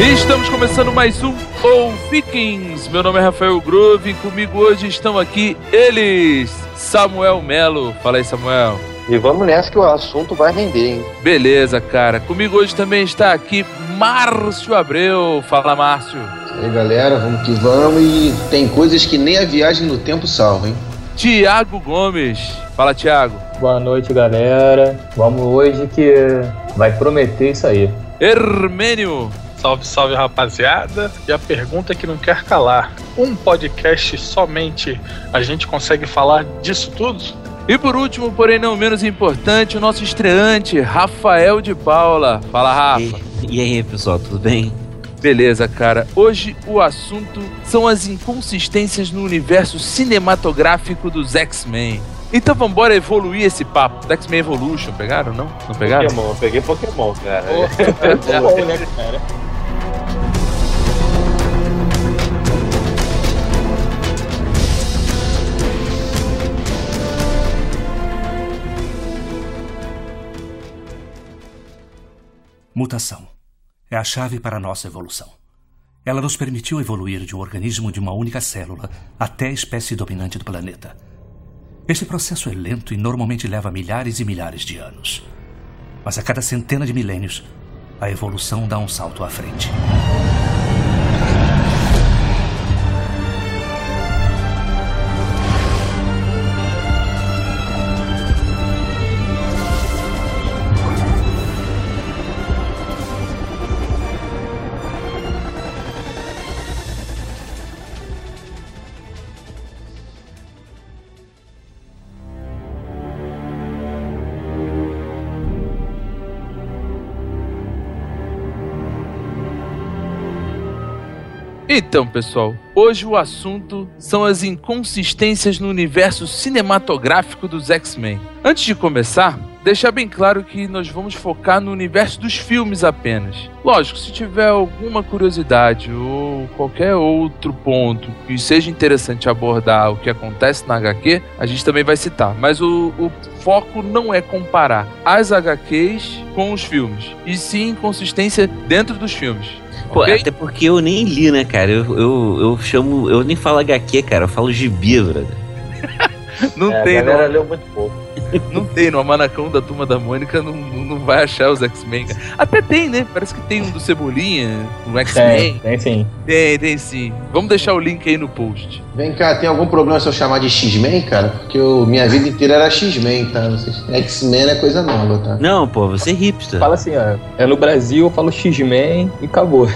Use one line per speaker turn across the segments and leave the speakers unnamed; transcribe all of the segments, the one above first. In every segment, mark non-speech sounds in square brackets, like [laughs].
Estamos começando mais um Ou Vikings. Meu nome é Rafael Groove e comigo hoje estão aqui eles, Samuel Melo. Fala aí, Samuel.
E vamos nessa que o assunto vai render, hein?
Beleza, cara. Comigo hoje também está aqui Márcio Abreu. Fala, Márcio.
E aí, galera, vamos que vamos. E tem coisas que nem a viagem no tempo salva, hein?
Tiago Gomes. Fala, Tiago.
Boa noite, galera. Vamos hoje que vai prometer isso aí.
Hermênio.
Salve, salve rapaziada. E a pergunta que não quer calar: um podcast somente a gente consegue falar disso tudo?
E por último, porém não menos importante, o nosso estreante, Rafael de Paula. Fala, Rafa.
E, e aí, pessoal, tudo bem?
Beleza, cara. Hoje o assunto são as inconsistências no universo cinematográfico dos X-Men. Então vambora evoluir esse papo. X-Men Evolution, pegaram? Não? Não pegaram?
Pokémon, eu peguei Pokémon, cara.
Muito bom, né, cara?
Mutação é a chave para a nossa evolução. Ela nos permitiu evoluir de um organismo de uma única célula até a espécie dominante do planeta. Este processo é lento e normalmente leva milhares e milhares de anos. Mas a cada centena de milênios, a evolução dá um salto à frente.
Então, pessoal, hoje o assunto são as inconsistências no universo cinematográfico dos X-Men. Antes de começar, deixar bem claro que nós vamos focar no universo dos filmes apenas. Lógico, se tiver alguma curiosidade ou qualquer outro ponto que seja interessante abordar o que acontece na HQ, a gente também vai citar. Mas o, o foco não é comparar as HQs com os filmes, e sim inconsistência dentro dos filmes.
Pô,
ok?
Até porque eu nem li, né, cara? Eu, eu, eu chamo. Eu nem falo HQ, cara. Eu falo gibi, brother.
Não
É,
tem,
a
não.
galera leu muito pouco.
Não tem, no Amanacão da Turma da Mônica não, não não vai achar os X-Men. cara. Até tem, né? Parece que tem um do Cebolinha, um
Tem,
X-Men.
tem sim.
Tem, tem sim. Vamos deixar o link aí no post.
Vem cá, tem algum problema se eu chamar de X-Men, cara? Porque eu, minha vida inteira era X-Men, tá? Vocês- X-Men é coisa nova, tá?
Não, pô, você é hipster.
Fala assim, ó. É no Brasil, eu falo X-Men e acabou.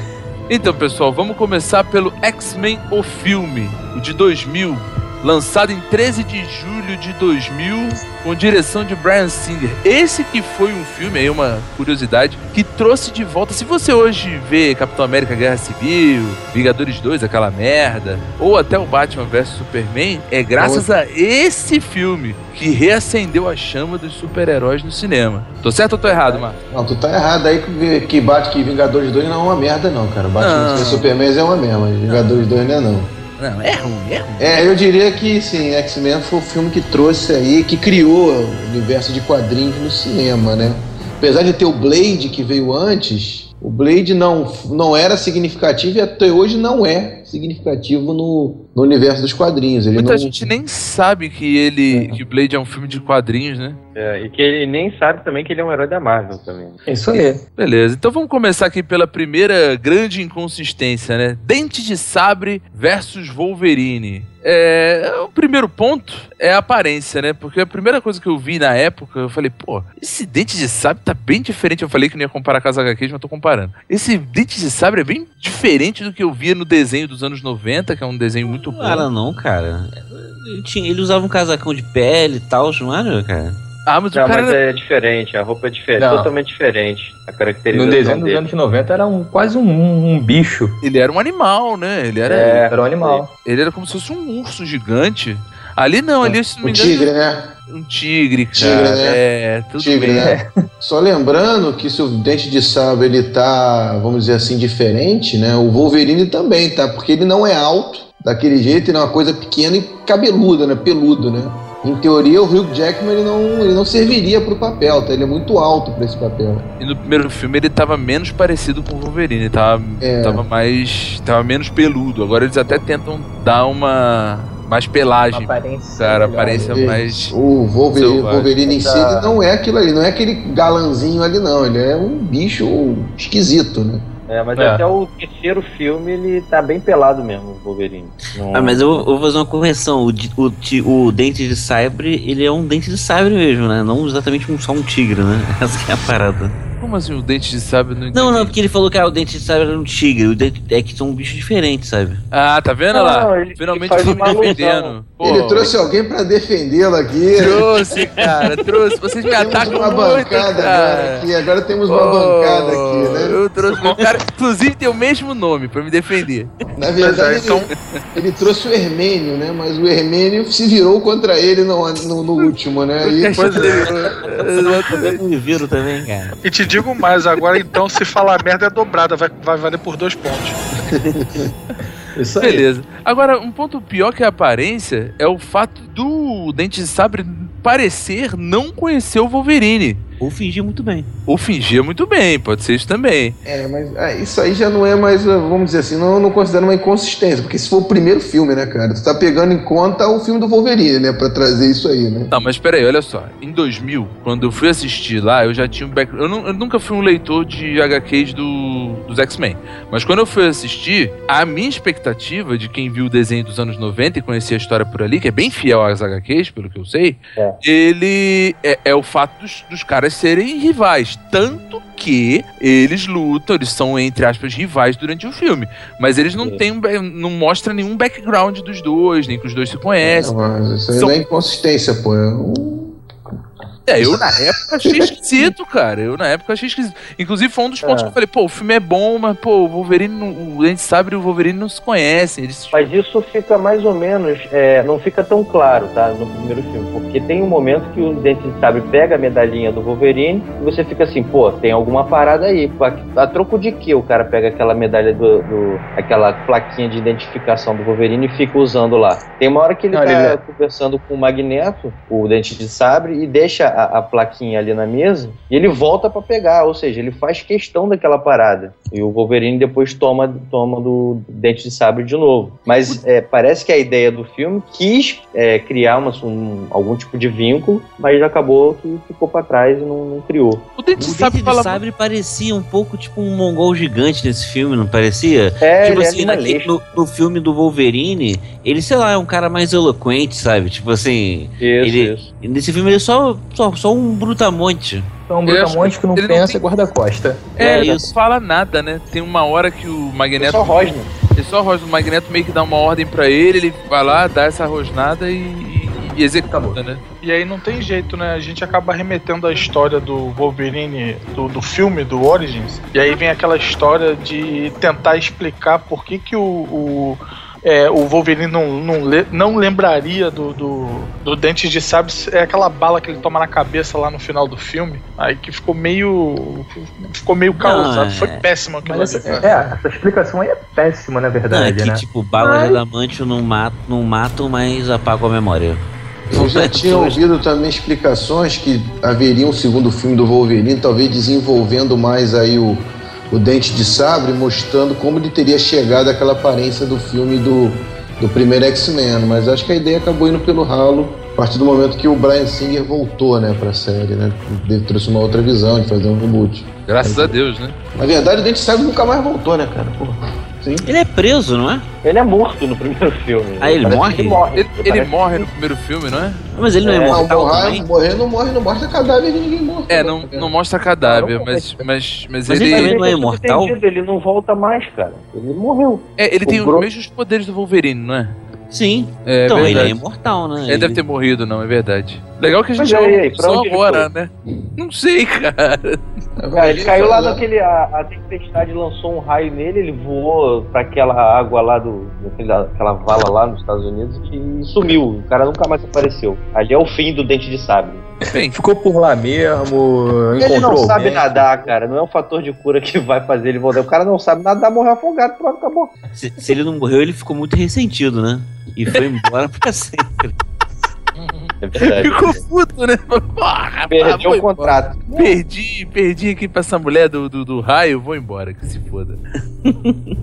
Então, pessoal, vamos começar pelo X-Men O Filme, o de 2000, lançado em 13 de julho de 2000, com direção de Brian Singer. Esse que foi um filme, aí uma curiosidade, que trouxe de volta. Se você hoje vê Capitão América Guerra Civil, Vingadores 2, aquela merda, ou até o Batman vs Superman, é graças a esse filme que reacendeu a chama dos super-heróis no cinema. Tô certo ou tô errado, Marcos?
Não, tu tá errado aí que, que bate que Vingadores 2 não é uma merda, não, cara.
Não.
Batman vs Superman é uma mesma, Vingadores 2 não é não.
Não, é ruim, é ruim.
É, eu diria que sim, X-Men foi o filme que trouxe aí, que criou o universo de quadrinhos no cinema, né? Apesar de ter o Blade que veio antes, o Blade não, não era significativo e até hoje não é significativo no, no universo dos quadrinhos. Ele
Muita
não-
gente nem sabe que ele. que Blade é um filme de quadrinhos, né?
É, e que ele nem sabe também que ele é um herói da Marvel também.
É Isso aí.
Beleza, então vamos começar aqui pela primeira grande inconsistência, né? Dente de Sabre versus Wolverine. É, o primeiro ponto é a aparência, né? Porque a primeira coisa que eu vi na época, eu falei, pô, esse dente de sabre tá bem diferente. Eu falei que não ia comparar com as HQs, mas tô comparando. Esse dente de sabre é bem diferente do que eu via no desenho dos anos 90, que é um desenho muito bom.
Não era não, cara. Ele, tinha- ele usava um casacão de pele e tal, não era, cara?
Ah, mas
Não,
o cara
mas
era-
é diferente, a roupa é diferente,
Não.
totalmente diferente. A é
No
caracterização
desenho dos
dele.
anos 90 era um, quase um, um bicho.
ele era um animal, né? Ele era.
É,
Era um animal.
Ele era como se fosse um urso gigante. Ali não, ali se não
O
me engano.
Tigre, né?
Um tigre, cara.
Tigre, né?
É, tudo
Tigre,
bem.
né? Só lembrando que se o Dente de Sabre ele tá, vamos dizer assim, diferente, né? O Wolverine também tá, porque ele não é alto daquele jeito, ele é uma coisa pequena e cabeluda, né? Peludo, né? Em teoria, o Hugh Jackman ele não, ele não serviria pro papel, tá? Ele é muito alto pra esse papel.
E no primeiro filme ele tava menos parecido com o Wolverine, ele tava,
É.
tava mais. tava menos peludo. Agora eles até tentam dar uma. mais pelagem.
aparência.
um Cara,
melhor.
aparência
Ele-
mais.
O Wolverine,
Então, Selvagem.
Wolverine em si
Essa-
ele não é aquilo ali, não é aquele galanzinho ali, não. Ele é um bicho esquisito, né?
É, mas
É.
até o terceiro filme ele tá bem pelado mesmo, o Wolverine. Não-
Ah, mas eu, eu vou fazer uma correção. O, di- o, ti- o dente de sabre, ele é um dente de sabre mesmo, né? Não exatamente um, só um tigre, né? [laughs] Essa que é a parada.
Como assim o dente de sabre não
Não, não,
entendi.
porque ele falou que ah, o dente de sabre era um tigre. O dente é que são um bicho diferente, sabe?
Ah, tá vendo
Não,
lá?
não, ele-
Finalmente
ele
eu tô
faz
me
uma alusão.
defendendo. Pô,
ele trouxe alguém pra defendê-lo aqui.
[laughs] Trouxe, cara, trouxe. Vocês me
Temos
atacam
uma
muito,
bancada agora
cara.
aqui. Agora temos
Pô,
uma bancada aqui, né?
Eu trouxe um cara, que, inclusive tem o mesmo nome pra me defender.
né? Na
Mas
verdade,
é, então,
ele, ele trouxe o Hermênio, né? Mas o Hermênio se virou contra ele no, no, no último, né? E-
pois é.
Exatamente.
Me viram também, cara.
E te digo mais, agora então, se falar merda é dobrada, vai, vai valer por dois pontos.
Isso aí.
Beleza. Agora, um ponto pior que a aparência é o fato do Dente de Sabre parecer não conhecer o Wolverine.
Ou fingir muito bem.
Ou fingir é muito bem, pode ser isso também.
É, mas ah, isso aí já não é mais, ah, vamos dizer assim, não, não considero uma inconsistência, porque se for o primeiro filme, né, cara? Tu tá pegando em conta o filme do Wolverine, né? Pra trazer isso aí, né?
Não, Tá, mas peraí, olha só. Em 2000, quando eu fui assistir lá, eu já tinha um background. Eu, nu- eu nunca fui um leitor de HQs do, dos X-Men. Mas quando eu fui assistir, a minha expectativa de quem viu o desenho dos anos 90 e conhecia a história por ali, que é bem fiel às HQs, pelo que eu sei,
É.
ele é, é o fato dos, dos caras serem rivais. Tanto que eles lutam, eles são, entre aspas, rivais durante o filme. Mas eles não,
É.
têm, um ba- não mostra nenhum background dos dois, nem que os dois se conhecem.
Não, mas isso aí
São-
não é inconsistência, pô. É um-
É, eu na época achei esquisito, cara. Eu na época achei esquisito. Inclusive foi um dos pontos
É.
que eu falei, pô, o filme é bom, mas pô, o Wolverine, não- o Dente Sabre e o Wolverine não se conhecem. Eles...
Mas isso fica mais ou menos, é, não fica tão claro, tá? No primeiro filme, porque tem um momento que o Dente de Sabre pega a medalhinha do Wolverine e você fica assim, pô, tem alguma parada aí. A- A, troco de que o cara pega aquela medalha do, do- aquela plaquinha de identificação do Wolverine e fica usando lá. Tem uma hora que ele
Não,
tá
ele-
conversando com o Magneto, o Dente de Sabre, e deixa a, a plaquinha ali na mesa e ele volta pra pegar, ou seja, ele faz questão daquela parada. E o Wolverine depois toma, toma do Dente de Sabre de novo. Mas é, parece que a ideia do filme quis é, criar uma- um- algum tipo de vínculo, mas acabou que ficou pra trás e não, não criou.
O Dente
O
de Sabre
dente de
fala.
sabre parecia um pouco tipo um mongol gigante nesse filme, não parecia?
É,
tipo
ele é
assim, naquele,
animalesco.
no, no filme do Wolverine, ele, sei lá, é um cara mais eloquente, sabe? Tipo assim,
Isso,
ele-
isso.
nesse filme ele é só, só, só um brutamonte.
É um
Eu acho
brutamonte que não
ele não
pensa
tem-
e guarda costa.
É,
É
ele não
isso.
fala nada, né? Tem uma hora que o Magneto.
Só Rosner.
Ele só rosa o Magneto meio que dá uma ordem pra ele, ele vai lá, dá essa rosnada e, e, e executa, né?
E aí não tem jeito, né? A gente acaba remetendo a história do Wolverine, do, do filme, do Origins, e aí vem aquela história de tentar explicar por que, que o. o é, o Wolverine não, não, le- não lembraria do, do, do Dente de Sabre, é aquela bala que ele toma na cabeça lá no final do filme, aí que ficou meio. ficou meio causado.
é.
Foi péssimo aquilo
Mas
ali.
essa, é, essa explicação aí é péssima, na
Não, é
verdade,
que
né?
tipo, bala de adamantio não matam, não matam, mas apagam a memória.
Eu já tinha ouvido também explicações que haveria um segundo filme do Wolverine, talvez desenvolvendo mais aí o, o Dente de Sabre, mostrando como ele teria chegado àquela aparência do filme do, do primeiro X-Men. Mas acho que a ideia acabou indo pelo ralo a partir do momento que o Brian Singer voltou né, pra série, né? Ele trouxe uma outra visão de fazer um reboot.
Graças a Deus, né?
Na verdade, o Dente de Sabre nunca mais voltou, né, cara? Pô, sim.
Ele é preso, não é?
Ele é morto no primeiro filme.
Ah, ele
Parece
morre?
que Ele morre.
Ele, ele morre no primeiro filme, não é?
Mas ele não é,
É,
Não,
imortal
morrer,
também?
morrer não morre, não mostra cadáver de ninguém morto. né,
É, não, não mostra cadáver, mas, mas, mas
Mas
ele.
ele também-
Ele
não é imortal?
Ele não volta mais, cara. Ele morreu.
é, ele tem
o Bro-
os mesmos poderes do Wolverine, não é?
Sim.
É
então,
verdade.
ele é imortal, né?
Ele deve ter morrido, não, é verdade. Legal que a gente
Mas
já
e aí, pra
só
onde ele
agora, né? Não sei, cara.
Ah, ele caiu lá naquele. A, a tempestade lançou um raio nele, ele voou pra aquela água lá do. daquele- aquela vala lá nos Estados Unidos e sumiu. O cara nunca mais apareceu. Ali é o fim do dente de sabre.
Bem,
Ficou por lá mesmo,
Ele não
encontrou
sabe
alguém.
nadar, cara. Não é um fator de cura que vai fazer ele voltar. O cara não sabe nadar, morreu afogado, pronto, acabou.
Se, [laughs] se ele não morreu, ele ficou muito ressentido, né? E foi embora pra sempre.
É verdade. [laughs]
Ficou puto, né? Porra,
Perdeu
vou
o contrato.
embora. Perdi, perdi aqui pra essa mulher do, do, do raio, vou embora, que se foda.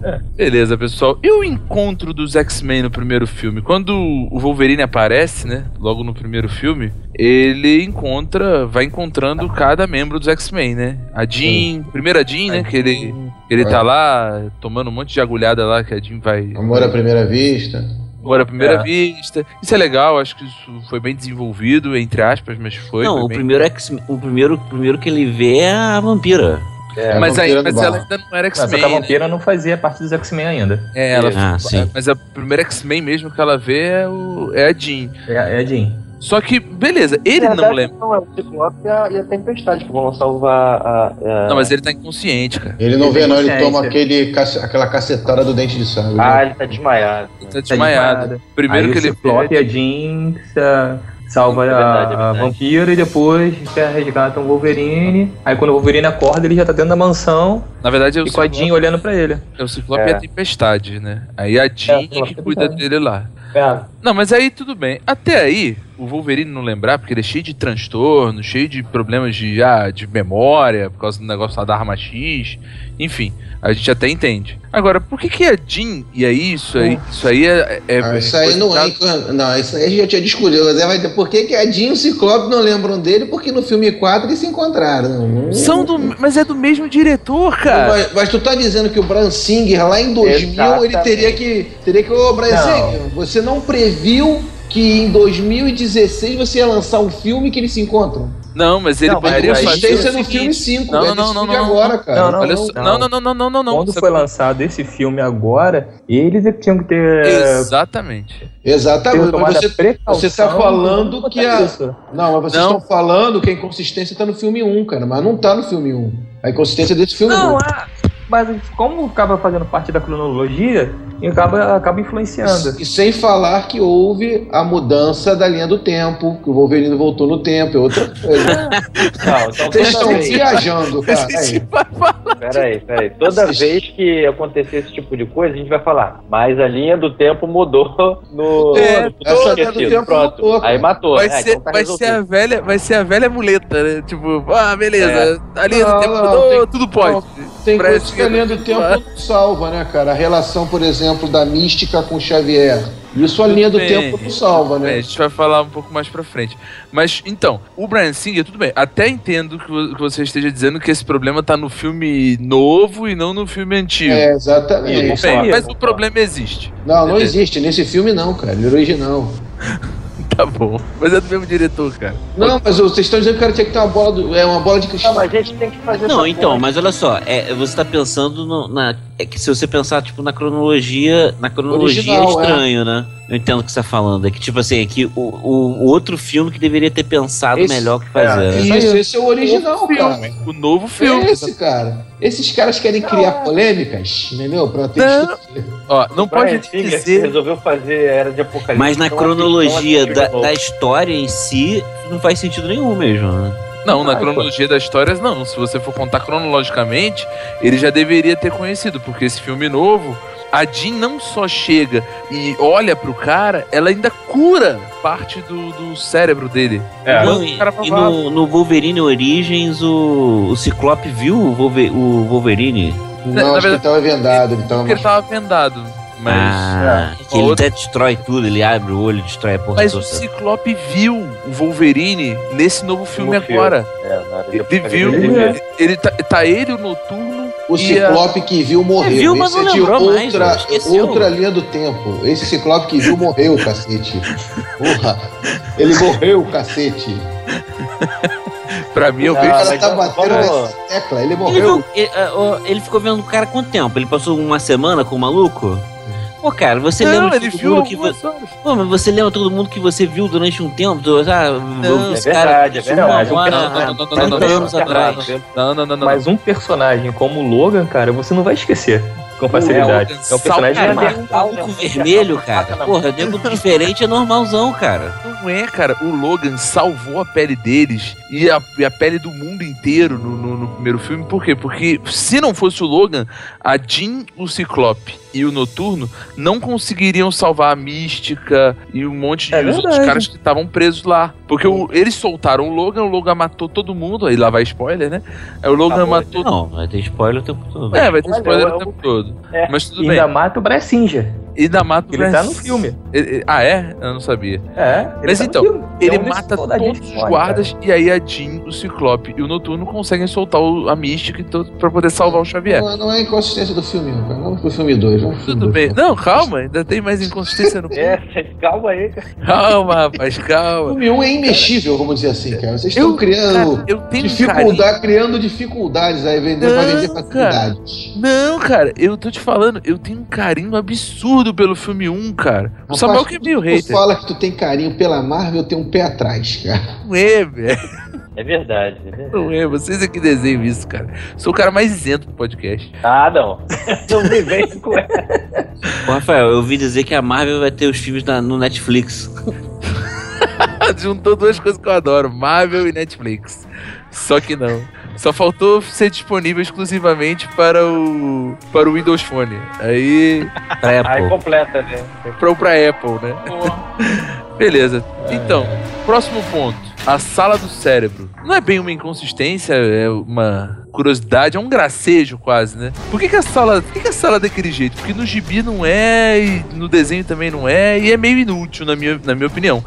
É, Beleza, pessoal. E o encontro dos X-Men no primeiro filme? Quando o Wolverine aparece, né? Logo no primeiro filme, ele encontra, vai encontrando cada membro dos X-Men, né? A Jean, primeiro a Jean, né? Que ele, ele tá lá tomando um monte de agulhada lá que a Jean vai.
Amor à primeira vista.
Agora, à primeira
É.
vista. Isso é legal, acho que isso foi bem desenvolvido, entre aspas, mas foi.
Não,
foi
o
bem-
primeiro, X, o primeiro o primeiro que ele vê é a vampira.
É,
mas aí,
vampira
mas
do
ela
bar.
ainda não era
Mas
X-Men.
essa
né?
vampira não fazia parte dos X-Men ainda.
É, ela
Ah, sim.
Mas a primeira X-Men mesmo que ela vê é, o, é a Jean.
É, é a Jean.
Só que, beleza, ele
Na
não
verdade,
lembra.
Não, é o Ciclope e a, e a Tempestade que vão salvar a. a-
é.
Não, mas ele tá inconsciente, cara.
Ele não
Ele
vê,
tem
não. Ele
consciência.
toma aquele, cace- aquela cacetada do dente de sangue. né?
é
Ah, ele tá desmaiado.
Ele tá desmaiado.
desmaiado.
Primeiro
Aí
que
o
ele
Ciclope e a Jean sa- salva
É verdade, é
a, a
verdade.
vampira e depois já resgatam o Wolverine. Aí quando o Wolverine acorda, ele já tá dentro da mansão
Na verdade, é o
e com a Jean
Ciclope,
olhando pra ele.
é o Ciclope e a Tempestade, né? Aí a
É, o
Jean é
Ciclope
que
e a
cuida
Tempestade.
dele lá.
É,
Não, mas aí tudo bem. Até aí, o Wolverine não lembrar, porque ele é cheio de transtorno, cheio de problemas de, ah, de memória, por causa do negócio lá da arma X. Enfim, a gente até entende. Agora, por que, que a Jean, e aí isso aí, isso aí é. é-
Ah, isso aí
é-
não é. encan- Não, isso aí a gente já tinha discutido. Mas é, vai ter por que, que a Jean e o Ciclope não lembram dele? Porque no filme 4 eles se encontraram. Não-
São do. Mas é do mesmo diretor, cara.
Mas, mas tu tá dizendo que o Brian Singer, lá em 2000, ele
Exatamente.
teria que. Teria que. Ô, Brian
Não.
Singer, você não previu que em 2016 você ia lançar um filme que eles se encontram?
Não, mas ele
Não, mas
poderia
a
aí-
fazer.
existência
é o
no filme
seguinte.
5,
Não,
é
não,
desse
não,
filme
não,
agora, cara.
Não, não,
Olha só- Não, não, não, não, não, não, não. tá
quando
Sabe-
foi lançado esse filme agora, eles é que tinham que ter,
Exatamente.
ter
Exatamente.
tomado
Mas
a
você,
precaução.
você tá falando
quanto
que a-
isso.
não, mas vocês
Não.
estão falando que a inconsistência tá no filme 1, cara, mas não tá no filme 1. A inconsistência desse filme é
Não,
não.
ah, mas como acaba fazendo parte da cronologia, acaba, acaba influenciando.
E sem falar que houve a mudança da linha do tempo, que o Wolverine voltou no tempo, é outra coisa.
Não, então
Vocês
toda
estão
vez.
viajando, cara. É,
Esse
Aí.
papo-
Peraí, peraí. Toda vez que acontecer esse tipo de coisa, a gente vai falar. Mas a linha do tempo mudou
[laughs]
no.
É,
no
essa linha do
esquecido.
tempo
Pronto.
mudou, cara.
Aí matou.
Vai,
né?
ser,
Então tá
vai, ser
resolvido.
a velha, vai ser a velha muleta, né? Tipo, ah, beleza,
É.
ali
Não,
no tempo
não,
mudou,
tem-
tudo pode.
Tem
Parece
coisas
que
que a linha do tempo não salva, né, cara? A relação, por exemplo, da mística com Xavier. Isso a linha do
bem,
tempo não salva,
É, a
né?
gente vai falar um pouco mais pra frente. Mas, então, o Brian Singer, tudo bem, até entendo que vo- que você esteja dizendo que esse problema tá no filme novo e não no filme antigo.
É,
Tudo
exatamente.
bem,
sabia,
mas
não
o problema existe. [laughs]
Não, não existe. Nesse filme não, cara. Ele é original.
Tá bom. Mas é do mesmo diretor, cara.
Não, mas vocês estão dizendo que o cara tinha que ter uma bola do- é, uma bola de
Ah,
cristal.
mas a gente tem que fazer
Não,
essa
então,
porra.
mas olha só, é, você tá pensando no- na. É que se você pensar, tipo, na cronologia. Na cronologia é
Original, é.
estranho, né? Eu entendo o que você tá falando. É que, tipo assim, é que o, o- o outro filme que deveria ter pensado
Esse-
melhor que fazer. né?
Isso, esse é o original,
Novo
cara. É
filme, O novo filme.
Esse, cara. Esses caras querem criar polêmicas, entendeu? Pra ter
Não. Ó, não pode
Brian Singer
dizer.
resolveu fazer Era de
é
Apocalipse.
Mas na
então,
cronologia
então,
da,
então,
da história em si, não faz sentido nenhum mesmo, né?
Não, na
Ai,
cronologia das histórias, não. Se você for contar cronologicamente, ele já deveria ter conhecido, porque esse filme novo, a Jean não só chega e olha pro cara, ela ainda cura parte do, do cérebro dele.
É.
Manda
Não,
o
e
cara pra
e
lá.
no, no Wolverine Origins, o, o Ciclope viu o, Wolver- o Wolverine.
Na
Não, acho que tá então.
verdade-
ele tava vendado. Ele tava
Porque ele tava vendado. Mas,
ah,
é.
que ele
Outra-
até destrói tudo, ele abre o olho, destrói a porra
mas o
toda.
Ciclope viu o Wolverine nesse novo filme
Novo filme.
agora.
É, na Era de
Ele
Apocalipse,
viu.
ele
Ele, ele tá, tá ele, o Noturno.
O
e a-
Ciclope que viu morreu.
Ele viu, mas
Esse
não
é de
lembrou mais,
outra,
mano. Esqueceu.
outra linha do tempo. Esse Ciclope que viu morreu, cacete. Porra. Ele morreu, cacete.
Pra mim, eu
o
vejo.
Ah,
cara
mas
tá
vamos-
batendo
vamos-
nessa tecla. Ele
Ele,
morreu.
viu- ele, ah, ó, ele ficou vendo o cara quanto tempo? Ele passou uma semana com o maluco? Pô, cara, você
não,
lembra
ele
de todo
viu
mundo que
algumas
você.
horas.
Pô, mas você lembra todo mundo que você viu durante um tempo? Tu- Ah,
Não,
esse
é verdade, é
passou
verdade.
uma tá,
Não, não,
hora,
não, não, não,
40
não, não,
anos
não, não,
atrás.
Não, não, não, não.
Mas um personagem como o Logan, cara, você não vai esquecer. com facilidade. É, um personagem
Cara,
animado.
tem um maluco vermelho, cara. Porra, nego diferente é normalzão, cara.
Não é, cara. O Logan salvou a pele deles e a, e a pele do mundo inteiro no, no- no primeiro filme. Por quê? Porque se não fosse o Logan, a Jean, o Ciclope e o Noturno não conseguiriam salvar a Mística e um monte de
É
os outros
verdade.
caras que estavam presos lá. Porque o- eles soltaram o Logan, o Logan matou todo mundo. Aí lá vai spoiler, né? Aí o Logan
Acabou,
matou.
Não, vai ter spoiler o tempo todo.
É, vai ter
Olha,
spoiler
eu-
o tempo todo.
É,
Mas tudo
E
bem.
ainda mata o Brecinja.
Ainda mata o
Ele tá no
Brad-
filme.
Ele- Ah, é? Eu não sabia.
É. ele
Mas
tá no
então,
filme.
Ele
É um
mata
desses soldadinhos
todos os
foda,
guardas e aí a Jean, o Ciclope e o Noturno conseguem soltar o- a Mística e todo- pra poder salvar o Xavier.
Não, não é inconsistência do filme, não, cara. Vamos pro filme 2.
Tudo bem. Não, calma, ainda tem mais inconsistência no
[laughs] É, calma aí, cara.
Calma, rapaz,
O
calma.
filme 1 é imexível, vamos dizer assim, cara. Vocês estão
Eu-
criando.
Cara, eu tenho um carinho.
Dificuldade, criando dificuldades aí, vendendo pra
Não,
vender
cara.
facilidade.
Não, cara, eu tô te falando, eu tenho um carinho absurdo pelo filme 1, cara. O
Rapaz,
Samuel que é meio
Tu
hater.
fala que tu tem carinho pela Marvel, eu tenho um pé atrás, cara.
Não é, velho.
É verdade, é verdade.
Não é, vocês é que desenham isso, cara. Sou o cara mais isento do podcast.
Ah, não.
Não [laughs] me vem com essa.
Ô, Rafael, eu ouvi dizer que a Marvel vai ter os filmes na- no Netflix.
[laughs] Juntou duas coisas que eu adoro: Marvel e Netflix. Só que não. Só faltou ser disponível exclusivamente para o para o Windows Phone. Aí
Pra Apple.
completa, né?
para para Apple, né? [laughs] Beleza. Então, próximo ponto: a sala do cérebro. Não é bem uma inconsistência, é uma curiosidade, é um gracejo quase, né? Por que, que a sala, por que, que a sala é daquele jeito? Porque no gibi não é, e no desenho também não é, e é meio inútil na minha, na minha opinião.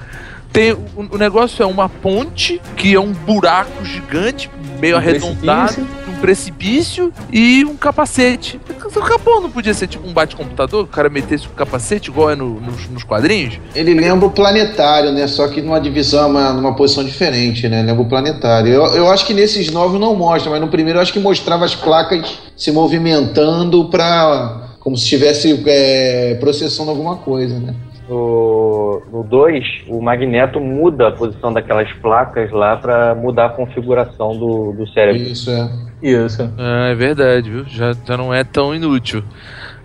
Tem, o, o negócio é uma ponte, que é um buraco gigante, meio
Um
arredondado, um precipício e um capacete. O capô não podia ser tipo um bate-computador, que o cara metesse um capacete igual é no- nos, nos quadrinhos?
Ele lembra o planetário, né? Só que numa divisão, uma- numa posição diferente, né? Lembra o planetário. Eu, eu acho que nesses novos não mostra, mas no primeiro eu acho que mostrava as placas se movimentando pra. como se estivesse é, processando alguma coisa, né?
No no 2, o Magneto muda a posição daquelas placas lá pra mudar a configuração do, do cérebro.
Isso é.
Isso.
Ah, é verdade, viu? Já, já não é tão inútil.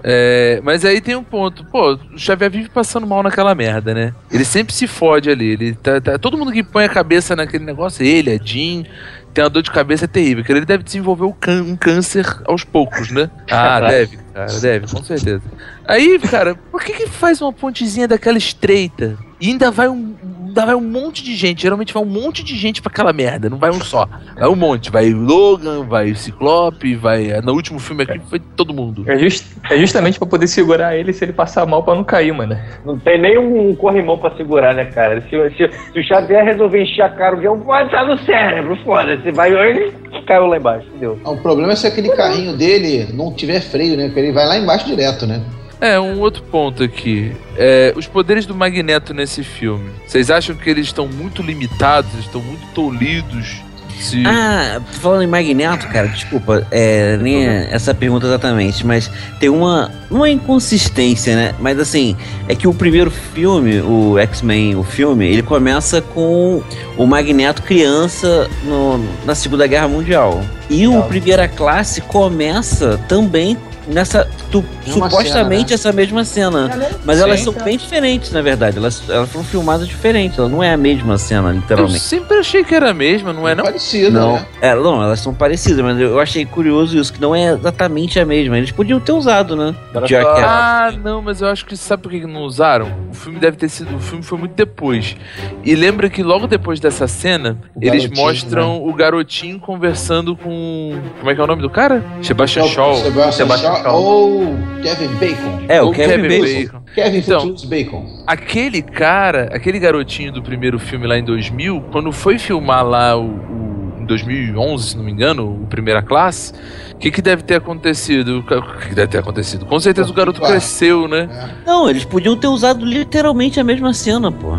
É, mas aí tem um ponto. Pô, o Xavier vive passando mal naquela merda, né? Ele sempre se fode ali. Ele tá, tá- todo mundo que põe a cabeça naquele negócio, ele, a Jean, tem uma dor de cabeça é terrível. Que ele deve desenvolver o cân- um câncer aos poucos, né? Ah, deve, cara, deve, com certeza. Aí, cara, por que, que faz uma pontezinha daquela estreita? E ainda vai um. Ainda vai um monte de gente. Geralmente vai um monte de gente pra aquela merda. Não vai um só. Vai um monte. Vai o Logan, vai o Ciclope, vai. No último filme aqui foi todo mundo.
É, just- é justamente pra poder segurar ele se ele passar mal pra não cair, mano.
Não tem nem um corrimão pra segurar, né, cara? Se, se- se o Xavier resolver encher a cara, eu vou entrar no cérebro, foda-se. Vai, caiu lá embaixo, entendeu?
O problema é se aquele carrinho dele não tiver freio, né? Porque ele vai lá embaixo direto, né?
É, um outro ponto aqui. É, os poderes do Magneto nesse filme. Vocês acham que eles estão muito limitados, eles estão muito tolhidos? Se...
Ah, falando em Magneto, cara, desculpa, é, nem é essa pergunta exatamente, mas tem uma, uma inconsistência, né? Mas assim, é que o primeiro filme, o X-Men, o filme, ele começa com o Magneto criança no- na Segunda Guerra Mundial. E o Primeira Classe começa também nessa, tu-
Mesma
supostamente
cena, né?
essa mesma cena. Mas elas
Sim,
são
tá.
bem diferentes, na verdade. Elas, elas foram filmadas diferentes, ela não é a mesma cena,
eu
literalmente.
sempre achei que era a mesma, não é não?
Parecido,
Não,
né?
é, não, elas são parecidas, mas eu achei curioso isso, que não é exatamente a mesma. Eles podiam ter usado, né?
Era
Já
só-
que é-
Ah, não, mas eu acho que sabe por que que não usaram? O filme deve ter sido. O filme foi muito depois. E lembra que logo depois dessa cena,
O
eles
garotinho, né?
mostram o garotinho conversando com. Como é que é o nome do cara? Sebastian Shaw.
Shaw, Sebastian,
Sebastian
Shaw
Shaw.
ou Kevin Bacon.
É,
Ou
o Kevin, Bacon.
Kevin
Então.
Futures Bacon.
Aquele cara, aquele garotinho do primeiro filme lá em 2000, quando foi filmar lá o, o- em 2011, se não me engano, o Primeira Classe, o que, que deve ter acontecido? O ca- O que que deve ter acontecido? Com certeza o garoto
Claro.
cresceu, né?
É.
Não, eles podiam ter usado literalmente a mesma cena, pô.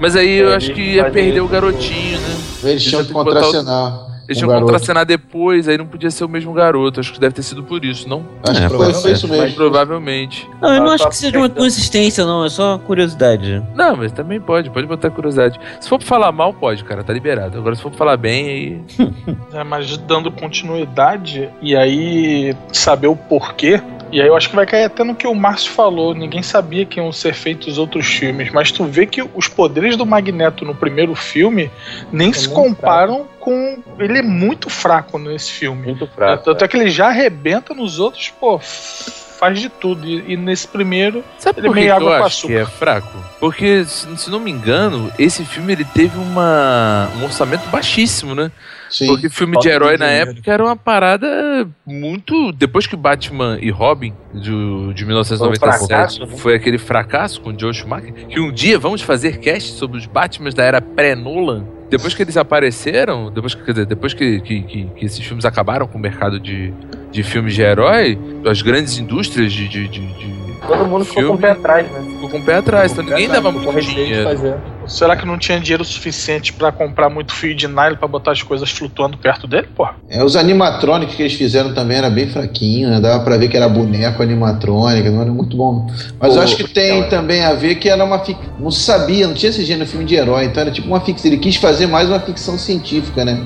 Mas aí eu
É,
acho
ele
que ia
faz
perder
isso,
o garotinho, né?
Eles tinham
Eles
que
tinham que botar o-
contracenar.
Eles
com o
tinham que
um garoto.
contracenar depois, aí não podia ser o mesmo garoto. Acho que deve ter sido por isso, não?
Acho
É,
que provavelmente foi
pode
isso
ser.
mesmo.
Provavelmente.
Não, eu não
Ah,
acho
tá
que seja uma
certo.
consistência, não. É só curiosidade.
Não, mas também pode, pode botar curiosidade. Se for pra falar mal, pode, cara, tá liberado. Agora, se for pra falar bem, aí.
né, É, mas dando continuidade e aí saber o porquê, E aí eu acho que vai cair até no que o Márcio falou. Ninguém sabia que iam ser feitos outros filmes, mas tu vê que os poderes do Magneto no primeiro filme nem se
muito
comparam com. Ele é muito fraco nesse filme.
Muito
É,
fraco. né?
tanto é que ele já arrebenta nos outros, pô, faz de tudo. E, e nesse primeiro,
Sabe
Ele
por que,
meio
que
água
eu
com
acho que é fraco? Porque, se se não me engano, esse filme ele teve uma, um orçamento baixíssimo, né?
Sim.
Porque filme de
Falta de
herói na
dinheiro.
época era uma parada muito. Depois que Batman e Robin, do, de 1997, foi,
Foi um fracasso, né?
aquele fracasso com o Joe Schumacher, que um dia vamos fazer cast sobre os Batmans da era pré-Nolan. Depois que eles apareceram, depois que, quer dizer, depois que, que, que- que esses filmes acabaram com o mercado de, de filmes de herói, as grandes indústrias de. de, de- de-
Todo mundo ficou com o
filme
pé atrás, né?
ficou com o pé atrás, então ninguém dava
Ficou com
muito
receio de
dinheiro.
fazer.
será que não tinha dinheiro suficiente pra comprar muito fio de nylon pra botar as coisas flutuando perto dele, pô?
É, os animatrônicos que eles fizeram também era bem fraquinho, né? dava pra ver que era boneco animatrônico, não era muito bom. Mas eu acho que
é,
tem também a ver que era uma fic... não se sabia, não tinha esse gênero de filme de herói, então era tipo uma ficção, ele quis fazer mais uma ficção científica, né?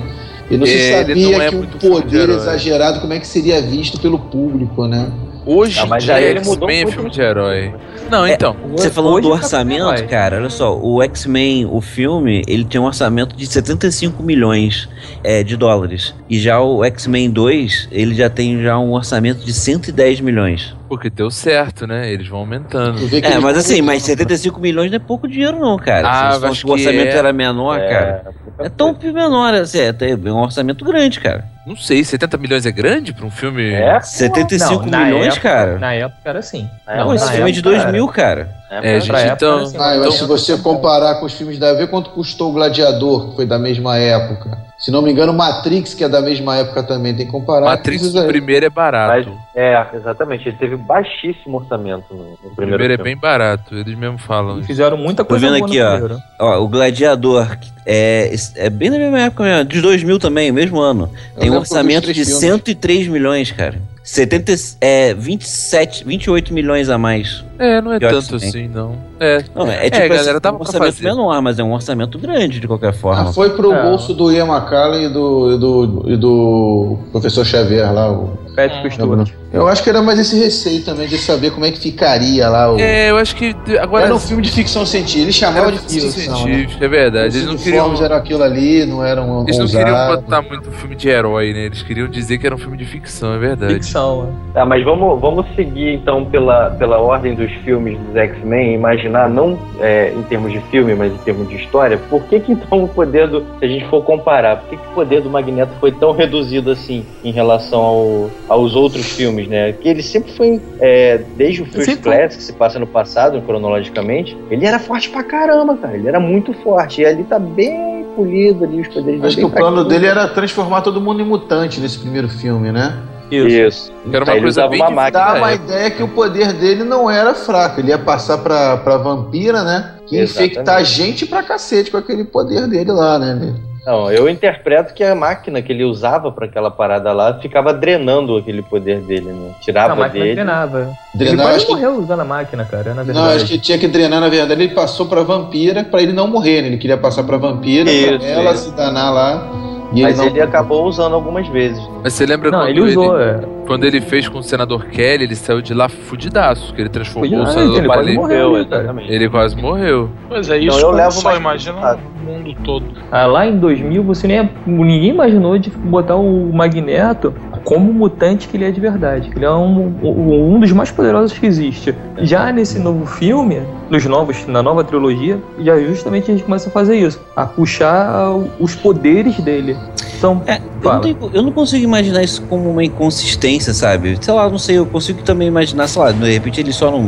E não se
É, ele
sabia
não é
que um
muito filme de
poder
herói.
exagerado como é que seria visto pelo público, né?
Hoje
Ah,
em
mas
dia,
aí ele mudou
X-Men é
muito.
filme de herói. Não,
É,
então.
Você falando
Hoje
do
tá bem
orçamento,
herói.
cara, olha só, o X-Men, o filme, ele tem um orçamento de 75 milhões é, de dólares. E já o X-Men 2, ele já tem já um orçamento de 110 milhões.
Porque deu certo, né? Eles vão aumentando.
Tu vê que
É,
eles-
[laughs]
mas assim, mas 75 milhões não é pouco dinheiro não, cara.
Ah,
se,
acho
se o
que
orçamento
é.
era menor, cara, é tão menor, assim, é é um orçamento grande, cara.
Não sei, 70 milhões é grande pra um filme.
É,
75
Não, na
milhões,
época-
cara.
Na época era assim.
Na
Não,
um
época-
esse
na
filme é de
época
2000, cara.
né?
É, gente,
época
então-
era assim,
Ah, eu
então-
acho que se você comparar com os filmes da ver quanto custou o Gladiador, que foi da mesma época. Se não me engano, Matrix, que é da mesma época também, tem que comparar. com
Matrix
esses aí.
do primeiro é barato.
É, exatamente. Ele teve baixíssimo orçamento no, no
O
primeiro,
primeiro é
filme.
bem barato, eles mesmo falam. isso.
Fizeram muita coisa
vendo
boa no
aqui, ó.
primeiro.
Ó, o Gladiador que é, é bem da mesma época mesmo, de 2000 também, mesmo ano.
Eu
Tem um
lembro dos
orçamento
três
de
filmes.
103 milhões, cara. 70, é, 27, 28 milhões a mais.
É, não é
Pior que
tanto
sim.
assim, não. É.
Não, é,
É,
tipo
galera,
assim,
dava
um
pra
orçamento
fazer.
menor, mas é um orçamento grande de qualquer
Ah,
forma.
foi pro
É.
bolso do Ian McCallan e do, e do, e do professor Xavier lá. O...
Tá
Patrick Stewart.
Eu acho que era mais esse receio também de saber como é que ficaria lá. O...
É, eu acho que de- agora.
Era um filme é de ficção científica. Ele chamava
era
de
ficção
ficção científica. né?
científica, é verdade. Eles não queriam.
Era um aquilo ali, não eram
Eles não
ousados.
queriam botar muito um filme de herói, né? Eles queriam dizer que era um filme de ficção, é verdade.
Ficção. né?
Tá, mas vamos, vamos seguir então pela, pela ordem dos filmes dos X-Men e imaginar, não é, em termos de filme, mas em termos de história, por que, que então o poder do. Se a gente for comparar, por que, que o poder do Magneto foi tão reduzido assim em relação ao- aos outros filmes, né? Que ele sempre foi, é, desde o First
Sempre foi.
Class, que se passa no passado, cronologicamente, ele era forte pra caramba, cara. Ele era muito forte. E ali tá bem polido ali os poderes
Acho que
dele,
o
bem
plano
fraquinhos.
dele é era transformar todo mundo em mutante nesse primeiro filme, né?
Isso.
Isso.
Era uma
Aí ele
coisa
usava
bem
uma
difícil
máquina. né?
da
Dá uma
época.
ideia que o poder dele não era fraco. Ele ia passar pra, pra vampira, né? Que ia
Exatamente.
infectar gente pra cacete com aquele poder dele lá, né?
Não, eu interpreto que a máquina que ele usava pra aquela parada lá ficava drenando aquele poder dele, né?
A
Tirava
máquina
dele.
treinava. Ele
Drenar,
quase
acho que
morreu usando a máquina, cara, na
Não, acho
verdade.
que tinha que drenar, na verdade. Ele passou pra vampira pra ele não morrer, né? Ele queria passar pra vampira,
Isso,
pra ela
isso.
se danar lá. E
Mas
ele
ele acabou usando algumas vezes. né?
Mas você lembra
Não,
quando
ele usou. é.
quando ele fez com o senador Kelly, ele saiu de lá fudidaço, que ele transformou
Fudidaço,
o senador
ah, ele quase
Palin-
morreu.
Eu,
ali, cara.
exatamente.
Ele quase morreu.
Pois é,
Não,
isso
Então, eu
como
levo
só
mais
imagina um
resultado.
o mundo todo.
Ah, lá em 2000 você nem ninguém imaginou de botar o Magneto como o mutante que ele é de verdade. que Ele é um, um, um dos mais poderosos que existe. Já nesse novo filme, nos novos, na nova trilogia, já justamente a gente começa a fazer isso, a puxar os poderes dele. Então,
É, eu, não
fala.
tenho- eu não consigo imaginar isso como uma inconsistência, sabe? Sei lá, não sei, eu consigo também imaginar, sei lá, de repente ele só não.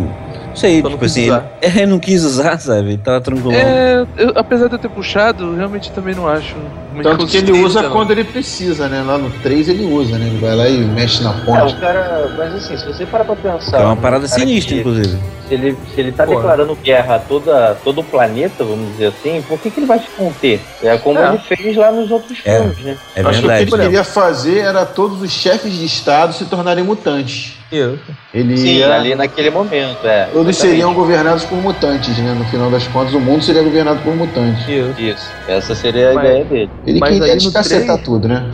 Não sei,
Só não
tipo
quis
assim, ele, [laughs]
usar.
é, não quis usar, sabe? Ele tava tranquilão.
É,
Então-
eu- apesar de eu ter puxado, realmente também não acho. uma
Tanto que ele
inconsistência,
usa
não.
quando ele precisa, né? Lá no 3 ele usa, né? Ele vai lá e mexe na
É,
ponte.
o cara. Mas assim, se você parar pra pensar.
é uma parada
o cara
sinistra,
que-
inclusive.
Se ele, se ele tá
Pô.
declarando guerra a toda, todo o planeta, vamos dizer assim, por que, que ele vai se conter? É como
É.
ele fez lá nos outros
É.
filmes, né?
É
Acho que o que
verdade.
ele queria fazer era todos os chefes de Estado se tornarem mutantes.
Eu-
Ele
Sim,
ia-
ali naquele momento, é.
Todos
Exatamente.
seriam governados por mutantes, né? No final das contas, o mundo seria governado por mutantes.
eu-
Isso. Essa seria a
Mas-
ideia dele.
Ele
Mas
queria
aí no
descacetar tudo, né?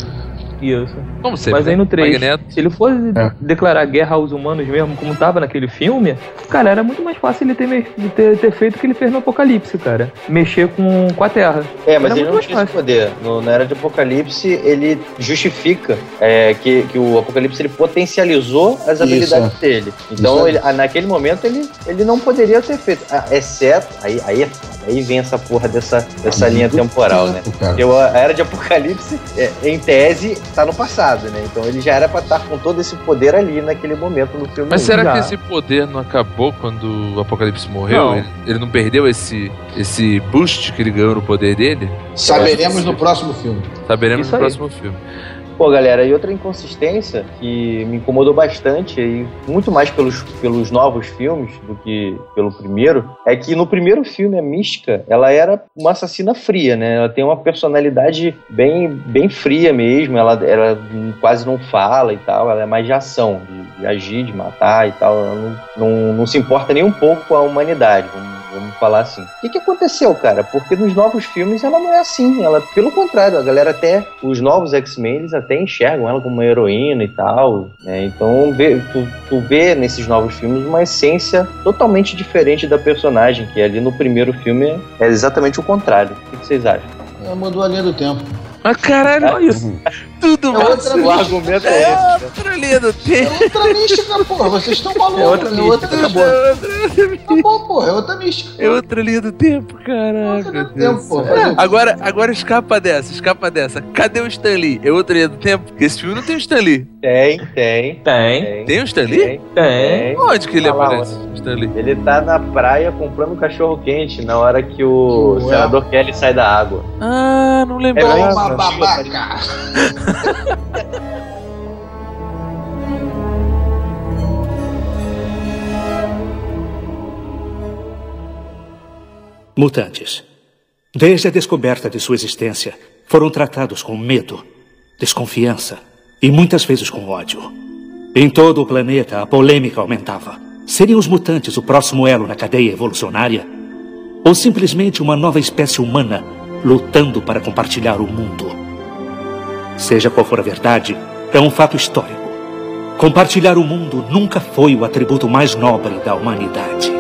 Isso.
Como sempre.
Mas aí no 3,
Magneto.
se ele fosse
É.
declarar guerra aos humanos mesmo, como tava naquele filme, cara, era muito mais fácil ele ter, me- de ter, ter feito o que ele fez no Apocalipse, cara. Mexer com, com a Terra.
É, mas
Era
ele
muito
não
mais
tinha esse
fácil.
poder. No- na Era de Apocalipse, ele justifica é, que, que o Apocalipse ele potencializou as
Isso,
habilidades
é.
dele.
Isso
Então,
é.
ele- ah, naquele momento, ele, ele não poderia ter feito. Ah, exceto. Aí, aí, é foda, aí vem essa porra dessa, dessa linha temporal, né?
Cara.
Porque a Era de Apocalipse, é, em tese, tá no passado, né? Então ele já era pra estar com todo esse poder ali naquele momento no filme.
Mas
um.
será
Já.
que esse poder não acabou quando o Apocalipse morreu?
Não.
Ele, ele não perdeu esse, esse boost que ele ganhou no poder dele?
Saberemos no próximo filme.
Saberemos
Isso
no
aí.
próximo filme.
Pô, galera, e outra inconsistência que me incomodou bastante, e muito mais pelos, pelos novos filmes do que pelo primeiro, é que no primeiro filme, a Mística, ela era uma assassina fria, né? Ela tem uma personalidade bem, bem fria mesmo, ela, ela quase não fala e tal, ela é mais de ação, de, de agir, de matar e tal, ela não, não, não se importa nem um pouco com a humanidade, vamos vamos falar assim. O que, que aconteceu, cara? Porque nos novos filmes ela não é assim. Ela, pelo contrário, a galera até. Os novos X-Men, eles até enxergam ela como uma heroína e tal. né? Então vê- tu, tu vê nesses novos filmes uma essência totalmente diferente da personagem, que ali no primeiro filme é exatamente o contrário. O que, que vocês acham?
Ela mandou a linha do tempo.
Mas Ah, caralho,
Só É isso.
tudo
É outra
mais-
mística.
argumento
É outra linha do
É
tempo.
outra mística, porra. Vocês estão malucos.
É outra
tá
mística,
mística. Acabou, porra. É outra mística.
É outra linha do tempo, caraca.
Outra linha do
meu Deus
tempo, pô.
do céu.
Fazer o quê?
Agora, agora escapa dessa, escapa dessa. Cadê o Stan Lee? É outra linha do tempo? Porque esse filme não tem o Stan Lee.
Tem, tem.
Tem,
Tem,
Tem o Stan Lee?
tem,
tem.
Onde que ele
Tá lá,
aparece, Stan Lee?
Ele tá na praia comprando um cachorro quente na hora que o
Que o-
senador Kelly sai da água.
Ah, não lembro.
É
Toma,
mesmo?
babaca.
Mutantes. Desde a descoberta de sua existência, foram tratados com medo, desconfiança e muitas vezes com ódio. Em todo o planeta, a polêmica aumentava. Seriam os mutantes o próximo elo na cadeia evolucionária? Ou simplesmente uma nova espécie humana lutando para compartilhar o mundo? Seja qual for a verdade, é um fato histórico. Compartilhar o mundo nunca foi o atributo mais nobre da humanidade.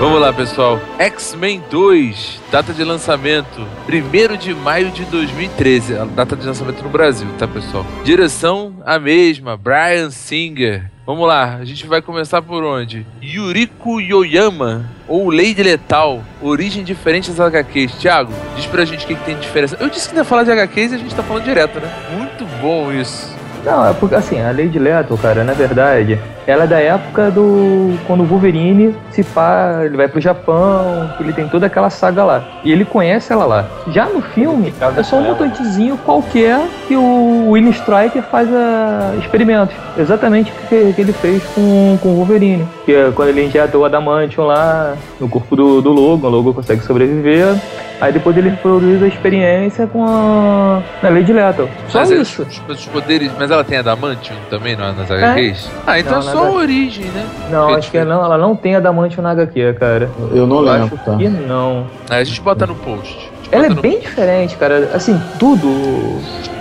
Vamos lá, pessoal. X-Men 2, data de lançamento 1 de maio de 2013. A data de lançamento no Brasil, tá, pessoal? Direção a mesma, Brian Singer. Vamos lá, a gente vai começar por onde? Yuriko Yoyama, ou Lady Letal, origem diferente das HQs. Thiago, diz pra gente o que, que tem de diferença. Eu disse que não ia falar de HQs e a gente tá falando direto, né? Muito bom isso.
Não, é porque assim, a Lady Leto, cara, na verdade, ela é da época do. quando o Wolverine se pá, ele vai pro Japão, ele tem toda aquela saga lá. E ele conhece ela lá. Já no filme, é só um mutantezinho qualquer que o William Striker faz a... experimentos. Exatamente o que, que ele fez com, com o Wolverine. Que é quando ele injeta o Adamantium lá no corpo do, do Logan, o Logan consegue sobreviver. Aí depois ele produz a experiência com a, na Lady Leto. Só
Mas é-
isso.
Os, os poderes. Mas ela tem Adamantium também não é, nas HQs? Ah, então
Não,
é só
nada.
a origem, né?
Não, acho que ela não, ela não tem Adamantium na HQ, cara.
Eu não
Eu
lembro,
acho
tá?
que não.
Aí a gente bota no post. A gente
Ela é
bota no
bem diferente, cara. Assim, tudo.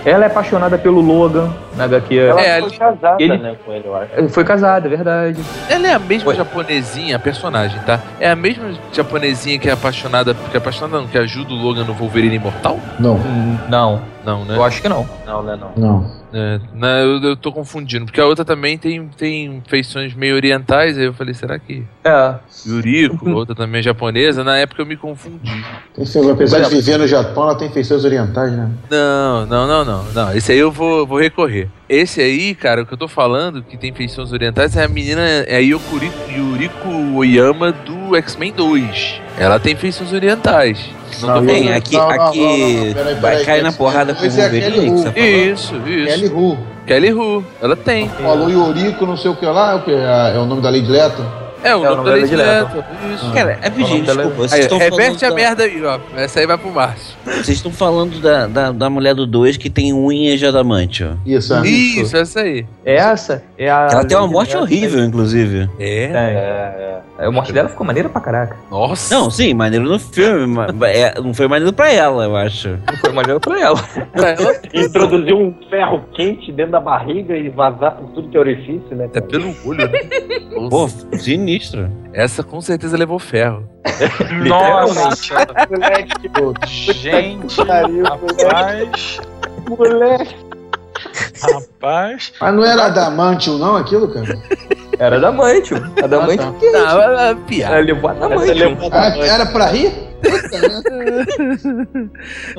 Ela é apaixonada pelo Logan na HQ.
Ela
É,
foi
ele-
casada,
ele-
né, com ele, eu acho.
Ela Foi casada, é verdade.
Ela é a mesma
Oi.
japonesinha, a personagem, tá? É a mesma japonesinha que é apaixonada, que é apaixonada não, que ajuda o Logan no Wolverine Imortal?
Não,
Hum, Não,
Não, né?
eu acho que não.
Não, né, não.
não.
É, não, eu, eu tô confundindo, porque a outra também tem, tem feições meio orientais, aí eu falei, será que...
É.
Yuriko, a outra também é japonesa, na época eu me confundi.
Tem que ser- apesar de viver no Japão, ela tem feições orientais, né?
Não, não, não, não, não, esse aí eu vou, vou recorrer. Esse aí, cara, o que eu tô falando, que tem feições orientais, é a menina, é a Yokuri, Yuriko Oyama do X-Men 2. Ela tem feições orientais. Não, tô falando...
Bem, aqui- aqui vai cair na porrada com o
Wolverine.
Wolverine, que você
Isso, isso.
Kelly Hu.
Kelly Hu, ela tem.
Falou Yorico, não sei o que lá, é o que? É o nome da Lady Leto?
É, o nome
É, o
da
nome
Lady
dela é
Leto. Isso.
Cara, é
Falando
Virgínia,
dela-
desculpa. Vocês
Aí,
estão
reverte a
falando da-
merda aí, ó. Essa aí vai pro Márcio.
Vocês estão falando da, da, da mulher do 2 que tem unha de adamante, ó.
Isso, é.
Isso, essa aí.
Essa é a.
Ela tem uma
Lady
morte
Leto.
horrível, inclusive.
É.
É,
É,
a morte dela ficou maneira pra caraca.
Nossa.
Não, sim, maneiro no filme. ma- é, não foi maneiro pra ela, eu acho.
Não foi maneira pra ela. [laughs]
ela
Introduzir um ferro quente dentro da barriga e vazar por tudo que é orifício, né?
é
cara?
pelo olho, né?
Pô, sinistro.
Essa com certeza levou ferro.
Nossa, senhora.
Moleque,
gente,
pariu,
rapaz,
moleque.
rapaz.
Mas não era Adamantium, não, aquilo, cara?
Era adamante. Adamante
Ah,
que é isso?
Não, é piada.
Ela levou
Essa
adamante.
levanta
Ah,
a mão.
era pra rir?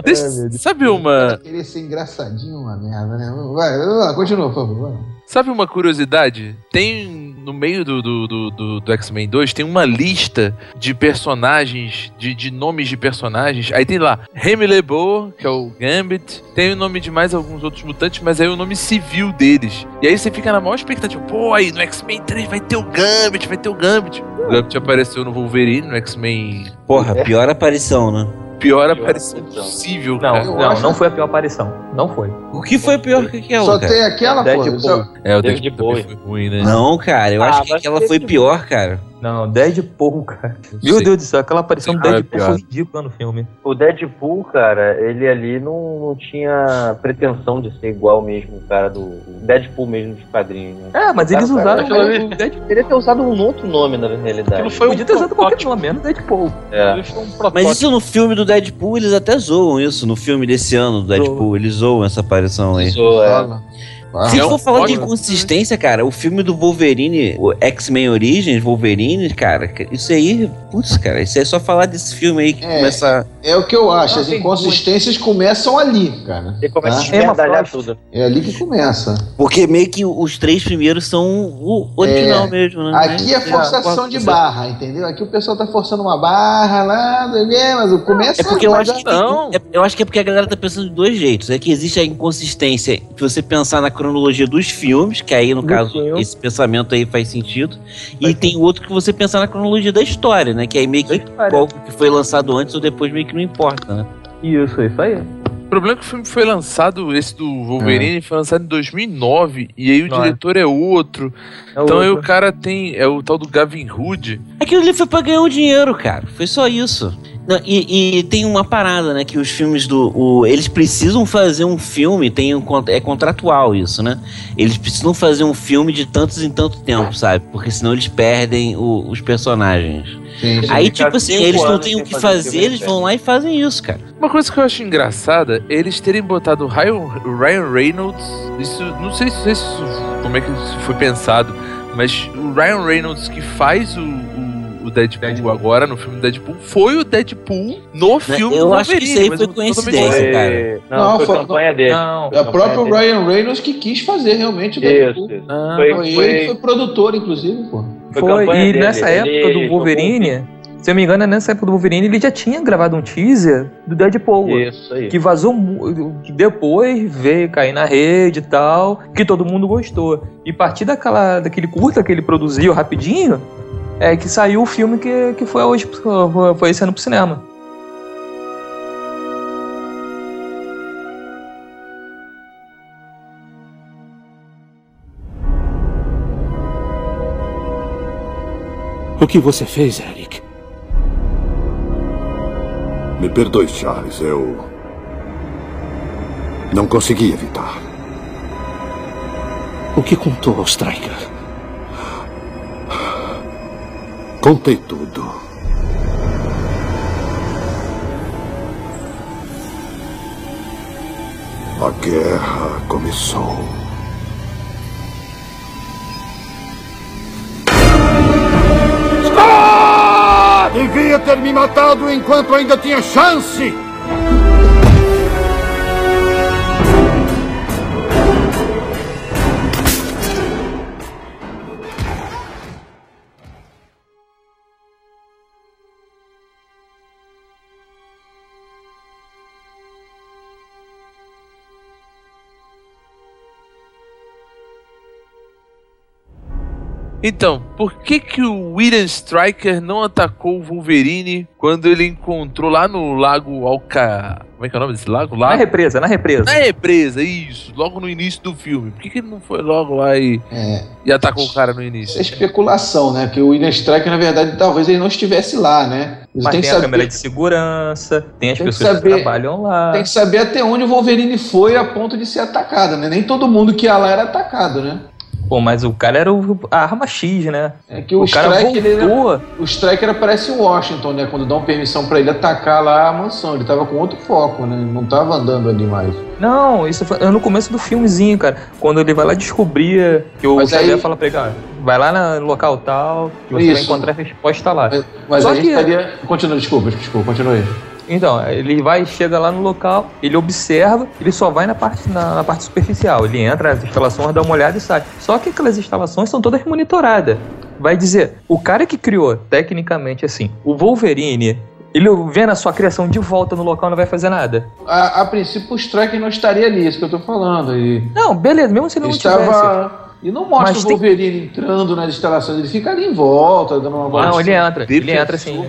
Deixa, sabe uma,
Queria ser engraçadinho, uma merda, né? Vai, vai lá, continua, por favor. vai.
sabe uma curiosidade? Tem no meio do, do, do, do- do X-Men 2 tem uma lista de personagens, de, de nomes de personagens. Aí tem lá Remy LeBeau, que é o Gambit. Tem o nome de mais alguns outros mutantes, mas aí é o nome civil deles. E aí você fica na maior expectativa. Pô, aí no X-Men 3 vai ter o Gambit, vai ter o Gambit. O Gambit apareceu no Wolverine, no X-Men
Porra, pior aparição, né?
pior aparição
aparição.
possível,
Não,
cara.
Eu
não,
acho-
não foi a pior aparição. Não foi.
O que foi pior que
Só
aquela, cara?
tem aquela, pô.
Deadpool.
Só...
É, o
David
David Bowie
Bowie.
foi ruim, né?
Não, cara, eu
Ah,
acho que
mas
aquela
teve-
foi pior, cara.
Não, Deadpool, cara.
Não
Meu
sei.
Deus do céu, aquela aparição do
Cara, é
Deadpool
pior.
foi ridícula no filme.
O Deadpool, cara, ele ali não, não tinha pretensão de ser igual mesmo o cara do. o Deadpool mesmo dos quadrinhos, né?
É, mas eles
Cara,
usaram
aquela ali-
o Deadpool.
Teria ter usado um outro nome, na realidade.
Aquilo foi
Podia
um
ter usado qualquer
protótipo.
nome, menos Deadpool.
É.
Ele foi um
Mas
protótipo.
isso no filme do Deadpool, eles até zoam isso. No filme desse ano do Deadpool, eles zoam essa aparição aí.
Isso, é.
Fala.
Se
é
for
um
falar de
ótimo-
inconsistência, cara, o filme do Wolverine, o X-Men Origins, Wolverine, cara, isso aí, putz, cara, isso aí é só falar desse filme aí que
É.
começa.
É o que eu acho, as
Não, tem
inconsistências começam ali, cara.
Ele começa a
Tá?
esmerdalhar tudo.
É ali que começa.
Porque meio que os três primeiros são o original
É.
mesmo, né?
Aqui é forçação de barra, entendeu? Aqui o pessoal tá forçando uma barra lá, não sei o quê, mas o começo
É porque eu acho que tem-
Não.
é- eu acho que é porque a galera tá pensando de dois jeitos. É que existe a inconsistência de você pensar na cronologia dos filmes, que aí, no
Do
caso,
filme.
esse pensamento aí faz sentido. e tem outro que você pensar na cronologia da história, né? Que aí meio que qual que foi lançado antes ou depois meio que não importa, né?
é Isso, isso aí.
O problema é que o filme foi lançado, esse do Wolverine, foi lançado em 2009, e aí o
É. Não é.
diretor é outro.
É o-
então aí o cara tem, é o tal do Gavin Hood.
Aquilo ali foi pra ganhar o dinheiro, cara. Foi só isso. Não, e, e tem uma parada, né? Que os filmes do. o- eles precisam fazer um filme, tem um, con- é contratual isso, né? Eles precisam fazer um filme de tantos em tanto tempo, sabe? Porque senão eles perdem o- os personagens.
Sim, sim.
Aí,
ficar
tipo assim,
cinco
eles não
anos
têm o
sem
que
fazer um
fazer,
filme
eles vão lá e fazem isso, cara.
Uma coisa que eu acho engraçada é eles terem botado o Ryan, o Ryan Reynolds. Isso, não sei, se- se isso- como é que isso foi pensado, mas o Ryan Reynolds que faz o, o- o Deadpool, agora no filme Deadpool foi o Deadpool no filme
Né, eu
do
acho que
Wolverine,
isso aí
mas
foi
eu- totalmente-
coincidência. Esse cara.
Não,
Não,
foi
foi-
a campanha dele.
Não,
É o próprio Ryan Reynolds que quis fazer realmente o
Isso,
Deadpool.
isso.
Ah,
Foi-
Foi ele que foi produtor, inclusive, pô.
Foi
Foi,
campanha
e
dele.
nessa
Ele
época do
jogou
Wolverine, se eu me engano, nessa época do Wolverine, ele já tinha gravado um teaser do Deadpool.
Isso aí.
Que vazou, mu- que depois veio cair na rede e tal, que todo mundo gostou. E a partir daquela, daquele curta que ele produziu rapidinho, é que saiu o filme que, que foi hoje, pro- foi esse ano pro cinema.
O que você fez, Eric?
Me perdoe, Charles, eu. Não consegui evitar.
O que contou ao Striker?
Contei tudo. A guerra começou. Scott! Devia ter me matado enquanto ainda tinha chance!
Então, por que que o William Stryker não atacou o Wolverine quando ele encontrou lá no lago Alca... Como é que é o nome desse lago?
Na
Lago?
represa, na represa.
Na represa, isso. Logo no início do filme. Por que que ele não foi logo lá e,
É,
e atacou o cara no
isso
início?
é especulação, né? Porque o William Striker, na verdade, talvez ele não estivesse lá, né? Mas
Mas
tem
tem,
que
a câmera
saber,
de segurança, tem as
Tem que
pessoas que,
saber-
trabalham lá.
tem que saber até onde o Wolverine foi a ponto de ser atacado, né? Nem todo mundo que ia lá era atacado, né?
Pô, mas o cara era o- a arma X, né?
É que o,
o cara
Striker, ele era-
voltou.
o Striker aparece em Washington, né? Quando dão permissão pra ele atacar lá a mansão. Ele tava com outro foco, né? Não tava andando ali mais.
Não, isso foi é no começo do filmezinho, cara. Quando ele vai lá descobrir que o
Mas
Xavier
aí-
fala pra ele, cara, vai lá na- no local tal, que você vai
Isso.
encontrar a resposta tá lá.
Mas, mas
Só
a gente
que-
estaria. Continua, desculpa, desculpa, continua aí.
Então, ele vai, chega lá no local, ele observa, ele só vai na parte, na, na parte superficial. Ele entra nas instalações, dá uma olhada e sai. Só que aquelas instalações são todas monitoradas. Vai dizer, o cara que criou, tecnicamente assim, o Wolverine, ele vendo a sua criação de volta no local não vai fazer nada.
A, a princípio, o Striker não estaria ali, isso que eu tô falando. E
Não, beleza, mesmo se ele
ele
não tivesse.
estava. E não mostra
Mas
o
tem-
Wolverine entrando nas instalações, ele fica ali em volta, dando uma volta.
Não, ele é- entra, ele
Defensor
entra assim.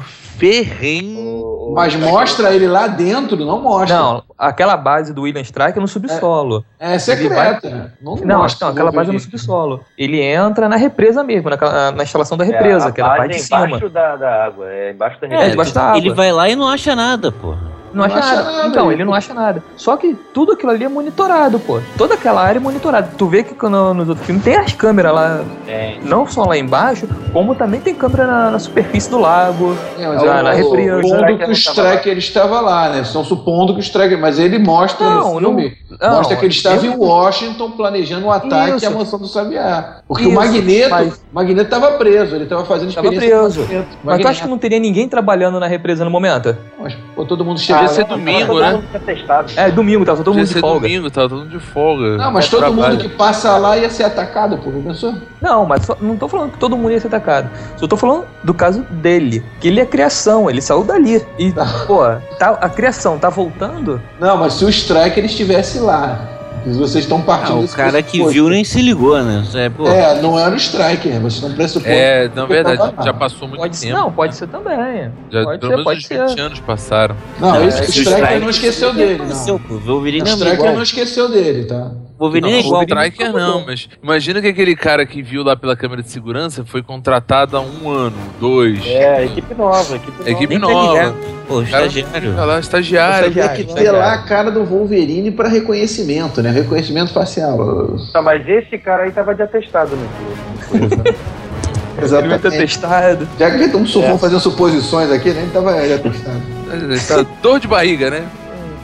Ferrenho.
Mas mostra ele lá dentro, não mostra.
Não, aquela base do William Striker no subsolo.
É secreta. né? Não,
Não,
mostra o
não, aquela base é
Wolverine.
no subsolo. Ele entra na represa mesmo, naquela- na instalação da
É,
represa,
a
que era a parte de
base
cima.
é embaixo da, da água, é embaixo da
É,
represa.
debaixo da água.
Ele vai lá e não acha nada, pô.
Ah,
Não acha, nada. Então, ele não acha nada. Só que tudo aquilo ali é monitorado, pô. Toda aquela área é monitorada. Tu vê que no, nos outros filmes tem as câmeras lá,
É,
não só lá embaixo, como também tem câmera na, na superfície do lago.
É, mas
Ah,
eu
na represa.
supondo que o
Striker não tava lá.
Striker estava lá, né? Estão supondo que o Striker. Mas ele mostra
Não,
no
não-
filme.
Não,
mostra que ele estava
eu-
em Washington planejando um ataque
Isso.
à mansão do Sabiá. Porque o
Isso,
Magneto.
mas-
O Magneto estava preso, ele estava fazendo
Tava
experiência.
preso.
com o Magneto.
Mas tu acha que
Magneto,
não teria ninguém trabalhando na represa no momento?
mas, pô, todo mundo
Ah,
Devia
chega.
ser domingo, né?
É, domingo, tá? Só todo
Devia
mundo de
ser
folga.
domingo, tá todo mundo de folga.
Não,
né,
mas
É
todo mundo
trabalho.
que passa lá ia ser atacado, pô, pensou?
Não, mas só- não tô falando que todo mundo ia ser atacado. Só tô falando do caso dele. Que ele é criação, ele saiu dali. E,
[laughs]
pô, tá, a criação tá voltando?
Não, mas se o Striker estivesse lá. Vocês estão partindo
Ah, o
desse
cara que
pressuposto.
viu nem se ligou, né? É, pô,
É, não era o Striker, vocês estão pressupondo.
É, na verdade,
Não,
já passou muito
Pode ser,
tempo.
não, pode ser também.
Já, pelo
pode ser,
menos
pode
uns
ser.
20 anos passaram.
Não,
Não, é,
isso, o
Ah, esse
Striker
Stryker
não esqueceu dele, não.
aconteceu, pô. O Wolverine
O
não é
Striker
igual.
não esqueceu dele, tá?
O Wolverine
Não,
é
o
igual.
Striker não, mas imagina que aquele cara que viu lá pela câmera de segurança foi contratado há um ano, dois.
É, equipe nova, equipe nova.
Equipe
Nem é. tá
Tipo nova.
ligado. Pô,
cara-
estagiário.
Olha lá, estagiário. né?
Tinha que ter lá a cara do Wolverine pra reconhecimento, né? Reconhecimento facial.
Tá, mas esse cara aí tava de atestado no filme.
[laughs]
Ele vai ter testado.
Já que estamos supondo fazendo suposições aqui, né? Ele tava já testado.
Tá dor de barriga, né?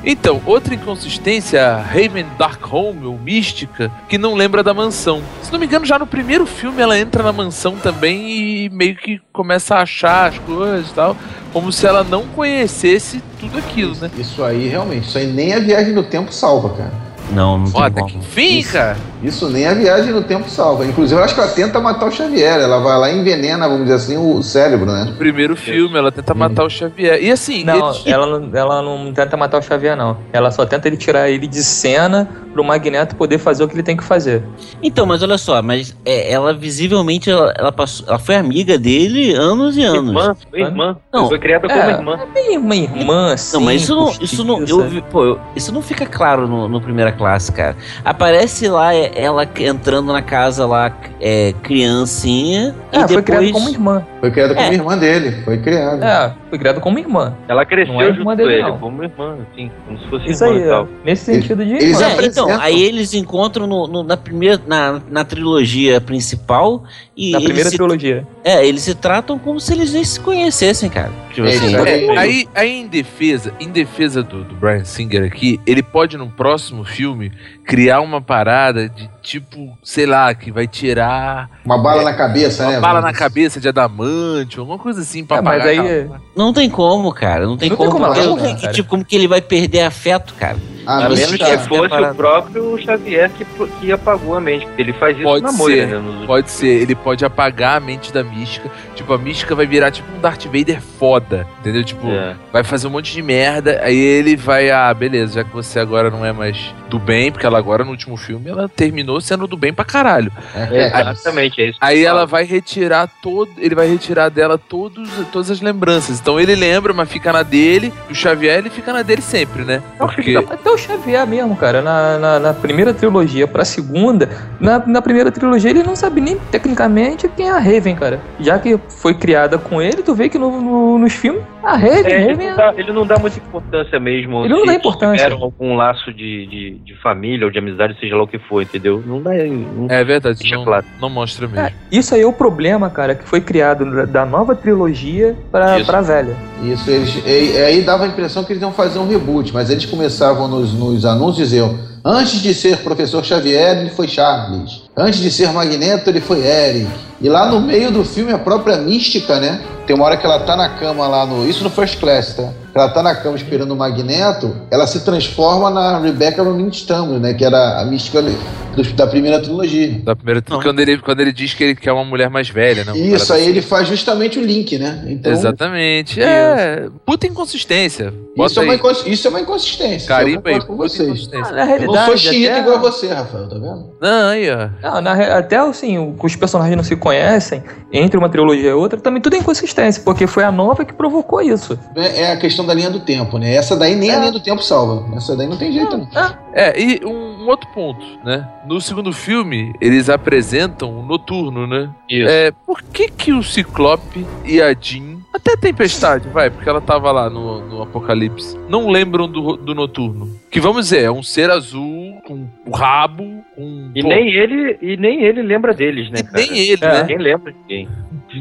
Então, outra inconsistência, a Raven Dark Home, ou Mística, que não lembra da mansão. Se não me engano, já no primeiro filme ela entra na mansão também e meio que começa a achar as coisas e tal, como se ela não conhecesse tudo aquilo, né?
Isso aí, realmente, isso aí nem a viagem no tempo salva, cara.
Não, não tem
Foda,
como.
que enfim,
Isso.
cara!
Isso nem a viagem no tempo salva. Inclusive, eu acho que ela tenta matar o Xavier. Ela vai lá e envenena, vamos dizer assim, o cérebro, né?
No primeiro filme ela tenta matar o Xavier. E assim,
Não, é
eles-
ela não, ela não tenta matar o Xavier, não. Ela só tenta ele tirar ele de cena pro Magneto poder fazer o que ele tem que fazer.
Então, mas olha só, mas é, ela visivelmente ela, ela passou, ela foi amiga dele anos e anos.
Irmã, irmã.
Não.
Foi criada como
É.
irmã.
Tem uma irmã, assim.
Não, mas isso não,
postiça.
isso não, eu vi- pô, eu- isso não fica claro no, no primeira classe, cara. Aparece lá é, ela entrando na casa lá, é, criancinha,
É,
e
foi criado
depois
como irmã.
Foi criada como
É.
irmã dele. Foi criada.
É, foi criado como irmã.
Ela
Não é
cresceu
irmã
junto com
dele,
ele,
não.
como irmã, assim, como se fosse
Isso
irmã
aí,
e tal.
ó, nesse sentido de
Eles
irmã.
É, então,
apresentam.
aí eles encontram no- no- na primeira na, na trilogia principal e
Na primeira
eles, se,
trilogia.
é, eles se tratam como se eles nem se conhecessem, cara. Tipo
É,
assim,
isso
É,
Sim.
aí, aí em defesa, em defesa do, do Brian Singer aqui, ele pode num próximo filme criar uma parada de tipo, sei lá, que vai tirar
Uma bala na cabeça,
uma
né?
bala na
vamos-
cabeça de adamante, alguma coisa assim pra
É, mas
apagar
aí-
aquela-
não tem como, cara. Não tem
Não tem
como.
como
porque
ela
eu-
jogar,
que-
cara.
tipo, como que ele vai perder afeto, cara?
A
A
mente
menos
tá-
Se
Tá,
fosse
separado.
o próprio Xavier que, que apagou a mente. Ele faz isso
Pode
na
ser.
moira, né? nos-
Pode ser, ele pode apagar a mente da mística. Tipo, a mística vai virar tipo um Darth Vader foda. Entendeu? Tipo,
É.
vai fazer um monte de merda. Aí ele vai, ah, beleza, já que você agora não é mais do bem, porque ela agora no último filme ela terminou sendo do bem pra caralho.
É, exatamente, é isso. que
Aí
eu falo.
ela vai retirar todo, ele vai retirar dela todos, todas as lembranças. Então ele lembra, mas fica na dele, e o Xavier ele fica na dele sempre, né?
É um
Porque
Até o Xavier mesmo, cara, na, na, na primeira trilogia pra segunda, na, na primeira trilogia ele não sabe nem tecnicamente quem é a Raven, cara. Já que foi criada com ele, tu vê que no, no- nos filmes a Raven,
É, ele,
Raven
não
é...
dá, ele não dá muita importância mesmo.
Ele não
se
dá importância.
tiveram algum laço de, de, de família ou de amizade, seja lá o que for, entendeu? Não dá. Não
é verdade,
deixa
não,
claro.
não mostra
Cara,
mesmo.
isso aí é o problema, cara, que foi criado da- da nova trilogia pra,
Isso.
pra velha.
Isso, eles, e- e aí dava a impressão que eles iam fazer um reboot, mas eles começavam nos, nos anúncios e diziam: antes de ser professor Xavier, ele foi Charles. Antes de ser Magneto, ele foi Eric. E lá no meio do filme, a própria mística, né? Tem uma hora que ela tá na cama lá no. Isso no First Class, tá? Que Ela tá na cama esperando o Magneto, ela se transforma na Rebecca Romijn Stamos, né? Que era a mística ali dos- da primeira trilogia.
Da primeira, quando, ele, quando ele diz que ele quer uma mulher mais velha, né? Uma
Isso,
parada assim.
aí ele faz justamente o link, né? Então,
Exatamente. É. Puta inconsistência. Bota
Isso é,
aí.
uma incons- isso é uma inconsistência. eu
Carimba aí.
concordo com
Puta
vocês.
inconsistência.
na
Eu
realidade,
não sou xiita
É até-
igual a você, Rafael, tá vendo?
Não, aí, ó.
Não, na re- até assim, o- os personagens não se conhecem, entre uma trilogia e outra, também tudo é inconsistência, porque foi a nova que provocou isso.
É é a questão da linha do tempo, né? Essa daí nem
É.
a linha do tempo salva. Essa daí não tem jeito, não.
É, e um, um outro ponto, né? No segundo filme, eles apresentam o noturno, né?
Isso.
É, por que que o Ciclope e a Jean, até a Tempestade, vai, porque ela tava lá no, no Apocalipse, não lembram do, do noturno? Que vamos dizer, é um ser azul, com o rabo, com...
E
pô,
nem ele, e nem ele lembra deles, né,
e
cara? É.
nem ele,
É.
né?
Ninguém lembra de ninguém.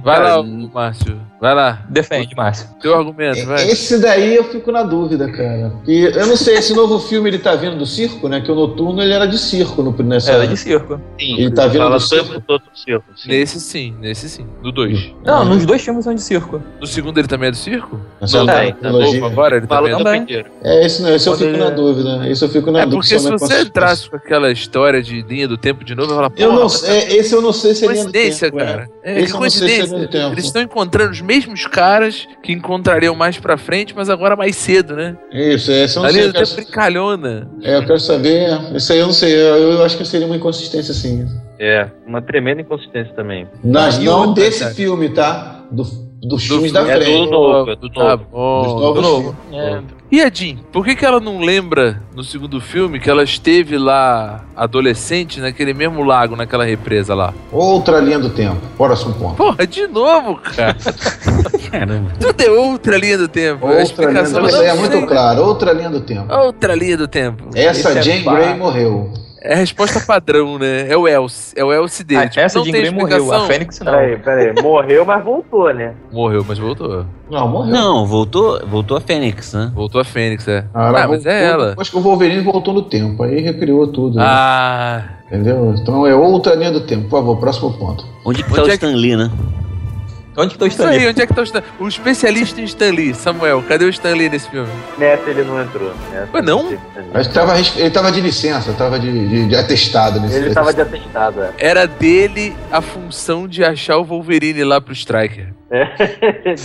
Vai
Cara,
lá, ô, Márcio, vai lá.
Defende, Márcio.
Teu
É,
argumento, vai.
É, Esse daí eu fico na dúvida, cara. E eu não sei, esse novo filme ele tá vindo do circo, né? Que o Noturno ele era de circo no, nessa
Era É, de circo.
Sim,
Ele tá vindo
fala
do
sobre todo o circo. sim. Hum.
Nesse sim, nesse sim. No dois.
Não, nos dois filmes são de circo.
No segundo ele também é do circo? né?
Nessa
Não,
outra
tem, tá
trilogia.
Novo agora ele
Fala
também é do
do
Também.
primeiro.
É, esse, não, esse eu
Quando
fico
ele-
na dúvida. né? Esse eu fico na
É
dúvida.
porque se
sobre a
você
consistência.
entrasse com aquela história de linha do tempo de novo, eu falar, pô,
Eu não
mas
sei, é, esse eu não sei se
que
é linha do
coincidência,
tempo, é.
cara. É,
Esse
que
eu não sei se é
coincidência.
linha do tempo.
Eles estão encontrando os mesmos caras que encontrariam mais pra frente, mas agora mais cedo, né?
Isso, esse eu
A
não
linha
sei.
do
Eu quero,
tempo brincalhona.
é, eu quero saber. Isso aí eu não sei. Eu, eu acho que seria uma inconsistência, sim.
É, uma tremenda inconsistência também.
Mas
Ah, e
não
outra,
desse
cara?
filme, tá? Do, dos filmes da
é
frente.
do novo, é do
Tá
novo.
bom.
Dos novos
Do novo.
filmes.
É,
E a Jean, por que, que ela não lembra no segundo filme que ela esteve lá adolescente naquele mesmo lago, naquela represa lá?
Outra linha do tempo. Próximo ponto.
Porra, de novo,
[laughs]
cara.
Caramba.
Tudo é outra linha do tempo. a
Outra linha do
explicação
tempo. Isso aí é
eu não sei.
muito claro. Outra linha do tempo.
Outra linha do tempo.
Essa
Esse é
Jane
pá.
Grey morreu.
É a resposta padrão, né? É o Else. É o Else dele.
Ah,
Tipo,
essa
não
de
tem
Grey morreu, a
explicação.
Fênix não.
peraí. Morreu, mas voltou, né?
Morreu, mas voltou.
Não, morreu.
Não, voltou, voltou a Fênix, né?
Voltou a Fênix, é.
Ah,
ah, mas
voltou-
é ela.
Acho que o Wolverine voltou no tempo. Aí recriou tudo.
Hum.
né?
Ah.
Entendeu? Então é outra linha do tempo. Por favor, próximo ponto.
Onde que tá
Onde
o
é que-
Stan Lee, né?
Onde que tá o
Isso
Stan
aí,
Lee?
onde é que tá o Stan O especialista em Stan Lee, Samuel. Cadê o Stan Lee nesse filme?
Nessa ele não entrou. Nessa
Mas não?
Mas tava res- ele tava de licença, tava de, de- de atestado nesse
Ele tava de atestado, é.
Era dele a função de achar o Wolverine lá pro Striker.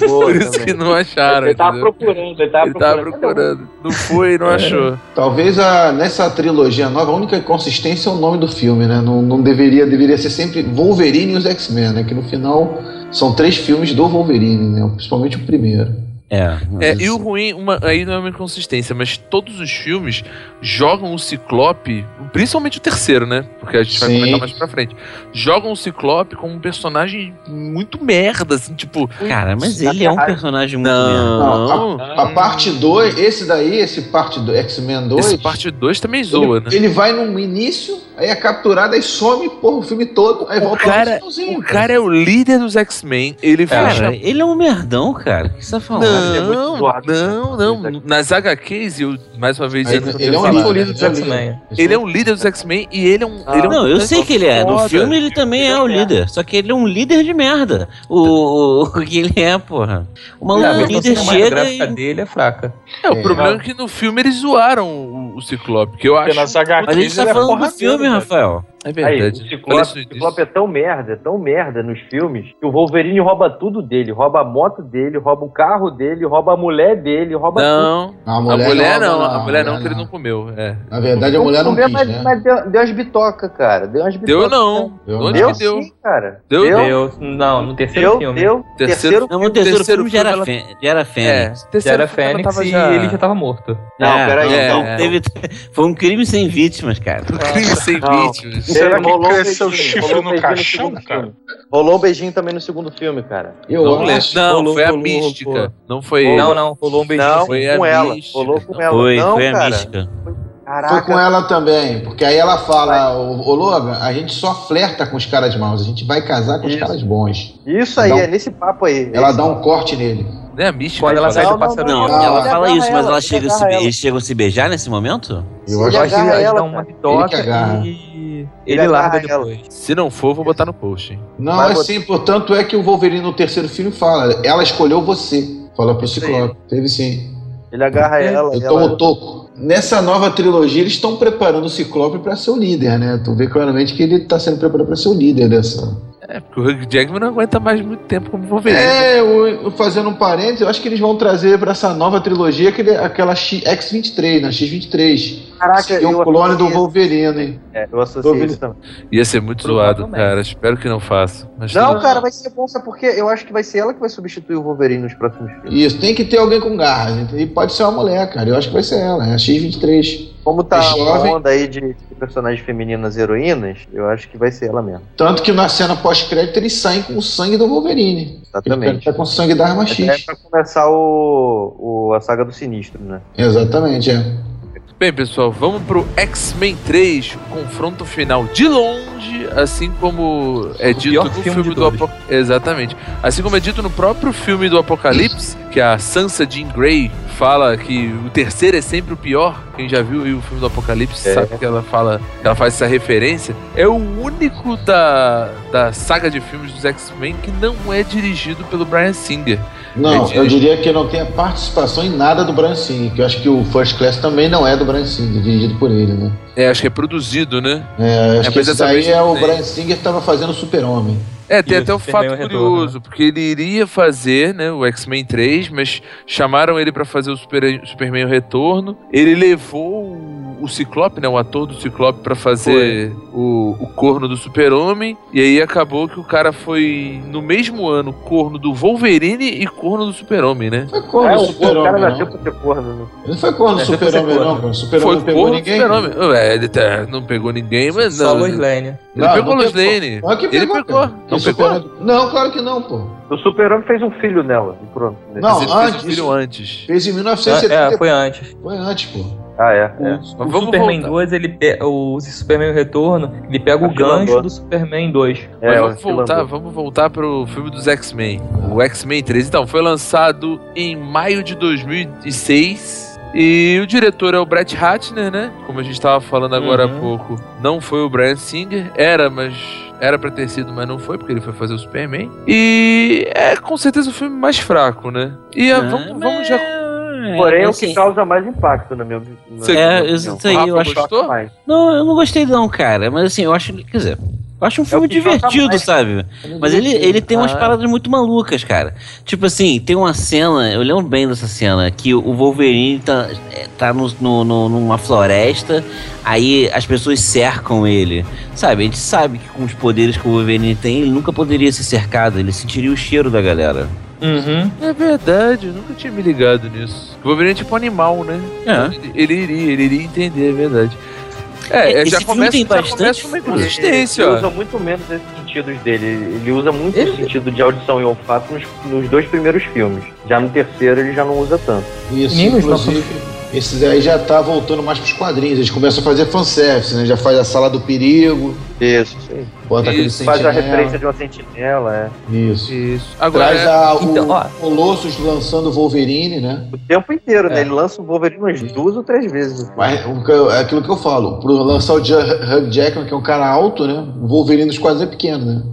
Boa
Por isso
também.
que não acharam,
ele tava
entendeu?
procurando, ele tava
Ele tava
procurando.
procurando. Não foi e não achou.
Talvez a- nessa trilogia nova, a única inconsistência é o nome do filme, né? Não, não deveria, deveria ser sempre Wolverine e os X-Men, né? Que no final são três filmes do Wolverine, né? Principalmente o primeiro.
É.
Ah,
É, e o ruim, uma- aí não é uma inconsistência, mas todos os filmes jogam o Ciclope, principalmente o terceiro, né? Porque a gente vai
Sim.
comentar mais pra frente. Jogam o Ciclope como um personagem muito merda, assim, tipo.
Cara, mas ele é um personagem muito merda.
Não.
A parte 2, esse daí, esse parte do X-Men 2,
Esse parte 2 também
ele,
zoa, né?
ele vai no início, aí é capturado, aí some, porra, o filme todo, aí
O
volta
cara,
finalzinho,
o cara é o líder dos X-Men, ele foi
Cara,
chamado.
ele é um merdão, cara. O que você tá falando?
ele é muito
Não,
zoado,
não,
cara.
não. Nas HQs, e eu, mais uma vez,
Aí
dizendo que eu
ele é um
ia falar,
líder
né?
dos
Jackson
X-Men.
Man.
Ele é um líder dos X-Men e ele é um.
Ah.
ele é um
Não, eu
tanque
sei que ele é. No
foda.
filme ele também é o líder. Só que ele é um líder de merda. O, o, o que ele é, porra. O maluco
Cara, a
líder
versão
chega e.
cinematográfica dele é fraca.
É, o
É.
problema é que no filme eles zoaram o, o Ciclope, que eu acho.
Porque nas HQs
Mas a gente tá
ele é
falando do
porradeiro,
filme,
cara.
Rafael.
É
Aí, o
verdade. Olha isso,
Ciclope, o Ciclope é
isso.
tão merda, é tão merda nos filmes, que o Wolverine rouba tudo dele. Rouba a moto dele, rouba o carro dele, rouba a mulher dele, rouba tudo.
Não,
Não,
a mulher não, a mulher não,
mulher
que ele não comeu. É.
Na verdade, a mulher não
Vamos ver,
quis,
mas,
né?
mas deu, deu as bitocas, cara. Deu as
Deu
bitocas.
não.
Deu
Onde
Deu
que deu?
sim, cara.
Deu,
deu,
Eu, não, no terceiro
deu,
filme.
deu.
Terceiro
Terceiro,
Não, mas o um terceiro,
Terceiro
filme É. já
filme
era, Fê- já era
É.
Fênix.
Já era
filme ela
Fênix
tava
e ele já tava morto.
Não, peraí,
então.
não É, teve- Foi um crime sem vítimas, cara.
Crime sem
Não.
vítimas.
Será que
rolou um
cresceu
beijinho,
chifre
rolou um
no
beijinho
caixão,
segundo
cara?
filme. Rolou um beijinho também no segundo filme, cara.
Eu
Não, lembro.
acho.
não
rolou-
foi a
rolou-
mística.
rolou.
Não foi ele.
Não, não, rolou um beijinho.
Não,
Foi
com
a
ela.
mística.
Rolou com ela.
Foi,
não,
foi a
cara.
mística.
Foi com
Caraca.
ela também, porque aí ela fala, ô ô, Logan, a gente só flerta com os caras maus, a gente vai casar com os
Isso.
caras bons.
Isso aí,
Não.
é nesse papo aí.
um Ela
Esse-
dá um corte nele.
Não é a mística.
Quando ela
Não,
sai
não,
do pássaro
Não,
Não, ela
ele
fala
agarra
isso, mas
ela,
ela
ele
chega a se,
agarra ela.
eles chegam a se beijar nesse momento?
Eu
Ele
Eu
acho
acho que
agarra
eles
ela,
dão uma
cara.
bitoca
Ele que agarra.
e
Ele
ele, larga
agarra ela.
depois.
assim, Se não for, vou botar no post. hein.
Não,
Vai
é
botar-
sim, portanto é que o Wolverine no terceiro filme fala, ela escolheu você. Fala pro
Isso
Ciclope. Teve sim.
Ele agarra ela. é
Eu
ela-
tomo o toco. Nessa nova trilogia, eles estão preparando o Ciclope pra ser o líder, né? Tu vê claramente que ele tá sendo preparado pra ser o líder dessa.
É, porque o Hugh Jackman não aguenta mais muito tempo como né? Wolverine.
É, eu- eu fazendo um parênteses, eu acho que eles vão trazer pra essa nova trilogia aquele, aquela né? X- X-23, na X-23.
Caraca,
que é um clone do
associei-
Wolverine.
é, eu associei isso também.
Ia ser muito zoado, cara. Espero que não faça. Mas
Não,
tudo-
cara, vai ser bom, sabe porque eu acho que vai ser ela que vai substituir o Wolverine nos próximos filmes.
Isso, tem que ter alguém com garras. entendeu? E pode ser uma mulher, cara. Eu acho que vai ser ela, é a X-23.
Como tá
É
uma
jovem.
onda aí de de personagens femininas heroínas, eu acho que vai ser ela mesmo.
Tanto que na cena pós-crédito eles saem com o sangue do Wolverine. Ele
Exatamente.
tá com o sangue da arma
É
X.
pra começar o, o- a saga do Sinistro, né?
Exatamente, é.
Bem, pessoal, vamos pro X-Men 3, o confronto final de longe, assim como é dito
pior
no
filme
filme,
de
do
todos.
Apocalipse. Exatamente. Assim como é dito no próprio filme do Apocalipse, que a Sansa Jean Grey fala que o terceiro é sempre o pior. Quem já viu o filme do Apocalipse
É.
sabe que ela fala, que ela faz essa referência. É o único da, da saga de filmes dos X-Men que não é dirigido pelo Brian Singer.
Não,
Entendi.
eu diria que não tem a participação em nada do Brian Singer, que eu acho que o First Class também não é do Brian Singer, dirigido por ele, né?
É, acho que é produzido, né?
É, acho
É,
que
mas
isso
essa vez
daí é
não
o
tem.
Brian Singer que tava fazendo Super-Homem.
É, tem
Isso,
até um
tem
fato
meio retorno,
curioso, porque ele iria fazer né, o X-Men 3, mas chamaram ele pra fazer o Super, Superman o Retorno. Ele levou o, o Ciclope, né, o ator do Ciclope, pra fazer o, o corno do Super-Homem. E aí acabou que o cara foi, no mesmo ano, corno do Wolverine e corno do Super-Homem, né?
Foi corno
é,
do
o, o cara
Super-Homem,
nasceu
não.
pra ser corno. né?
Ele foi corno do
Nasceu pra ser
Super-Homem,
corno.
não, cara. O Super-Homem não
foi
pegou
corno do
ninguém.
Super-Homem. É, ele tá- não pegou ninguém, mas
Só
não.
Lois
Ele
Lane.
Não,
pegou
não
Lois
pegou.
Lane.
Não, que
Ele
pegou,
pegou.
cara.
Não
Esse
pegou?
Super-Homem- Não, claro que não, pô.
O super-homem fez um filho nela. e pronto.
Mas
Não,
ele fez
antes.
um filho antes.
Fez em
É,
1970.
é, foi antes.
Foi antes, pô.
Ah, é.
O,
é.
o
vamos
Superman
voltar.
2, ele pe- o Superman Retorno, ele pega o
Afilador.
gancho do Superman 2.
Mas
É, o
vamos voltar,
filão.
vamos voltar pro filme dos X-Men. O X-Men 3, então, foi lançado em maio de 2006. E o diretor é o Brett Ratner, né? Como a gente tava falando agora
Uhum.
há pouco, não foi o Brian Singer. Era, mas. Era pra ter sido, mas não foi, porque ele foi fazer o Superman. E é com certeza o filme mais fraco, né? E é, vamos,
Ah,
vamos já.
mas-
Porém, é o
assim,
que causa mais impacto, na minha na minha
Você-
É,
opinião.
isso aí,
Rafa,
eu acho.
Gostou?
Mais.
Não, eu não gostei, não, cara. Mas assim, eu acho. Quer dizer, eu
É
acho um filme
que choca
divertido,
mais.
sabe? Mas ele, ele tem umas
Ah.
paradas muito malucas, cara. Tipo assim, tem uma cena, eu lembro bem dessa cena, que o Wolverine tá, é, tá no, no- no- numa floresta, aí as pessoas cercam ele. Sabe, a gente sabe que com os poderes que o Wolverine tem, ele nunca poderia ser cercado, ele sentiria o cheiro da galera.
Uhum.
É verdade, eu nunca tinha me ligado nisso. O Wolverine é tipo animal, né?
É.
Ele, ele iria, ele iria entender, é verdade. É,
Esse
já
filme
começa,
tem
já
bastante
começa uma
filme.
inconsistência,
Ele
ó.
usa um muito menos esses sentidos dele. Ele usa muito
Ele-
o sentido de audição e olfato nos, nos dois primeiros filmes. Já no terceiro ele já não usa tanto.
Isso,
Meninos,
inclusive, esses aí já tá voltando mais pros quadrinhos. Eles começam a fazer fanservice, né? Já faz a sala do perigo,
Isso, isso aí.
bota aquele
Isso,
sentinela.
Faz a referência de uma sentinela, é.
É. Isso.
Isso. Agora, é-
Traz a, o
Então, ó.
Colossus lançando o Wolverine, né?
O tempo inteiro, né?
É.
Ele lança o Wolverine umas duas ou três vezes.
Mas o que eu- é aquilo que eu falo, pro lançar o Ju- Hugh Jackman, que é um cara alto, né? O Wolverine dos quadrinhos é pequeno, né?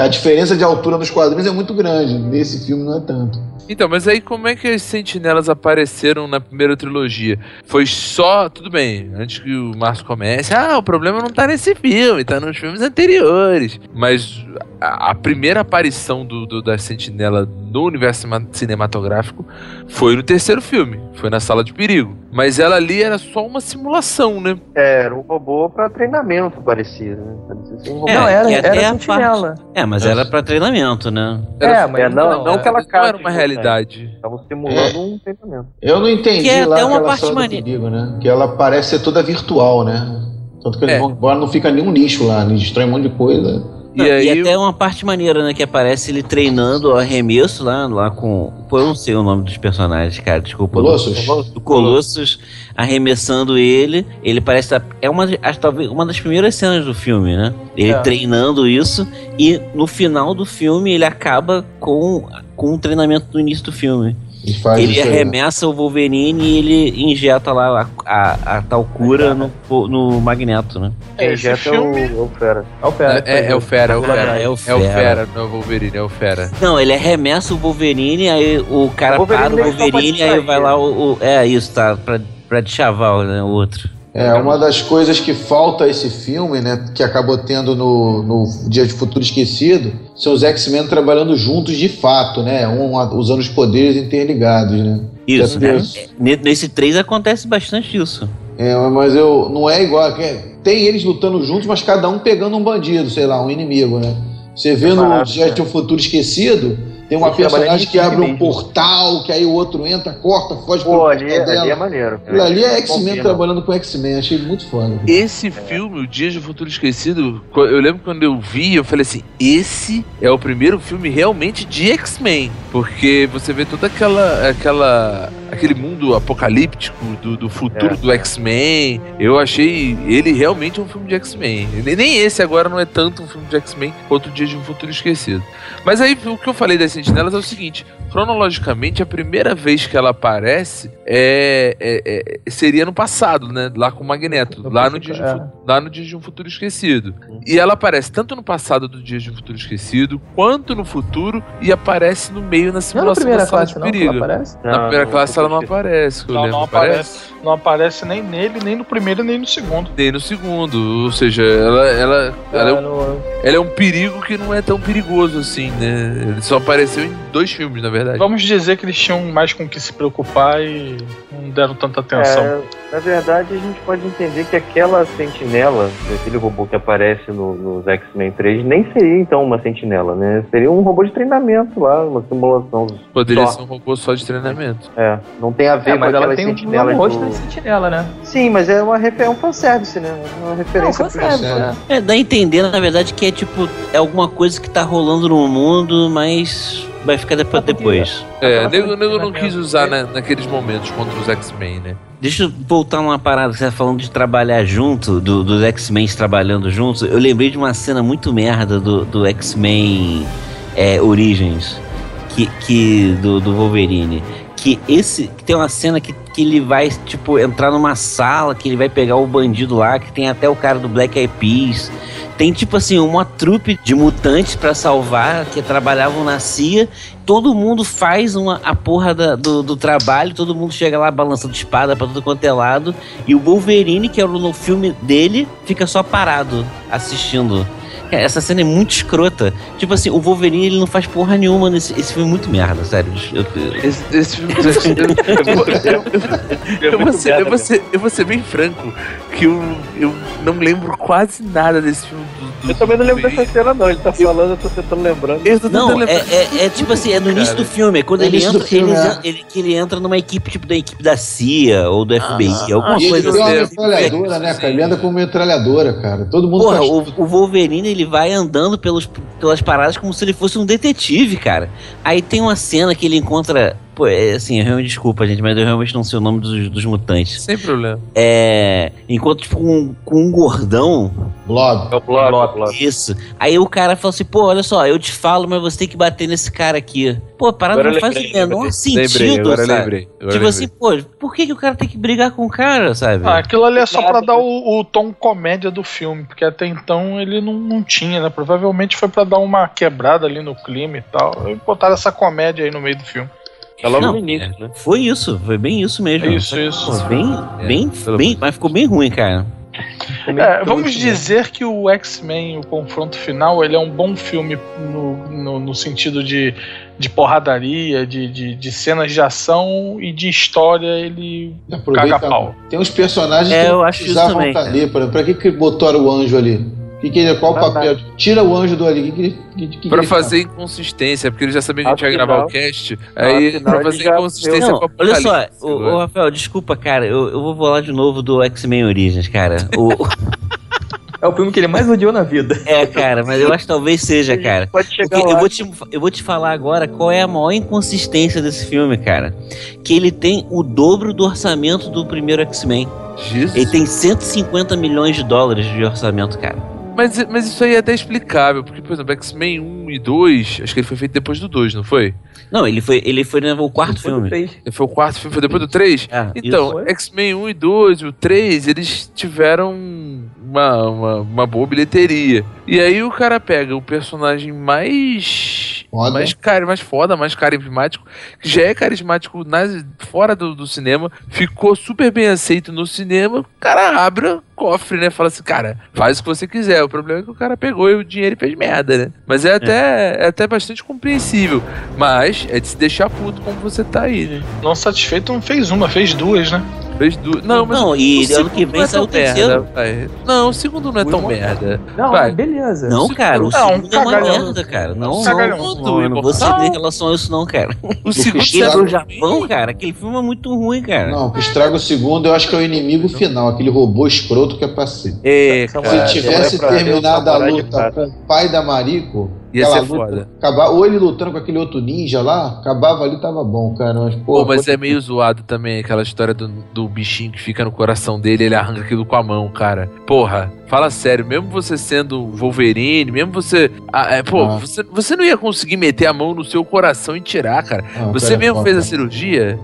A diferença de altura nos quadrinhos é muito grande. Nesse filme não é tanto.
Então, mas aí como é que as sentinelas apareceram na primeira trilogia? Foi só. Tudo bem, antes que o Márcio comece, ah, o problema não tá nesse filme, tá nos filmes anteriores. Mas a, a primeira aparição do, do, da sentinela no universo cima- cinematográfico foi no terceiro filme, foi na Sala de Perigo. Mas ela ali era só uma simulação, né?
É, era um robô pra treinamento, parecia. Né? Parecia ser um robô.
É,
não, era,
e
era
até a
sentinela.
É, mas era pra treinamento, né?
Era-
É, mas
É, não, não que ela
não era
cabe.
uma realidade.
Estavam simulando um treinamento.
Eu não entendi
Que é
lá
até uma
aquela
parte
sala do
maneira.
perigo, né? Que ela parece ser toda virtual, né? Tanto que eles
É.
vão embora, não fica nenhum nicho lá, eles destroem um monte de coisa.
E
Não,
aí.
e até uma parte maneira, né? Que aparece ele treinando o arremesso lá, lá com. Pô, eu não sei o nome dos personagens, cara, desculpa. do-
Colossus?
do Colossus arremessando ele. Ele parece tá- é uma acho, talvez uma das primeiras cenas do filme, né? Ele
É.
treinando isso e no final do filme ele acaba com com o treinamento do início do filme.
Ele faz
ele
isso aí, né?
arremessa o Wolverine e ele injeta lá a, a, a tal cura no, no Magneto, né?
Quem
Esse
injeta é
filme-
o, o Fera.
É o Fera.
É, é o Fera, é o Fera.
É
É
o
o
Fera.
Fera, não é o Wolverine, é o Fera.
Não, ele arremessa o Wolverine, aí o cara
O Wolverine
para o
meio que só pra
Wolverine, aí
distrair.
vai lá o, o- É isso, tá? Pra, pra deschavar né, o outro.
É, uma das coisas que falta a esse filme, né? Que acabou tendo no, no Dia de Futuro Esquecido, são os X-Men trabalhando juntos de fato, né? Um a- usando os poderes interligados, né?
Isso,
Meu
né?
Deus.
Ne- Nesse 3 acontece bastante isso.
É, mas eu não é igual. que- Tem eles lutando juntos, mas cada um pegando um bandido, sei lá, um inimigo, né? Você vê no
Separado,
Dia
né?
de um Futuro Esquecido, tem uma
Eles trabalham
personagem
em
que abre um
equipe mesmo.
portal, que aí o outro entra, corta, foge
Pô, ali,
portal
ali é maneiro.
Aquilo ali é X-Men
Confirma.
trabalhando com X-Men, achei muito foda.
Esse filme, O Dias do Futuro Esquecido, co- eu lembro quando eu vi, eu falei assim: esse é o primeiro filme realmente de X-Men. Porque você vê toda aquela. aquela aquele mundo apocalíptico do, do futuro
É.
do X-Men. Eu achei ele realmente um filme de X-Men. Ne- Nem esse agora não é tanto um filme de X-Men quanto o Dias de um Futuro Esquecido. Mas aí o que eu falei das sentinelas é o seguinte: cronologicamente, a primeira vez que ela aparece é, é- é- seria no passado, né? Lá com o Magneto,
No
lá no,
passado,
dia de,
é. Uhum.
um Fu- lá no Dia de um Futuro Esquecido. E ela aparece tanto no passado do Dia de um Futuro Esquecido, quanto no futuro, e aparece no meio na
Não é na
simulação da
primeira
sala
classe,
de
não, que ela
perigo.
aparece?
Na primeira classe ela não
É,
aparece, que eu
Não,
lembro.
não aparece. Não aparece nem nele, nem no primeiro, nem no segundo.
Nem no segundo, ou seja, ela, ela, ela, é um,
Ah, no-
ela é um perigo que não é tão perigoso assim, né? Ele só apareceu em dois filmes, na
É.
verdade.
Vamos dizer que eles tinham mais com o que se preocupar e não deram tanta atenção.
É, na verdade, a gente pode entender que aquela sentinela, aquele robô que aparece no, nos X-Men 3, nem seria então uma sentinela, né? Seria um robô de treinamento lá, uma simulação.
Poderia
Só.
ser um robô só de treinamento.
É, não tem a ver
É,
com
mas ela
aquelas
tem um
Lá
sentinelas
no rosto
do-
da sentinela, né?
Sim, mas é, uma refer... é um fanservice, né? Uma
Não,
referência. pro-
consegue, né?
É, dá a entender, na verdade, que é tipo, é alguma coisa que tá rolando no mundo, mas vai ficar depois.
Tá bom,
depois.
É,
Aquela
nego,
cena
nego não
que
quis
ela-
usar né, naqueles momentos contra os X-Men, né?
Deixa eu voltar numa parada que você tá falando de trabalhar junto, do- dos X-Men trabalhando juntos. Eu lembrei de uma cena muito merda do, do X-Men é, Origins, que, que do, do Wolverine. Que esse. Que tem uma cena que, que ele vai, tipo, entrar numa sala, que ele vai pegar o bandido lá, que tem até o cara do Black Eyed Peas. Tem, tipo assim, uma trupe de mutantes pra salvar, que trabalhavam na CIA, todo mundo faz uma, a porra da- do, do trabalho, todo mundo chega lá balançando espada pra tudo quanto é lado, e o Wolverine, que era no filme dele, fica só parado, assistindo. Cara, Essa cena é muito escrota. Tipo assim, o Wolverine ele não faz porra nenhuma nesse esse filme é muito merda, sério. Eu- eu-
[laughs] Esse, esse filme dos X-Men. é eu vou- eu- eu- Eu vou ser- eu vou ser- eu vou ser bem franco, que eu, eu não lembro quase nada desse filme do. do
Eu também não lembro
Wolverine.
dessa cena, não. Ele tá falando, eu tô tentando lembrar.
Eu tô tentando
Não, é,
lembrar.
é- é tipo assim, é no início do filme, é quando
No
ele
início do
entra,
filme,
ele,
é.
ele- que ele entra numa equipe tipo da equipe da CIA ou do FBI,
Ah,
alguma
E ele
coisa
tem uma
eu
assim.
sei.
metralhadora, né, cara? Ele anda com metralhadora, cara. Todo mundo
Porra,
faz-
o, o Wolverine ele vai andando pelos, pelas paradas como se ele fosse um detetive, cara. Aí tem uma cena que ele encontra Pô, é, assim, eu realmente desculpa, gente, mas eu realmente não sei o nome dos, dos mutantes.
Sem problema.
É. Enquanto, tipo, um- com um gordão,
Blob.
É o Blob.
Isso. Aí o cara fala assim, pô, olha só, eu te falo, mas você tem que bater nesse cara aqui. Pô, a parada
Agora
É, não
eu
faz
lembrei,
o menor
lembrei.
sentido,
lembrei, agora eu
sabe?
lembrei. agora
tipo
eu
assim, pô, por que, que o cara tem que brigar com o cara, sabe?
Ah, aquilo ali é só pra dar o, o tom comédia do filme, porque até então ele não, não tinha, né? Provavelmente foi pra dar uma quebrada ali no clima e tal. E botaram essa comédia aí no meio do filme.
É logo
Não,
no início, né?
Foi isso, foi bem isso mesmo.
É isso, isso.
Pô, bem,
É,
bem,
pelo
bem, mas ficou bem ruim, cara.
É, vamos
né?
dizer que o X-Men, o confronto final, ele é um bom filme no, no, no sentido de, de porradaria, de, de, de cenas de ação e de história. Ele.
Aproveita.
Caga pau.
Tem uns personagens
É,
que
eu
não
acho isso
precisavam
também,
estar
cara.
ali. Pra, pra que, que botaram o anjo ali? Que que ele, qual o papel? Tira o anjo do ali. Que, que, que, que
Pra
ele tá?
fazer inconsistência, porque ele já sabia que a gente ia
Afinal-
gravar o cast. Aí,
afinal,
pra
ele
fazer
já-
inconsistência
Não,
com a
olha só,
é Apocalipse,
o,
agora.
o Rafael, desculpa, cara, eu, eu vou falar de novo do X-Men Origins, cara. O, [laughs]
É o filme que ele mais odiou na vida.
é, cara, mas eu acho que talvez
É,
seja, cara.
Pode chegar
Porque
lá.
eu, vou te, eu vou te falar agora qual é a maior inconsistência desse filme, cara. Que ele tem o dobro do orçamento do primeiro X-Men.
Jesus.
Ele tem 150 milhões de dólares de orçamento, cara.
Mas, mas isso aí é até explicável, porque, por exemplo, X-Men 1 e 2, acho que ele foi feito depois do 2, não foi?
Não, ele foi, ele foi né, o quarto filme.
Fez.
Foi o quarto filme, foi depois do 3?
Ah,
Então,
Isso.
X-Men 1 e 2, o 3, eles tiveram uma, uma, uma boa bilheteria. E aí o cara pega o personagem mais.
Foda.
Tá Mais, cari- mais foda, mais carismático, que já é carismático nas, fora do, do cinema, ficou super bem aceito no cinema. O cara abre o cofre, né? Fala assim, cara, faz o que você quiser. O problema é que o cara pegou e o dinheiro e fez merda, né? Mas é até, é. até bastante compreensível. Mas é de se deixar puto como você tá aí, né?
Não satisfeito, não fez uma, fez duas, né?
Fez du- Não, mas
não,
o
e ano
segundo
que
não
vem
é
sai o
tão merda,
terceiro.
vai. Não, o segundo não é tão merda.
Não,
Vai.
beleza.
Não, cara,
Não,
o
um
segundo é uma
cagalhão.
merda, cara.
O
Não,
cagalhão.
não,
Não,
não, não vou ceder em relação a isso, não, cara.
O segundo
Porque
Aquele
é
Thiago
do
ruim.
Japão, cara, aquele filme é muito ruim, cara.
Não, o que estraga o segundo eu acho que é o inimigo final, aquele robô escroto que é passivo.
Tá,
É,
São-
cara.
Ah,
Se tivesse
é pra-
terminado
é
a
pra
luta
parar de
com o pai da Marico,
Ia
aquela
ser
luta,
foda.
acabar, ou ele lutando com aquele outro ninja lá, acabava ali, tava bom, cara. Mas, pô,
Pô, mas é meio zoado também aquela história do, do bichinho que fica no coração dele, ele arranca aquilo com a mão, cara. Porra, fala sério, mesmo você sendo um Wolverine, mesmo você. ah, é, pô,
Ah.
você, você não ia conseguir meter a mão no seu coração e tirar, cara.
não,
Você
pera,
mesmo
pô,
fez a
cara.
cirurgia?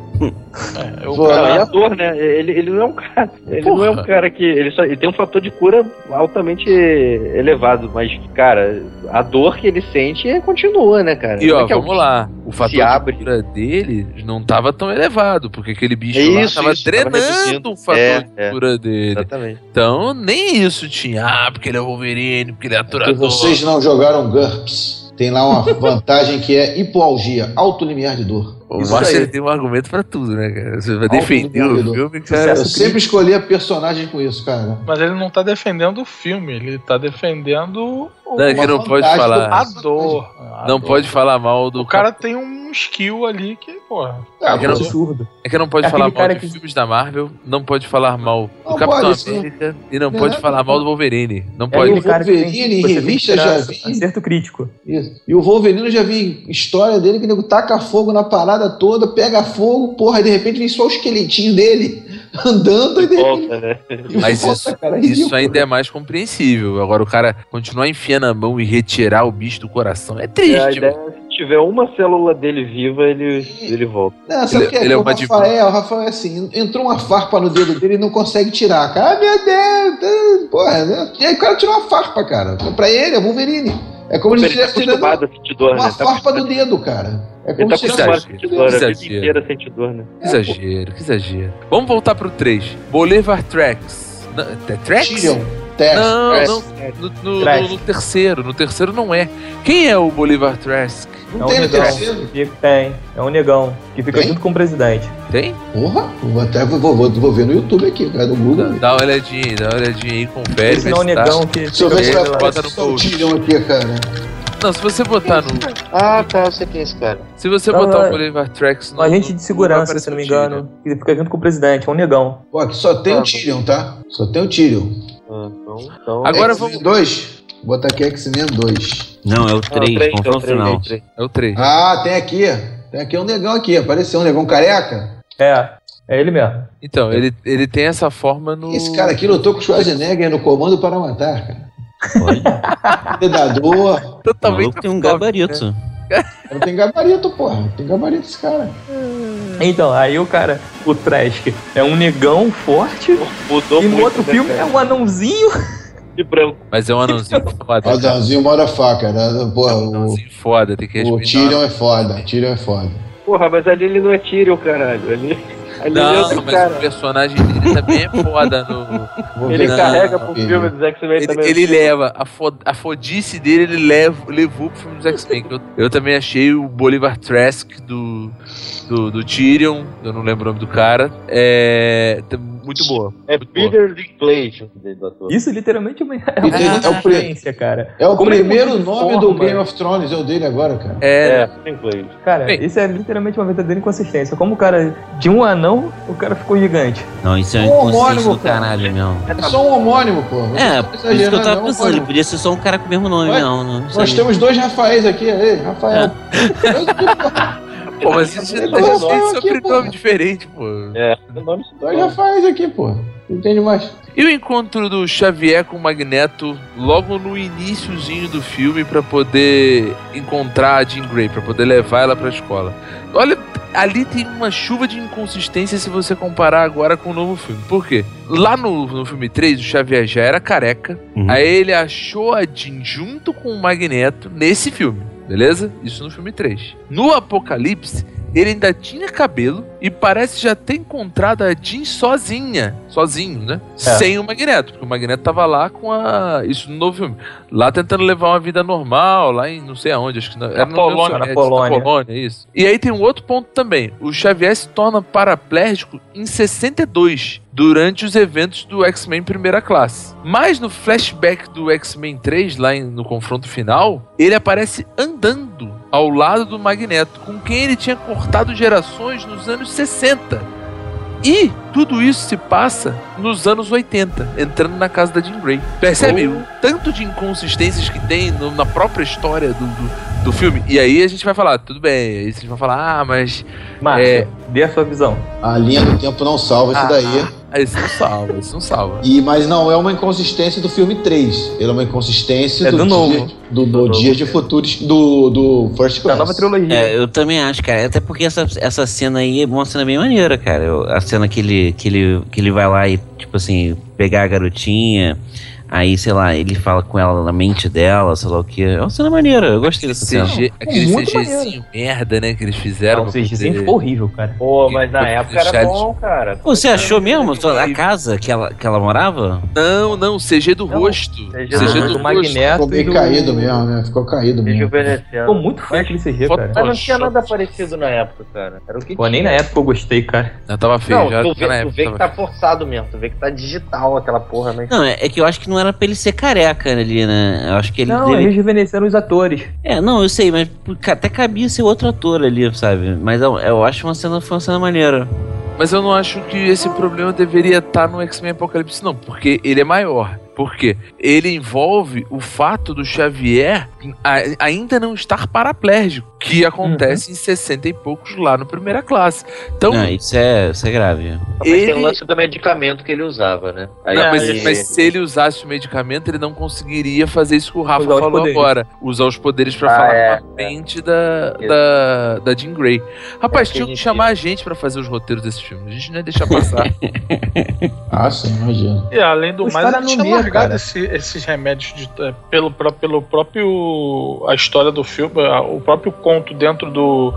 É, o
Vou
cara-
Não, e a dor, né? Ele, ele não é um cara. Ele
Porra.
não é um cara que. Ele, só, ele tem um fator de cura altamente elevado, mas, cara, a dor que ele sente é- continua, né, cara?
E
Como
ó,
é que
vamos
alguém-
lá. O fator de
abre.
cura dele não tava tão elevado, porque aquele bicho
É
lá
isso,
tava
isso, tava
drenando
reduzindo.
o fator
É,
de
é.
cura dele.
Exatamente.
Então, nem isso tinha. Ah, porque ele é Wolverine, porque ele é
Porque
aturador.
vocês não jogaram GURPS. Tem lá uma
[laughs]
vantagem que é hipoalgia, alto limiar de dor.
O
Isso
Márcio
aí.
ele tem um argumento pra tudo, né, cara? Você vai
Alto
defender o
nível.
filme, cara.
É, eu sempre escolhia personagem com isso, cara.
Mas ele não tá defendendo o filme, ele tá defendendo o-
Não, é que
Uma
não pode
vantagem
falar.
a dor. A
Não
dor.
pode falar mal do.
O cara tem um skill ali que, porra.
Ah,
Eu não-
absurdo.
É que não pode
é
falar
aquele
mal
cara
de
que-
filmes da Marvel, não pode falar mal do
Não
Capitão
pode, É. sim.
América e não
Não,
pode
não.
falar mal do Wolverine. Não
É
pode.
aquele cara que tem-
Wolverine, em
você tem que
revista,
tirar
já vi.
Acerto crítico.
Isso. E o Wolverine eu já vi história dele que o nego taca fogo na parada toda, pega fogo, porra, e de repente vem só o esqueletinho dele [laughs] andando e de repente.
Volta, né?
e
Mas isso-
cara, é
Isso
ridículo.
ainda é mais compreensível. Agora, o cara continuar enfiando a mão e retirar o bicho do coração é
É, a
triste.
ideia é se tiver uma célula dele viva, ele, ele volta.
Não, sabe o que é?
ele é
o
um badibão.
Rafael, o Rafael é assim, entrou uma farpa no dedo dele e não consegue tirar, cara. Ah, meu Deus, Deus, porra, né? E aí o cara tirou uma farpa, cara. Pra ele, é Wolverine. É como se
Ele
ele
tá
estivesse tirando
acostumado a sentir dor, né?
uma
Tá
farpa do
acostumado-
dedo, cara. É
Ele
como
tá
se
acostumado a
tivesse-
sentir dor, a vida
Exagero.
inteira sente dor,
é,
né?
Que exagero, que exagero. Vamos voltar pro 3. Bolivar Tracks. Não, é Tracks?
Tirion, Tess,
Não,
Tess.
não. No, no-
Trask.
no- no terceiro. No terceiro não é. Quem é o Bolivar Trask?
Não tem no
legal.
terceiro?
Diego Tem, é um negão que fica
Tem?
junto com o presidente.
Tem?
Porra, vou até vou, vou, vou ver no YouTube aqui, cara, do
Dá,
Google.
dá uma olhadinha aí, dá uma olhadinha aí, confere.
Esse não é um
vê se tá.
negão que.
Deixa eu ver se
Beleza,
vai
bota no
aparecer o
post.
Tyrion aqui, cara.
tá. Não, se você botar no.
Ah, tá, eu sei quem é esse cara.
Se você
Não,
botar
não,
o
é.
Bolivar Trax
Um agente de segurança, se não me engano, que fica junto com o presidente, é um negão.
Pô, aqui só tem
Tá
o
bom.
Tyrion, tá? Só tem o Tyrion.
Ah, então, então...
Agora
X-Men
vamos.
2? Bota aqui X-Men 2.
Não, é o 3,
ah, três, é
confronto
o três, é o
final.
três.
É o 3.
Ah, tem aqui. Tem aqui um negão aqui, apareceu um negão careca.
É, é ele mesmo.
Então, ele, ele tem essa forma no.
Esse cara aqui lutou com o Schwarzenegger no comando para matar, cara. [laughs] Predador.
O maluco
Totalmente
tem um
top, né?
gabarito.
Não tem gabarito, porra. Tem gabarito esse cara.
Então, aí o cara, o Trask, é um negão forte.
Mudou
e no
muito,
outro
né,
filme
cara?
é um anãozinho.
de branco.
Mas é
[laughs]
um anãozinho foda. cara.
Adãozinho mora faca, né? Porra,
É um
o,
anãozinho foda, tem que
o
respeitar.
Tyrion é foda. Tyrion é foda.
Porra, mas ali ele não é Tyrion, caralho. Ali, ali é
Não,
outro
mas o
cara.
personagem dele também é foda no.
Vou
Ele
ver.
carrega pro
filho.
filme dos X-Men
Ele,
também.
ele leva, a, fo a fodice dele ele leva, levou pro filme dos X-Men. que Eu, eu também achei o Bolivar Trask do, do, do Tyrion, eu não lembro o nome do cara, é tá muito boa.
É
muito boa.
Peter Dinklage.
Isso literalmente é uma é
Ele-
uma
é
[laughs]
o pre-
referência, cara.
É o
Como ele
primeiro
muda de
nome do
forma.
Game of Thrones, é o dele agora, cara.
É,
É, Dinklage.
Cara,
Bem.
isso é literalmente uma verdadeira inconsistência. Como o cara, de um anão, o cara ficou gigante.
Não, isso é um
Ô,
inconsciente
homónimo,
do caralho, meu.
É só um homônimo, pô. Não
É,
precisa
por isso que eu
exagerar,
tava
não,
pensando, ele
pô.
podia ser só um cara com o mesmo nome,
Vai.
não. não precisa
um Nós
nem-
temos dois Rafaéis aqui, aí, Rafael.
pô, mas isso
Ele
não tem
levou aqui,
sobrenome
pô.
diferente, pô.
É, o nome
dois Rafaéis aqui, pô. Não Entende mais.
E o encontro do Xavier com o Magneto logo no iníciozinho do filme pra poder encontrar a Jean Grey, pra poder levar ela pra escola. Olha, ali tem uma chuva de inconsistência se você comparar agora com o novo filme. Por quê? Lá no, no filme 3, o Xavier já era careca,
Uhum.
aí ele achou a Jean junto com o Magneto nesse filme, beleza? Isso no filme 3. No Apocalipse, ele ainda tinha cabelo e parece já ter encontrado a Jean sozinha. Sozinho, né? Sem o Magneto. Porque o Magneto tava lá com a. Isso no novo filme. Lá tentando levar uma vida normal, lá em não sei aonde, acho que na, era no
Polônia,
União Soviética,
na Polônia.
Polônia, isso. E aí tem um outro ponto também. O Xavier se torna paraplégico em 62, durante os eventos do X-Men Primeira Classe. Mas no flashback do X-Men 3, lá em- no confronto final, ele aparece andando ao lado do Magneto, com quem ele tinha cortado gerações nos anos 60. E tudo isso se passa nos anos 80, entrando na casa da Jean Grey. Percebe
Oh.
o tanto de inconsistências que tem no- na própria história do, do, do filme? E aí a gente vai falar, tudo bem, aí vocês vão falar, ah, mas
Márcio,
É.
dê a sua visão.
A linha do tempo não salva isso daí.
ah, isso não salva, isso não salva.
E, mas não é uma inconsistência do filme 3. Ele é uma inconsistência
É do novo.
dia, do, do dia de futuros do, do First
Da
Class.
nova trilogia.
É, eu também acho, cara. Até porque essa, essa cena aí é uma cena bem maneira, cara. Eu- a cena que ele, que, ele, que ele vai lá e, tipo assim, pegar a garotinha. Aí, sei lá, ele fala com ela na mente dela, sei lá o que. É uma cena maneira, eu gostei dessa
é
cena.
um
CG, aquele
muito
CGzinho merda, né, que eles fizeram.
Não,
pra
vocês dizem
poder-
que ficou horrível, cara.
Pô, mas na época
Deixar
era
de-
bom, cara.
Pô, Você achou mesmo a a casa que ela, que ela morava?
Não, não, CG do
Não,
rosto.
CG
CG,
do
do,
do
rosto.
Magneto
Ficou
e
bem
do...
caído mesmo, né? Ficou caído mesmo.
Ficou
Rejuvenescendo.
muito feio aquele CG,
Foto-
cara.
Mas não tinha nada parecido na época, cara. Era o que
Pô,
tinha.
nem na época eu gostei, cara.
Não, tava feio,
Não,
já
tu
na
vê, tu
época
vê que
tava
tá forçado mesmo. Tu vê que tá digital aquela porra, né?
Não, é, é que eu acho que não era pra ele ser careca ali, né? Eu acho que ele.
Não,
ele-
eles rejuvenesceram os atores.
É, não, eu sei, mas pô, ca- até cabia ser outro ator ali, sabe? Mas eu, eu acho uma cena, foi uma cena maneira.
Mas eu não acho que esse problema deveria estar no X-Men Apocalipse, não, porque ele é maior. Por quê? Ele envolve o fato do Xavier a- ainda não estar paraplégico, que acontece
Uhum.
em 60 e poucos lá no primeira classe. Então,
Não, isso é, isso é grave.
Mas tem o
ele.
lance do medicamento que ele usava, né? Aí,
Não, mas,
aí-
mas se ele usasse o medicamento, ele não conseguiria fazer isso que o Rafa
Usar os
falou
poderes.
agora. Usar os poderes pra
Ah,
falar
é,
com a
é.
mente da,
Isso.
da, da Jean Grey. Rapaz,
É que
tinha
a
que
gente-
chamar a gente pra fazer os roteiros desse filme. A gente não ia deixar passar.
Ah, sim, imagina.
E além do
Os
mais,
cara
ele tinha
não lia,
largado
cara.
esse- esses remédios de- eh, pelo, pró- pelo próprio. a história do filme, a- o próprio conto dentro do.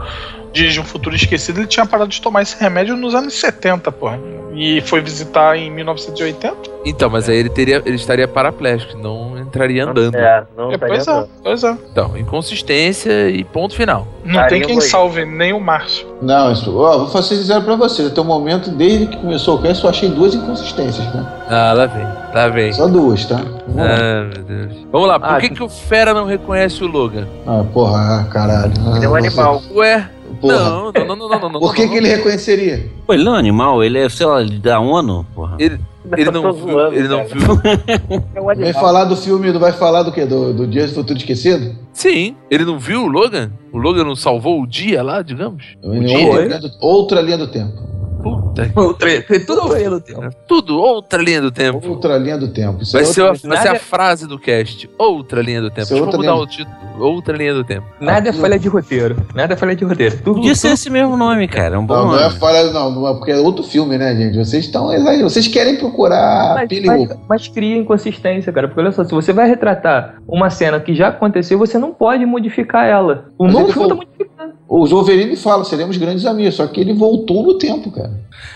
Dias de um Futuro Esquecido, ele tinha parado de tomar esse remédio nos anos 70, porra. E foi visitar em 1980?
Então, mas aí ele, teria, ele estaria paraplégico, não entraria andando.
É, não
É,
tá
pois é,
adiantando.
pois é.
Então, inconsistência e ponto final.
Não
Tá,
tem
eu
quem
vou ir.
salve, nem o Márcio.
Não, isso, ó, vou ser sincero pra você. Até o momento, desde que começou o cast, eu achei duas inconsistências, né?
Ah, lá vem, lá vem.
Só duas, tá? Vamos lá.
Ah, meu Deus. Vamos lá, por
Ah,
que, que o Fera não reconhece o Logan?
Ah, porra, ah, caralho. Ah,
Ele é um
você-
animal.
Ué,
Porra.
não, não, não, não, não, não.
Por que,
não,
que ele reconheceria?
Pô, ele não é um animal, ele é, sei lá, da ONU, porra.
Ele- Ele não
Tô
viu,
zoando,
ele não
cara.
viu.
É um
Vai
animal.
falar do filme, vai falar do quê? Do, do Dias do Futuro Esquecido?
Sim, ele não viu o Logan? O Logan não salvou o dia lá, digamos?
Dias?
Outra linha, do, é outra linha do tempo.
Puta que...
Outra- Tudo ao mesmo tempo.
Tudo, outra linha do tempo.
Outra linha do tempo. Isso é
Vai ser, a,
outra-
vai ser a frase do cast. Outra linha do tempo.
Isso é
Deixa eu
outra
mudar
linha.
o título. Outra linha do tempo.
Nada é falha de roteiro. Nada é falha de roteiro. Tudo,
Podia ser esse mesmo nome, cara. É um bom
Não, não é
nome.
falha, não, não é porque é outro filme, né, gente? Vocês estão exagerando. Vocês querem procurar
Mas,
Billy
mas,
Hooper.
mas cria inconsistência, cara. Porque olha só, se você vai retratar uma cena que já aconteceu, você não pode modificar ela. O
Mas
novo
ele
filme tá
vol-
modificando.
O Wolverine fala, seremos grandes amigos, só que ele voltou no tempo, cara.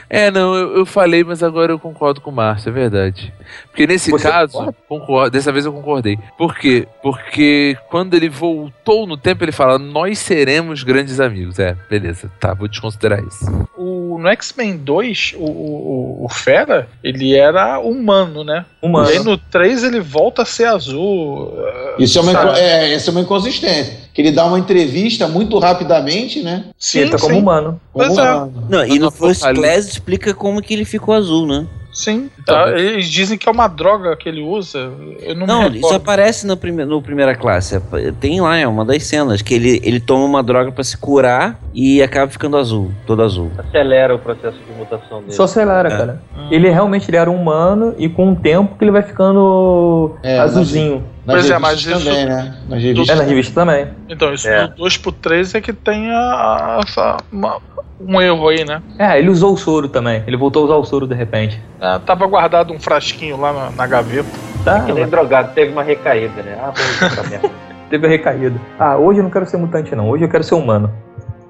É, não, eu, eu falei, mas agora eu concordo com o Márcio, é verdade. Porque nesse
Você
caso, concordo, dessa vez eu concordei. Por quê? Porque quando ele voltou no tempo, ele fala: Nós seremos grandes amigos. É, beleza, tá, vou desconsiderar isso.
O, no X-Men 2, o, o, o- o Fera, ele era humano, né?
Humano.
E aí no 3 ele volta a ser azul.
Isso é uma,
Sabe?
inco- é, isso é uma inconsistência. Que ele dá uma entrevista muito rapidamente, né?
Sim,
ele tá como
sim,
humano.
Pois
Como
é.
uma-
Não, e no
Não,
First
ali.
Class explica como que ele ficou azul, né?
sim.
Tá
Tá,
bom.
eles dizem que é uma droga que ele usa. Eu não,
Não,
me
isso é-
recordo.
aparece no, prime no primeira classe. Ap- Tem lá, é uma das cenas, que ele, ele toma uma droga pra se curar e acaba ficando azul, todo azul.
Acelera o processo de mutação dele.
Só acelera,
É.
cara.
Ah.
Ele realmente ele era humano e com o tempo que ele vai ficando
É,
azulzinho.
Nas
Pois é,
revistas
mas isso-
também, né? Nas
É,
revistas.
na revista também.
Então, isso
É.
do 2 pro 3 é que tem a- a- essa- uma- um erro aí, né?
É, ele usou o soro também. Ele voltou a usar o soro de repente.
Ah, tava guardado um frasquinho lá na, na gaveta.
Tá,
É Que é- nem drogado, teve uma recaída, né? Ah, vamos essa merda.
teve a recaída. Ah, hoje eu não quero ser mutante, não. Hoje eu quero ser humano.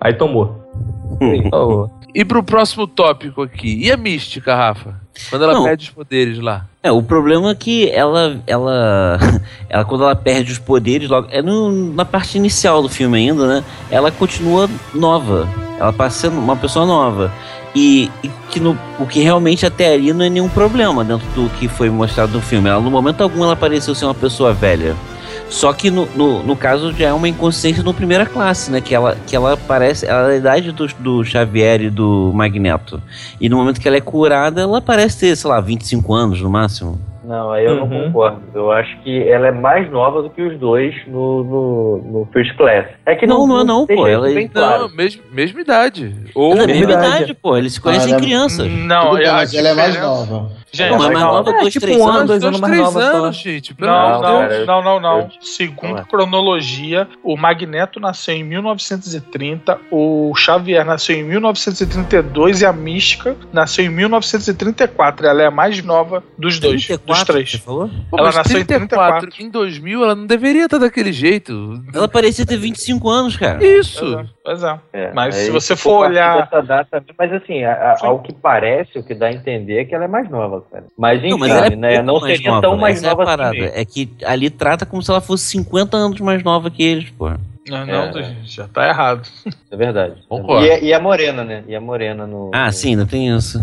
Aí tomou. Oh.
é
E pro próximo tópico aqui. E a mística, Rafa? Quando ela
Não.
perde os poderes lá.
É, o problema é que ela, ela, [laughs] ela quando ela perde os poderes, logo, é no- na parte inicial do filme ainda, né? Ela continua nova, ela passa sendo uma pessoa nova. E, e que no, o que realmente até ali não é nenhum problema dentro do que foi mostrado no filme. Ela, no momento algum ela pareceu ser uma pessoa velha. Só que no, no, no caso já é uma inconsciência no primeira classe, né? Que ela, que ela parece. Ela é a idade do, do Xavier e do Magneto. E no momento que ela é curada, ela parece ter, sei lá, 25 anos no máximo.
Não, aí eu
Uhum.
não concordo. Eu acho que ela é mais nova do que os dois no, no, no First Class. É que não,
Não, não é não,
tem
pô,
jeito,
ela é-
bem
Não,
claro.
mesmo, mesma idade. Ou
É da mesma
verdade.
idade, pô. Eles se conhecem
Ah, ela-
crianças.
Não,
Tudo bem,
a
mas ela é mais
diferença-
nova.
Gente,
Não, mas
mas
mais nova,
É,
dois,
tipo
três
um ano,
anos.
dois
dois,
anos mais
três
nova só.
anos, gente. Pelo amor
Não,
de
Não,
não,
cara, eu-
não, não, não.
eu-
Segundo
Não é.
cronologia, o Magneto nasceu em 1930, o Xavier nasceu em 1932 e a Mística nasceu em 1934. Ela é a mais nova dos dois, dos
você
três.
falou?
Pô,
Ela
mas
nasceu em 34.
Em 2000, ela não deveria estar daquele jeito.
Ela parecia ter 25 anos, cara.
Isso.
Pois é, pois é.
É,
Mas
aí
se você
eu
for
parto
olhar-
dessa data, mas assim, a- a-
Sim.
ao que parece, o que dá a entender é que ela é mais nova, cara. Mas enfim,
Não, mas ela é
né,
pouco
não
mais
seria
nova,
tão
né?
mais
Essa é a
nova
parada.
assim. mesmo.
É que ali trata como se ela fosse 50 anos mais nova que eles, pô.
Não, não,
É.
já tá errado.
É verdade.
Concordo.
E, a- e a morena, né? E a morena no,
Ah, sim, ainda tem isso.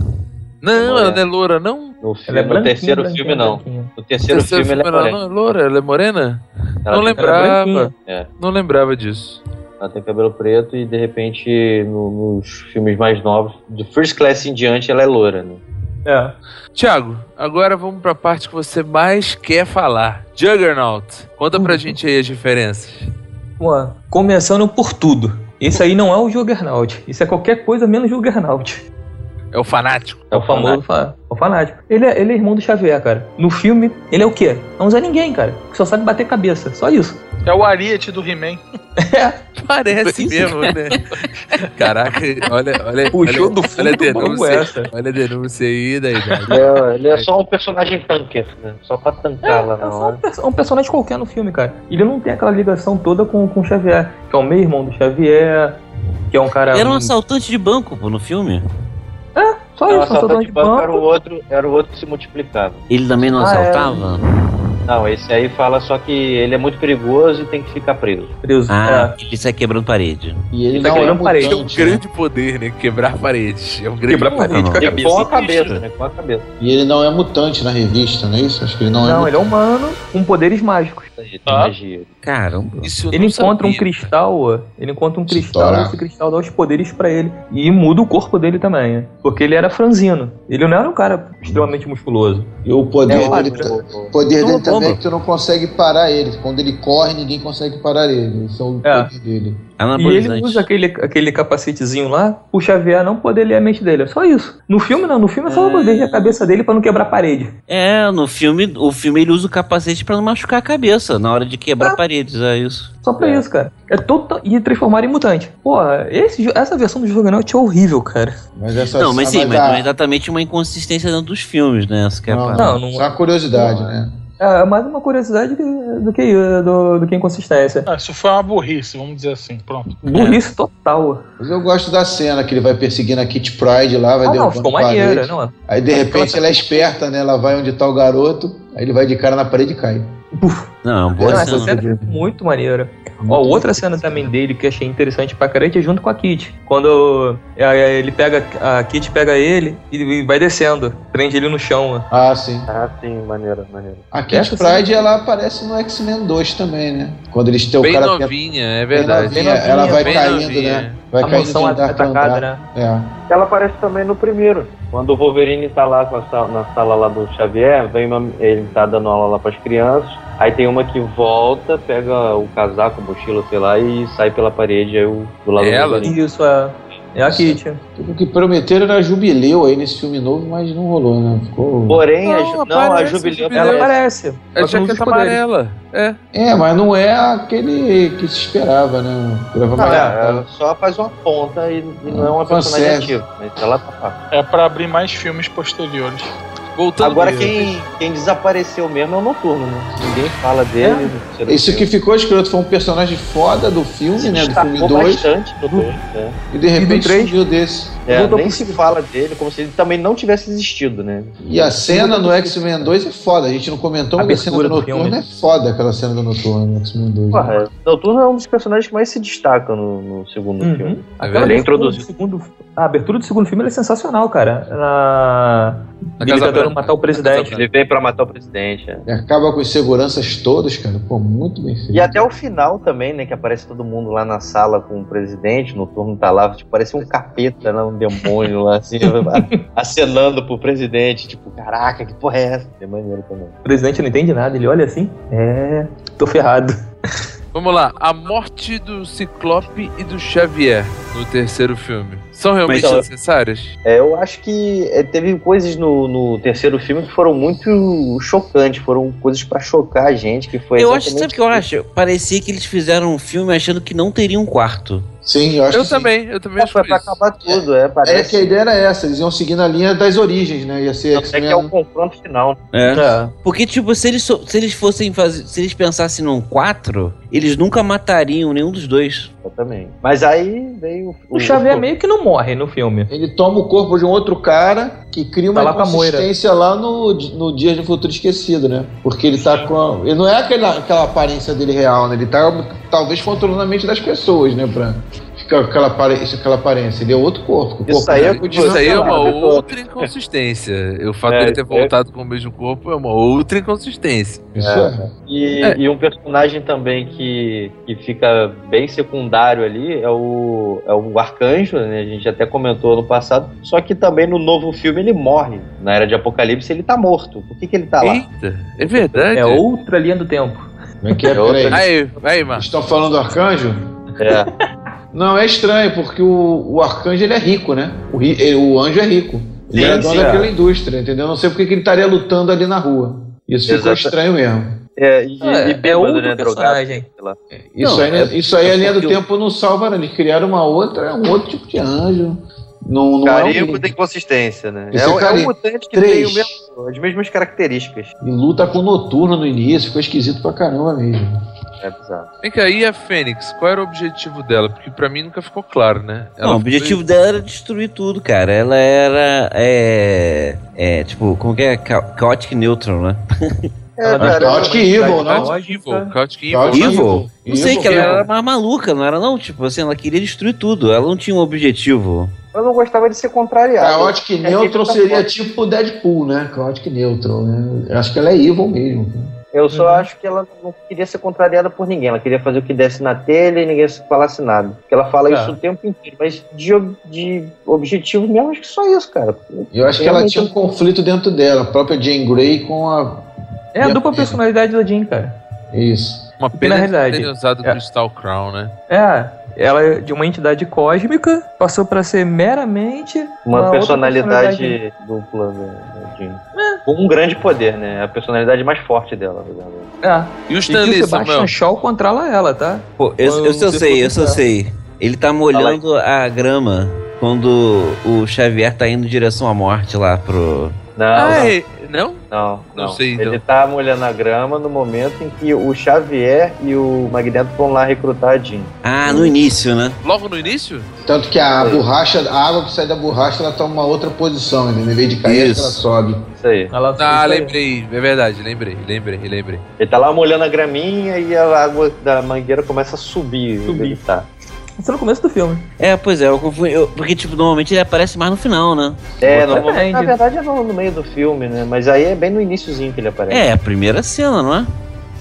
Não,
É.
ela não é loura, não.
no,
Ela
filme,
é
no
branquinha,
terceiro
branquinha,
filme,
né?
não.
branquinha.
No terceiro, filme, ela é
ela
morena.
não é loura, ela é morena?
Ela
não
tem-
Ela era branquinha.
lembrava.
É.
Não lembrava disso.
Ela tem cabelo preto e de repente no- nos filmes mais novos, de First Class em diante, ela é loura, né?
É.
Tiago, agora vamos pra parte que você mais quer falar. Juggernaut. Conta pra gente aí as diferenças.
Vamos lá. Começando por tudo. Isso aí não é o Juggernaut. Isso é qualquer coisa menos Juggernaut.
É o fanático.
É o
famoso fa- o fanático. Ele é, ele é irmão do Xavier, cara. No filme, ele é o quê? É um Zé Ninguém, cara. Que só sabe bater cabeça. Só isso. [laughs] É.
É o Ariete do He-Man.
Parece
Isso.
mesmo, né? [laughs] Caraca, olha, olha.
Puxou
olha,
do
olha a
fundo do banco
denúncia.
essa.
Olha a denúncia aí da idade.
[laughs]
É, ele é só um personagem tanque, né? Só pra tancar lá
É
na
só um,
hora.
perso- um personagem qualquer no filme, cara. Ele não tem aquela ligação toda com, com o Xavier, que é o meio irmão do Xavier, que é um cara.
Era um assaltante de banco, pô, no filme.
Só
Não,
isso, um
o assaltante
assaltante
de banco era o outro, era o outro que se multiplicava.
Ele também não
Ah, é.
assaltava?
Não, esse aí fala só que ele é muito perigoso e tem que ficar preso.
preso.
Ah,
É.
ele sai quebrando parede.
E ele
Tá
não é
olhando pra ele.
É um
mutante, né?
grande poder, né? Quebrar paredes. É um grande
Quebrar
poder.
Não, não.
E com a
sinistro.
cabeça, né? Com a cabeça.
E ele não é mutante na revista, não é isso? Acho que ele não, é
Não,
mutante.
ele é humano com poderes mágicos.
Isso aí, tem
Tá.
magia.
Caramba.
Isso eu
Ele
não
encontra um
sabia, cara.
cristal, ó. ele encontra um cristal,
Estourar.
esse cristal dá os poderes pra ele e muda o corpo dele também, né? porque ele era franzino. Ele não era um cara extremamente musculoso.
E o poder
É,
dele,
o-
ta- o poder
Não,
dele também
bomba.
é que tu não consegue parar ele. Quando ele corre, ninguém consegue parar ele. Isso é o
É.
poder dele.
E ele
Anabolizante.
usa aquele, aquele capacetezinho lá o Xavier não poder ler a mente dele, é só isso. No filme não, no filme é só o poder da cabeça dele pra não quebrar a parede.
É, no filme, o filme ele usa o capacete pra não machucar a cabeça na hora de quebrar paredes, é isso.
Só pra isso, cara. É total... E transformar em mutante. Porra, esse jo- essa versão do Juggernaut é horrível, cara.
Mas essa
Não, mas
ah,
sim, mas
ah,
não é exatamente uma inconsistência dentro dos filmes, né? Essa que é a
não,
parada.
Não,
não,
não
Só uma curiosidade, né?
É mais uma curiosidade do, do que, eh, do, do que inconsistência.
Ah, isso foi uma burrice, vamos dizer assim, pronto.
Burrice total.
Mas eu gosto da cena que ele vai perseguindo a Kit Pride lá, vai
Ah, não,
derrubando
ficou
parede.
maneira, não é?
Aí de repente ela é esperta, né? Ela vai onde tá o garoto, aí ele vai de cara na parede e cai.
Não, é uma
Não,
boa
essa
cena.
cena é muito maneira. Ó, outra cena também dele que eu achei interessante pra caramba é junto com a Kit. Quando é, ele pega, a Kit pega ele e vai descendo, prende ele no chão. ó.
Ah, sim.
Ah, sim, maneira, maneira.
A Kit
Essa
Pride ela aparece no X-Men 2 também, né? Quando eles têm o
Bem
cara
novinha, é
Bem
verdade.
novinha, ela vai
bem
caindo,
novinha. É
né? Vai
a
caindo de
moção
andar pra
atacada,
andar.
né?
É.
Ela aparece também no primeiro. Quando o Wolverine tá lá com a sala- na sala lá do Xavier, vem uma- ele tá dando aula lá pras crianças. Aí tem uma que volta, pega o casaco, mochila, sei lá, e sai pela parede aí o, do lado
Ela?
do Wolverine.
Isso, é. É a Kit.
O que prometeram era jubileu aí nesse filme novo, mas não rolou, né? Ficou.
Porém, a,
Não,
Ju- não, a
aparece,
Jubileu
Jubileu.
Ela
aparece.
aparece.
É
só que não usa os
jaqueta
poderes.
amarela. É.
É, mas não é aquele que se esperava, né? Grava
Não,
mais-
é, ela só faz uma ponta e, e não é uma personagem
Fanservice.
ativa. Mas ela tá.
É pra abrir mais filmes posteriores.
Voltando
Agora
pro-
quem, quem desapareceu mesmo é o Noturno, né? Ninguém fala dele. não sei do
É. Isso que ficou escroto foi um personagem foda do filme,
é. se
né? Do filme
destacou
2,
bastante do dois, né?
e de repente
três.
surgiu desse.
É,
Luta
nem
por
se fala dele, como se ele também não tivesse existido, né?
E a cena no X-Men 2 é foda. A gente não comentou, mas a cena do
Abertura do
Noturno
filme.
é foda aquela cena do Noturno no X-Men 2. né?
Porra, Noturno é um dos personagens que mais se destaca no, no segundo
Uhum.
filme.
Aquela
Ele é
abertura
introduzido.
do segundo- a abertura do segundo filme ela é sensacional, cara. Na...
Na
Ele
Casa
tentando
Branca.
matar o
Na
presidente.
Casa
Ele vem pra matar o presidente. é.
E acaba com os seguranças todos, cara. Pô, muito bem feito.
E até o final também, né? Que aparece todo mundo lá na sala com o presidente, o Noturno tá lá, tipo, parece um capeta, né, um demônio lá, assim, a- acenando pro presidente, tipo, caraca, que porra é essa? É maneiro também.
O presidente não entende nada, ele olha assim. É, tô ferrado.
Vamos lá. A morte do Ciclope e do Xavier no terceiro filme. São realmente
Mas-
necessárias?
É, eu acho que é, teve coisas no, no terceiro filme que foram muito chocantes, foram coisas pra chocar a gente, que foi
Eu acho,
exatamente
sabe o que eu acho? Parecia que eles fizeram um filme achando que não teria um quarto.
Sim, eu acho
Eu
que sim.
também, eu também
É,
acho
foi pra
isso.
acabar tudo, é,
É
parece.
que a ideia era essa, eles iam seguindo a linha das origens, né? Ia ser
Tanto é que é o
X-Men.
confronto final. né?
É.
Porque, tipo, se eles, so- se eles fossem fazer. Se eles pensassem num 4, eles nunca matariam nenhum dos dois.
Exatamente. Mas aí veio
[laughs] O Xavier meio que não morre no filme.
Ele toma o corpo de um outro cara que cria
Tá
uma
lá com a Moira.
consistência lá no, no Dias do Futuro Esquecido, né? Porque ele tá com. a- Ele não é aquela, aquela aparência dele real, né? Ele tá talvez controlando a mente das pessoas, né? Pra ficar com aquela aparência, aquela aparência. Ele é outro corpo. que o
Isso
corpo
aí é
dele continua
Isso aí é uma
lá.
outra inconsistência. O fato
É,
dele ter
é.
voltado com o mesmo corpo é uma outra inconsistência.
Isso é.
E,
É.
e um personagem também que, que fica bem secundário ali é o, é o Arcanjo, né? A gente até comentou no passado. Só que também no novo filme ele morre. Na Era de Apocalipse ele tá morto. Por que, que ele tá lá?
Eita, é verdade.
É outra linha do tempo.
Como é que é?
É outra-
Peraí.
Aí, aí,
Vocês
Marcos.
Estão falando do arcanjo?
É.
Não, é estranho, porque o, o arcanjo ele é rico, né? O, ri- ele- o anjo é rico. Ele
Sim,
era dono
sim, é.
daquela indústria, entendeu? Não sei porque que ele estaria lutando ali na rua. Isso ficou
Exata-
estranho mesmo.
É, e,
É,
e
é
bêbado,
outro
né? Drogado.
personagem.
Isso
Não,
aí, né- isso aí
é
a linha do
porque o-
tempo não salva, né? Eles criaram uma outra, um outro tipo de anjo. Não, não é um...
Carico tem consistência, né?
Esse
É, um- é
cara-
um mutante que tem
Três.
o mesmo- as mesmas características.
E luta com o noturno no início, ficou esquisito pra caramba mesmo.
É bizarro.
Vem cá, e a Fênix? Qual era o objetivo dela? Porque pra mim nunca ficou claro, né? Ela
não, o
foi-
objetivo dela era destruir tudo, cara. Ela era. É. É, tipo, como que é? Ca- Chaotic Neutron, né?
É,
Mas
cara,
Chaotic Evil, não?
Chaotic Evil, Chaotic Evil.
Chaotic
né?
Evil? Não sei, é. que ela
Evil.
era mais maluca, não era não? Tipo assim, ela queria destruir tudo. Ela não tinha um objetivo.
eu não gostava de ser contrariado.
Chaotic
É,
Neutron
ele tá
seria
forte.
tipo Deadpool, né? Chaotic Neutron, né? Acho que ela é evil mesmo.
Eu só acho que ela não queria ser contrariada por ninguém. Ela queria fazer o que desse na telha e ninguém falasse nada. Porque ela fala
É.
isso o tempo inteiro. Mas de, ob- de objetivo mesmo, acho que só isso, cara.
Eu acho que ela
Realmente
tinha um conflito dentro dela, a própria Jane Grey com a.
É a
E a-
dupla personalidade da Jean, cara.
Isso.
Uma pena
Na
de
realidade,
terem usado o
é.
Crystal Crown, né?
É. Ela é de uma entidade cósmica, passou pra ser meramente
Uma
outra
personalidade, dupla né, de- Com um grande poder, né? A personalidade mais forte dela. né?
É.
E o
E que o
Stanley Samuel?
Sebastian Shaw controla ela, tá?
Pô, eu, eu,
Quando
eu sei, eu
depois
só
do-
sei. Ele tá molhando a grama quando o Xavier tá indo em direção à morte lá pro.
Não,
Ah,
não,
é- não?
não, não.
não sei,
Ele
então.
tá molhando a grama no momento em que o Xavier e o Magneto vão lá recrutar a Jean.
Ah, no início, né?
Logo no início?
Tanto que a borracha, a água que sai da borracha, ela toma uma outra posição, entendeu? Em vez de cair,
Isso.
ela sobe.
Isso aí.
Ela
Ah,
isso aí.
lembrei. É verdade, lembrei, lembrei, lembrei.
Ele tá lá molhando a graminha e a água da mangueira começa a subir.
Subir.
Ele tá.
Isso é no começo do filme.
É, pois é, eu confundi. eu- porque, tipo, normalmente ele aparece mais no final, né?
É,
Boa
no-
tarde.
na verdade é no, no meio do filme, né? Mas aí é bem no iníciozinho que ele aparece.
É, a primeira cena, não é?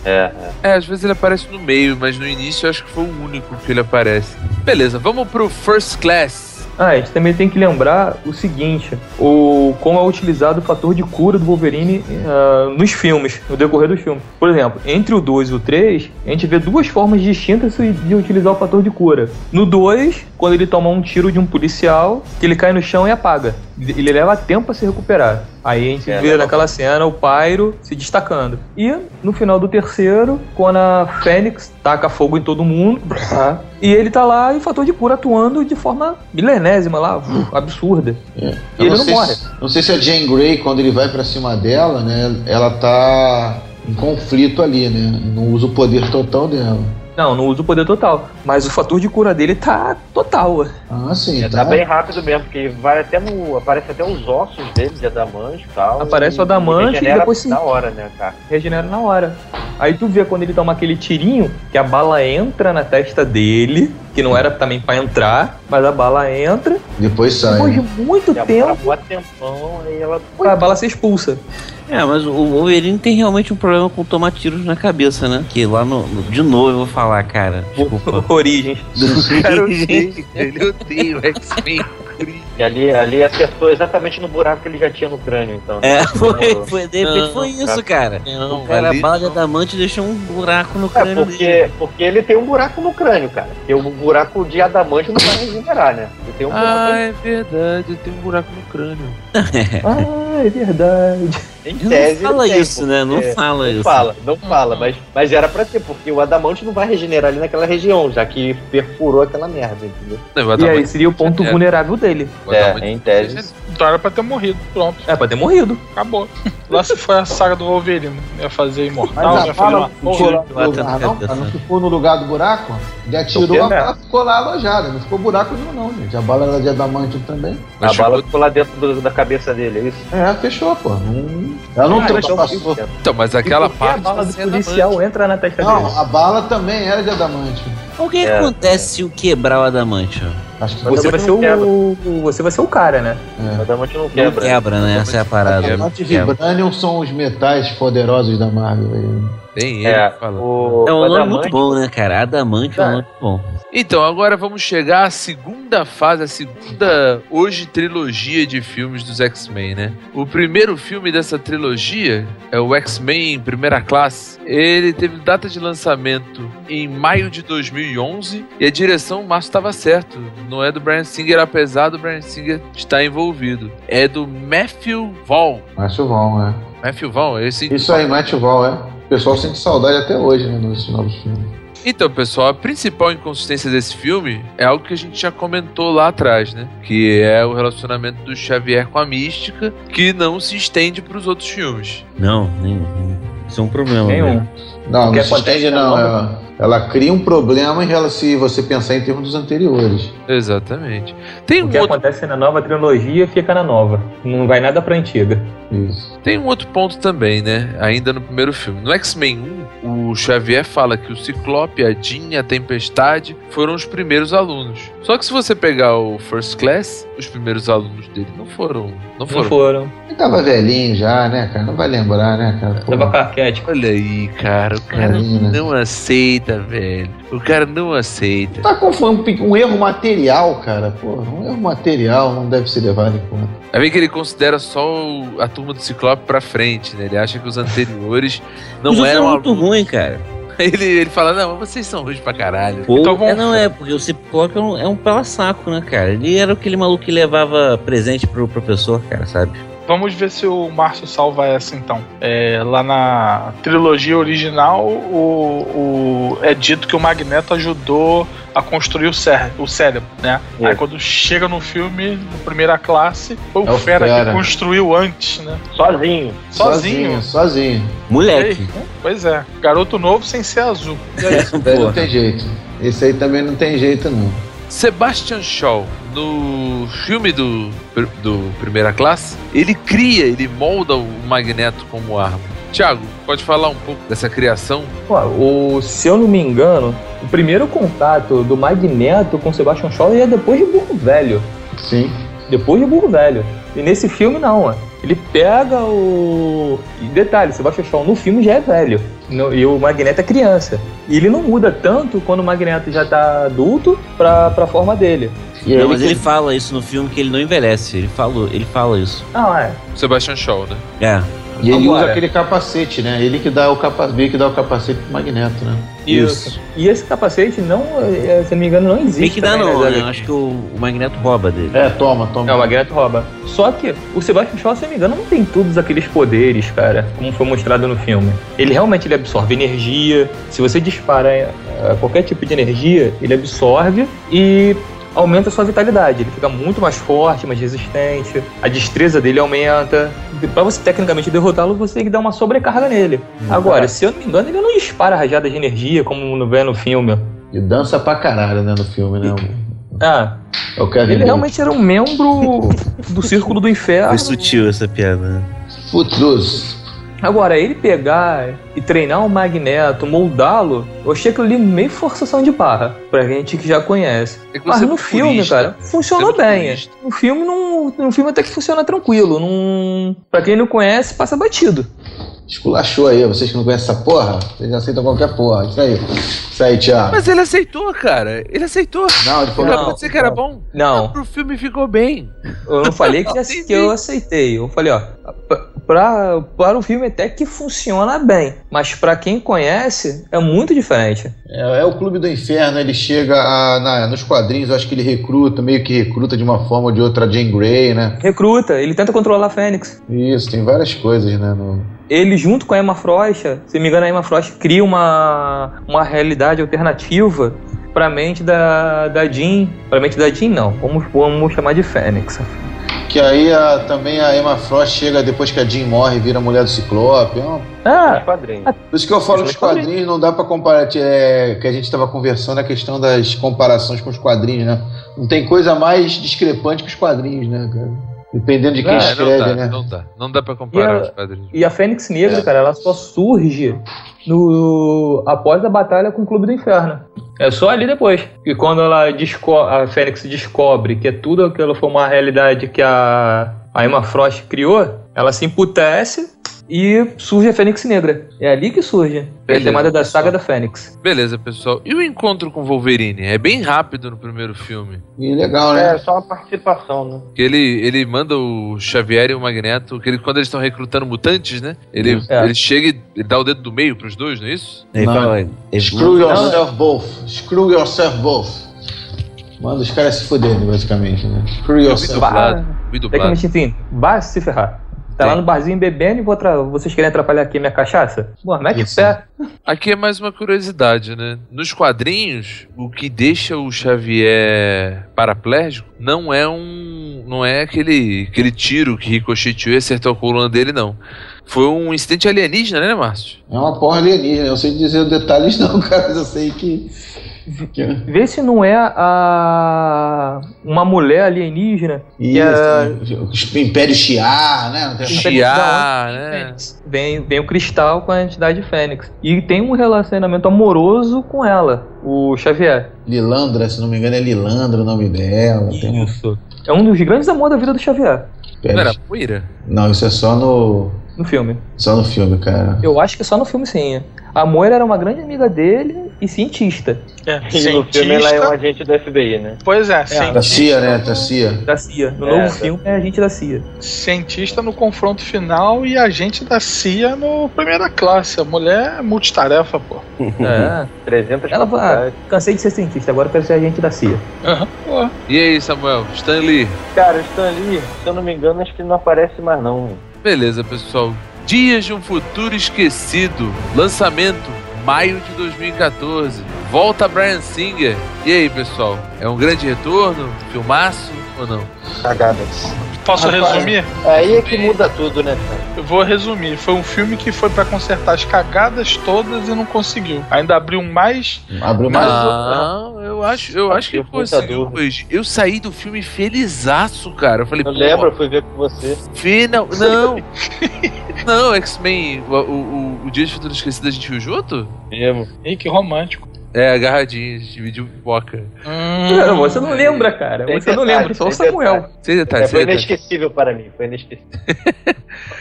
É.
É, às vezes ele aparece no meio, mas no início eu acho que foi o único que ele aparece. Beleza, vamos pro First Class.
Ah, a gente também tem que lembrar o seguinte: o como é utilizado o fator de cura do Wolverine ah, nos filmes, no decorrer dos filmes. Por exemplo, entre o 2 e o 3, a gente vê duas formas distintas de utilizar o fator de cura. No 2, quando ele toma um tiro de um policial, que ele cai no chão e apaga. Ele leva tempo a se recuperar. Aí a gente
É,
vê né,
leva
naquela cena o Pyro se destacando. E no final do terceiro, quando a Fênix taca fogo em todo mundo, tá? e ele tá lá e o fator de cura atuando de forma milenésima lá, absurda. E ele não
sei
morre.
Se, Uhum. É. não sei se a Jane Grey, quando ele vai pra cima dela, né? Ela tá em conflito ali, né? Não usa o poder total dela.
Não, não usa o poder total, mas o fator de cura dele tá total. ué.
Ah, sim,
É,
tá.
tá bem rápido mesmo, porque vai até no. Aparece até os ossos dele de Adamante e tal.
Aparece o
e-
adamante e
regenera
depois se-
Na hora, né, cara?
Regenera na hora. Aí tu vê quando ele toma aquele tirinho, que a bala entra na testa dele, que não era também pra entrar, mas a bala entra.
Depois sai.
Depois de
né?
muito
E a
tempo,
bola um tempão, aí ela.
a bala se expulsa.
É, mas o Wolverine tem realmente um problema com tomar tiros na cabeça, né? Que lá no. no- de novo eu vou falar, cara.
Ah.
[laughs]
Desculpa.
Origens.
Cara, eu odeio, eu odeio X-Men.
E ali, ali acertou exatamente no buraco que ele já tinha no crânio, então. né?
É,
[laughs]
foi, foi, de repente
Não,
foi isso, cara.
Não,
O cara, a
ali-
bala de adamante deixou um buraco no
É,
crânio dele.
porque, porque ele tem um buraco no crânio, cara. Porque o buraco de adamante não vai regenerar, né? Ele tem um buraco.
Ah, é verdade, eu tenho um buraco no crânio.
Ah, é verdade.
Em
Não
tese, ele
fala
tem,
isso, né? Não
porque-
fala
Não
isso.
fala, não
Uhum.
fala, mas, mas era pra ter, porque o Adamante não vai regenerar ali naquela região, já que perfurou aquela merda, entendeu? É,
Não, vai
E
dar
aí É,
muito-
seria o ponto
É.
vulnerável dele.
vai dar muito-
em tese.
Então era pra ter morrido. Pronto,
É, pra ter morrido.
acabou. [laughs] Lá se foi a saga do Wolverine. Ia fazer Imortal,
Mas a
ia fazer
bala
uma
ficou
porra.
lá no né?
Bota na
é
lugar, não?
cabeça.
Ela não ficou no lugar do buraco? Ele atirou,
Não
a
tem,
bala ficou lá alojada. Não ficou buraco nenhum, não, gente. A bala era de adamante também.
A
Mas
bala
chegou-
ficou lá dentro do- da cabeça dele, é isso?
É, fechou, pô. Não- Ela não
Ah,
tem
então,
passou.
Então, mas aquela
E por que
parte
A bala
tá
do
sendo
policial entra na testa
Não,
dele.
a bala também era de adamante.
O que
É.
acontece se o quebrar o adamante? ó?
Acho que
Você vai ser
não quebra.
o. Você vai ser o cara, né?
O Adamante não
Não
quebra.
quebra, né? Essa é a parada.
Adamante e
Quebra.
Vibranium tá né, são os metais poderosos da Marvel. aí.
Tem ele
É,
que fala.
o,
É
o
um nome
Adamante
muito bom, né, cara? Adamante é um nome muito bom.
Então, agora vamos chegar à segunda fase, a segunda, hoje, trilogia de filmes dos X-Men, né? O primeiro filme dessa trilogia é o X-Men em Primeira Classe. Ele teve data de lançamento em maio de 2011 e a direção, o Márcio estava certo, não é do Brian Singer, apesar do Brian Singer estar envolvido. É do Matthew Vaughn.
Matthew Vaughn, é.
Matthew Vaughn, esse...
Isso aí, Matthew Vaughn, é. O pessoal sente saudade até hoje, né, dos novos filmes.
Então, pessoal, a principal inconsistência desse filme é algo que a gente já comentou lá atrás, né? Que é o relacionamento do Xavier com a Mística, que não se estende para os outros filmes.
Não, nem- nem- isso é um problema. né?
Nenhum.
Não,
que
não se
acontece
entende
é
não.
logo-
é- Ela cria um problema em relação se você pensar em termos dos anteriores.
Exatamente. Tem
O
um
que é
outro
acontece na nova trilogia fica na nova. Não vai nada pra antiga.
Isso.
Tem um outro ponto também, né? Ainda no primeiro filme. No X-Men 1, o Xavier fala que o Ciclope, a Jean, a Tempestade foram os primeiros alunos. Só que se você pegar o First Class, os primeiros alunos dele não foram. Não
Não
foram.
foram.
Ele tava velhinho já, né, cara? Não vai lembrar, né, cara? Pô,
Tava com arquétipo.
Olha aí, cara, o cara
Imagina.
não aceita, velho. O cara não aceita.
Tá confundindo um erro material, cara. Pô, um erro material não deve ser levado em conta.
É bem que ele considera só o- a turma do Ciclope pra frente, né? Ele acha que os anteriores não um
Os outros
eram.
eram é muito
alunos.
ruim, cara.
Ele, ele fala, não, mas vocês são ruins pra caralho.
Pô,
Então vamos-
é, não é, porque o Ciclope é um, é um pela-saco, né, cara? Ele era aquele maluco que levava presente pro professor, cara, sabe?
Vamos ver se o Márcio salva essa então. É, lá na trilogia original, o, o- é dito que o Magneto ajudou a construir o, cére- o cérebro, né?
É.
Aí quando chega no filme, na primeira classe, foi o
É o
Fera,
Fera.
que construiu antes, né?
Sozinho.
Sozinho.
Sozinho, sozinho.
Moleque.
Pois é. Garoto novo sem ser azul.
[laughs]
Daí
Porra.
não tem jeito. Esse aí também não tem jeito, não.
Sebastian Shaw, no filme do, do Primeira Classe, ele cria, ele molda o Magneto como arma. Tiago, pode falar um pouco dessa criação?
Pô, o, se eu não me engano, o primeiro contato do Magneto com o Sebastian Shaw é depois de Burro Velho.
Sim.
Depois de Burro Velho. E nesse filme não, ó. Ele pega o. E detalhe, Sebastian Shaw no filme já é velho. No- e o Magneto é criança. E ele não muda tanto quando o Magneto já tá adulto pra, pra forma dele. E
Não, mas ele fala isso no filme que ele não envelhece. Ele falou, ele fala isso.
Ah, é.
Sebastian Shaw, né?
É.
E ele
Agora.
usa aquele capacete, né? Ele que dá o capacete, que dá o capacete pro Magneto, né?
Isso. E esse capacete não, é, se eu não me engano, não existe.
Bem que dá
também,
não,
nas
né? Eu
HQs.
acho que o, o Magneto rouba dele.
É, toma, toma.
É, o Magneto rouba. Só que o Sebastian Shaw, se eu não me engano, não tem todos aqueles poderes, cara, como foi mostrado no filme. Ele realmente ele absorve energia. Se você dispara eh, qualquer tipo de energia, ele absorve e aumenta a sua vitalidade. Ele fica muito mais forte, mais resistente. A destreza dele aumenta. E Pra você tecnicamente derrotá-lo, você tem que dar uma sobrecarga nele. Agora, se eu não me engano, ele não dispara rajadas de energia, como no- vê no filme.
E dança pra caralho, né, no filme, né?
Ah,
Eu quero
ele realmente era um membro do Círculo do Inferno.
Foi sutil essa piada. né?
Futruz.
Agora, ele pegar e treinar o Magneto, moldá-lo, eu achei aquilo ali meio forçação de barra, pra gente que já conhece.
É que
Mas
você é
Ah, no
muito
filme,
purista.
cara, funcionou
Você é muito
bem.
purista.
No filme, não, no filme até que funciona tranquilo. Não, pra quem não conhece, passa batido.
Esculachou aí, vocês que não conhecem essa porra, vocês aceitam qualquer porra. Isso aí. Isso aí, Thiago.
Mas ele aceitou, cara. Ele aceitou.
Não, ele falou.
Não,
Acabou de dizer que era bom.
Não,
Pro filme ficou bem.
eu não falei que, que eu aceitei. Eu falei, ó, pra- pra, para o filme até que funciona bem. Mas pra quem conhece, é muito diferente.
É, é o clube do inferno, ele chega a- na- nos quadrinhos, eu acho que ele recruta, meio que recruta de uma forma ou de outra a Jane Grey, né?
Recruta, ele tenta controlar a Fênix.
Isso, tem várias coisas, né? no-
ele junto com a Emma Frost, se não me engano, a Emma Frost cria uma, uma realidade alternativa pra mente da, da Jean. Pra mente da Jean, não. Vamos, vamos chamar de Fênix.
Que aí a- também a Emma Frost chega depois que a Jean morre e vira mulher do Ciclope. É uma-
Ah,
Quadrinho.
Por isso que eu falo
Isso
dos
é quadrinho.
quadrinhos, não dá pra comparar. é, que a gente estava conversando a questão das comparações com os quadrinhos, né? Não tem coisa mais discrepante que os quadrinhos, né, cara? Dependendo de quem
É,
É, não
escreve,
dá,
né?
não dá. Não dá pra comparar
E a-
os quadrinhos.
e a Fênix Negra,
É.
cara, ela só surge no após a batalha com o Clube do Inferno. É só ali depois. E quando ela desco a Fênix descobre que é tudo aquilo foi uma realidade que a, a Emma Frost criou, ela se emputece e surge a Fênix Negra. É ali que surge. É a
Beleza,
chamada da
pessoal.
saga da Fênix.
Beleza, pessoal. E o encontro com o Wolverine? É bem rápido no primeiro filme.
E legal, né?
É, só uma participação, né?
Que ele, ele manda o Xavier e o Magneto, que ele, quando eles estão recrutando mutantes, né? Ele,
É.
ele chega e ele dá o dedo do meio pros dois, não é isso?
Ele
Não.
fala. ele-
Screw yourself both. Screw yourself both. Manda os caras se fuderem, basicamente, né? Screw
Eu vi
yourself.
dublado. Vi dublado.
Tecnicamente, enfim, vai se ferrar. Tá lá no barzinho bebendo e vou atra- vocês querem atrapalhar aqui a minha cachaça? Pô, mete o
Isso.
pé.
Aqui é mais uma curiosidade, né? Nos quadrinhos, o que deixa o Xavier paraplégico não é um. Não é aquele, aquele tiro que ricocheteou e acertou a coluna dele, não. Foi um incidente alienígena, né, Márcio?
É uma porra alienígena. Eu não sei dizer detalhes, [laughs] não, cara, mas eu sei que. que-
Vê se não é a. uma mulher alienígena.
Isso, o
é-
Império Shiar, né? Não tem essa-
Chiar, né?
Fênix. Vem, vem o cristal com a entidade Fênix. E tem um relacionamento amoroso com ela, o Xavier.
Lilandra, se não me engano, é Lilandra o nome dela. Tem um
Isso.
É um dos grandes amores da vida do Xavier
Não era
Império...
poeira?
Não, isso é só no.
no filme.
Só no filme, cara.
Eu acho que é só no filme sim. A Moira era uma grande amiga dele e cientista
É,
E no filme ela é um
cientista.
agente do FBI, né?
Pois é, cientista,
Da CIA, né? Da CIA.
da CIA. No
É,
novo
tá.
filme é agente da CIA.
cientista no confronto final e agente da CIA no primeira classe. A mulher é multitarefa, pô.
Uhum.
É.
300
Ela fala, ah,
faculdades.
cansei de ser cientista, agora eu quero ser agente da CIA.
Pô,
E aí, Samuel? Stanley?
Cara, o Stan Lee, se eu não me engano, acho que ele não aparece mais não. velho.
Beleza, pessoal. Dias de um Futuro Esquecido. Lançamento maio de 2014. Volta Brian Singer. E aí, pessoal? É um grande retorno? Filmaço ou não?
Cagadas.
Posso
Rapaz.
resumir?
Aí é que muda tudo, né, cara?
Eu vou resumir. Foi um filme que foi pra consertar as cagadas todas e não conseguiu. Ainda abriu um mais.
Abriu mais.
Não, eu acho, eu acho que
Eu fui
conseguiu.
Tá dúvida.
Luiz. Eu saí do filme felizaço, cara. Eu falei,
Eu
pô,
lembro, eu fui ver com você. [laughs]
Final. Não! não, X-Men, o, o, o- o Dia de Futuro Esquecido a gente viu junto?
Mesmo.
Ih, que romântico.
É, agarradinho, a gente dividiu pipoca.
Hum.
Cara, você não lembra, cara.
Tem
Você não
detalhe,
lembra, É só o
tem
Samuel.
detalhe.
Sem
É,
detalhes,
foi
sem detalhes.
inesquecível para mim, foi inesquecível.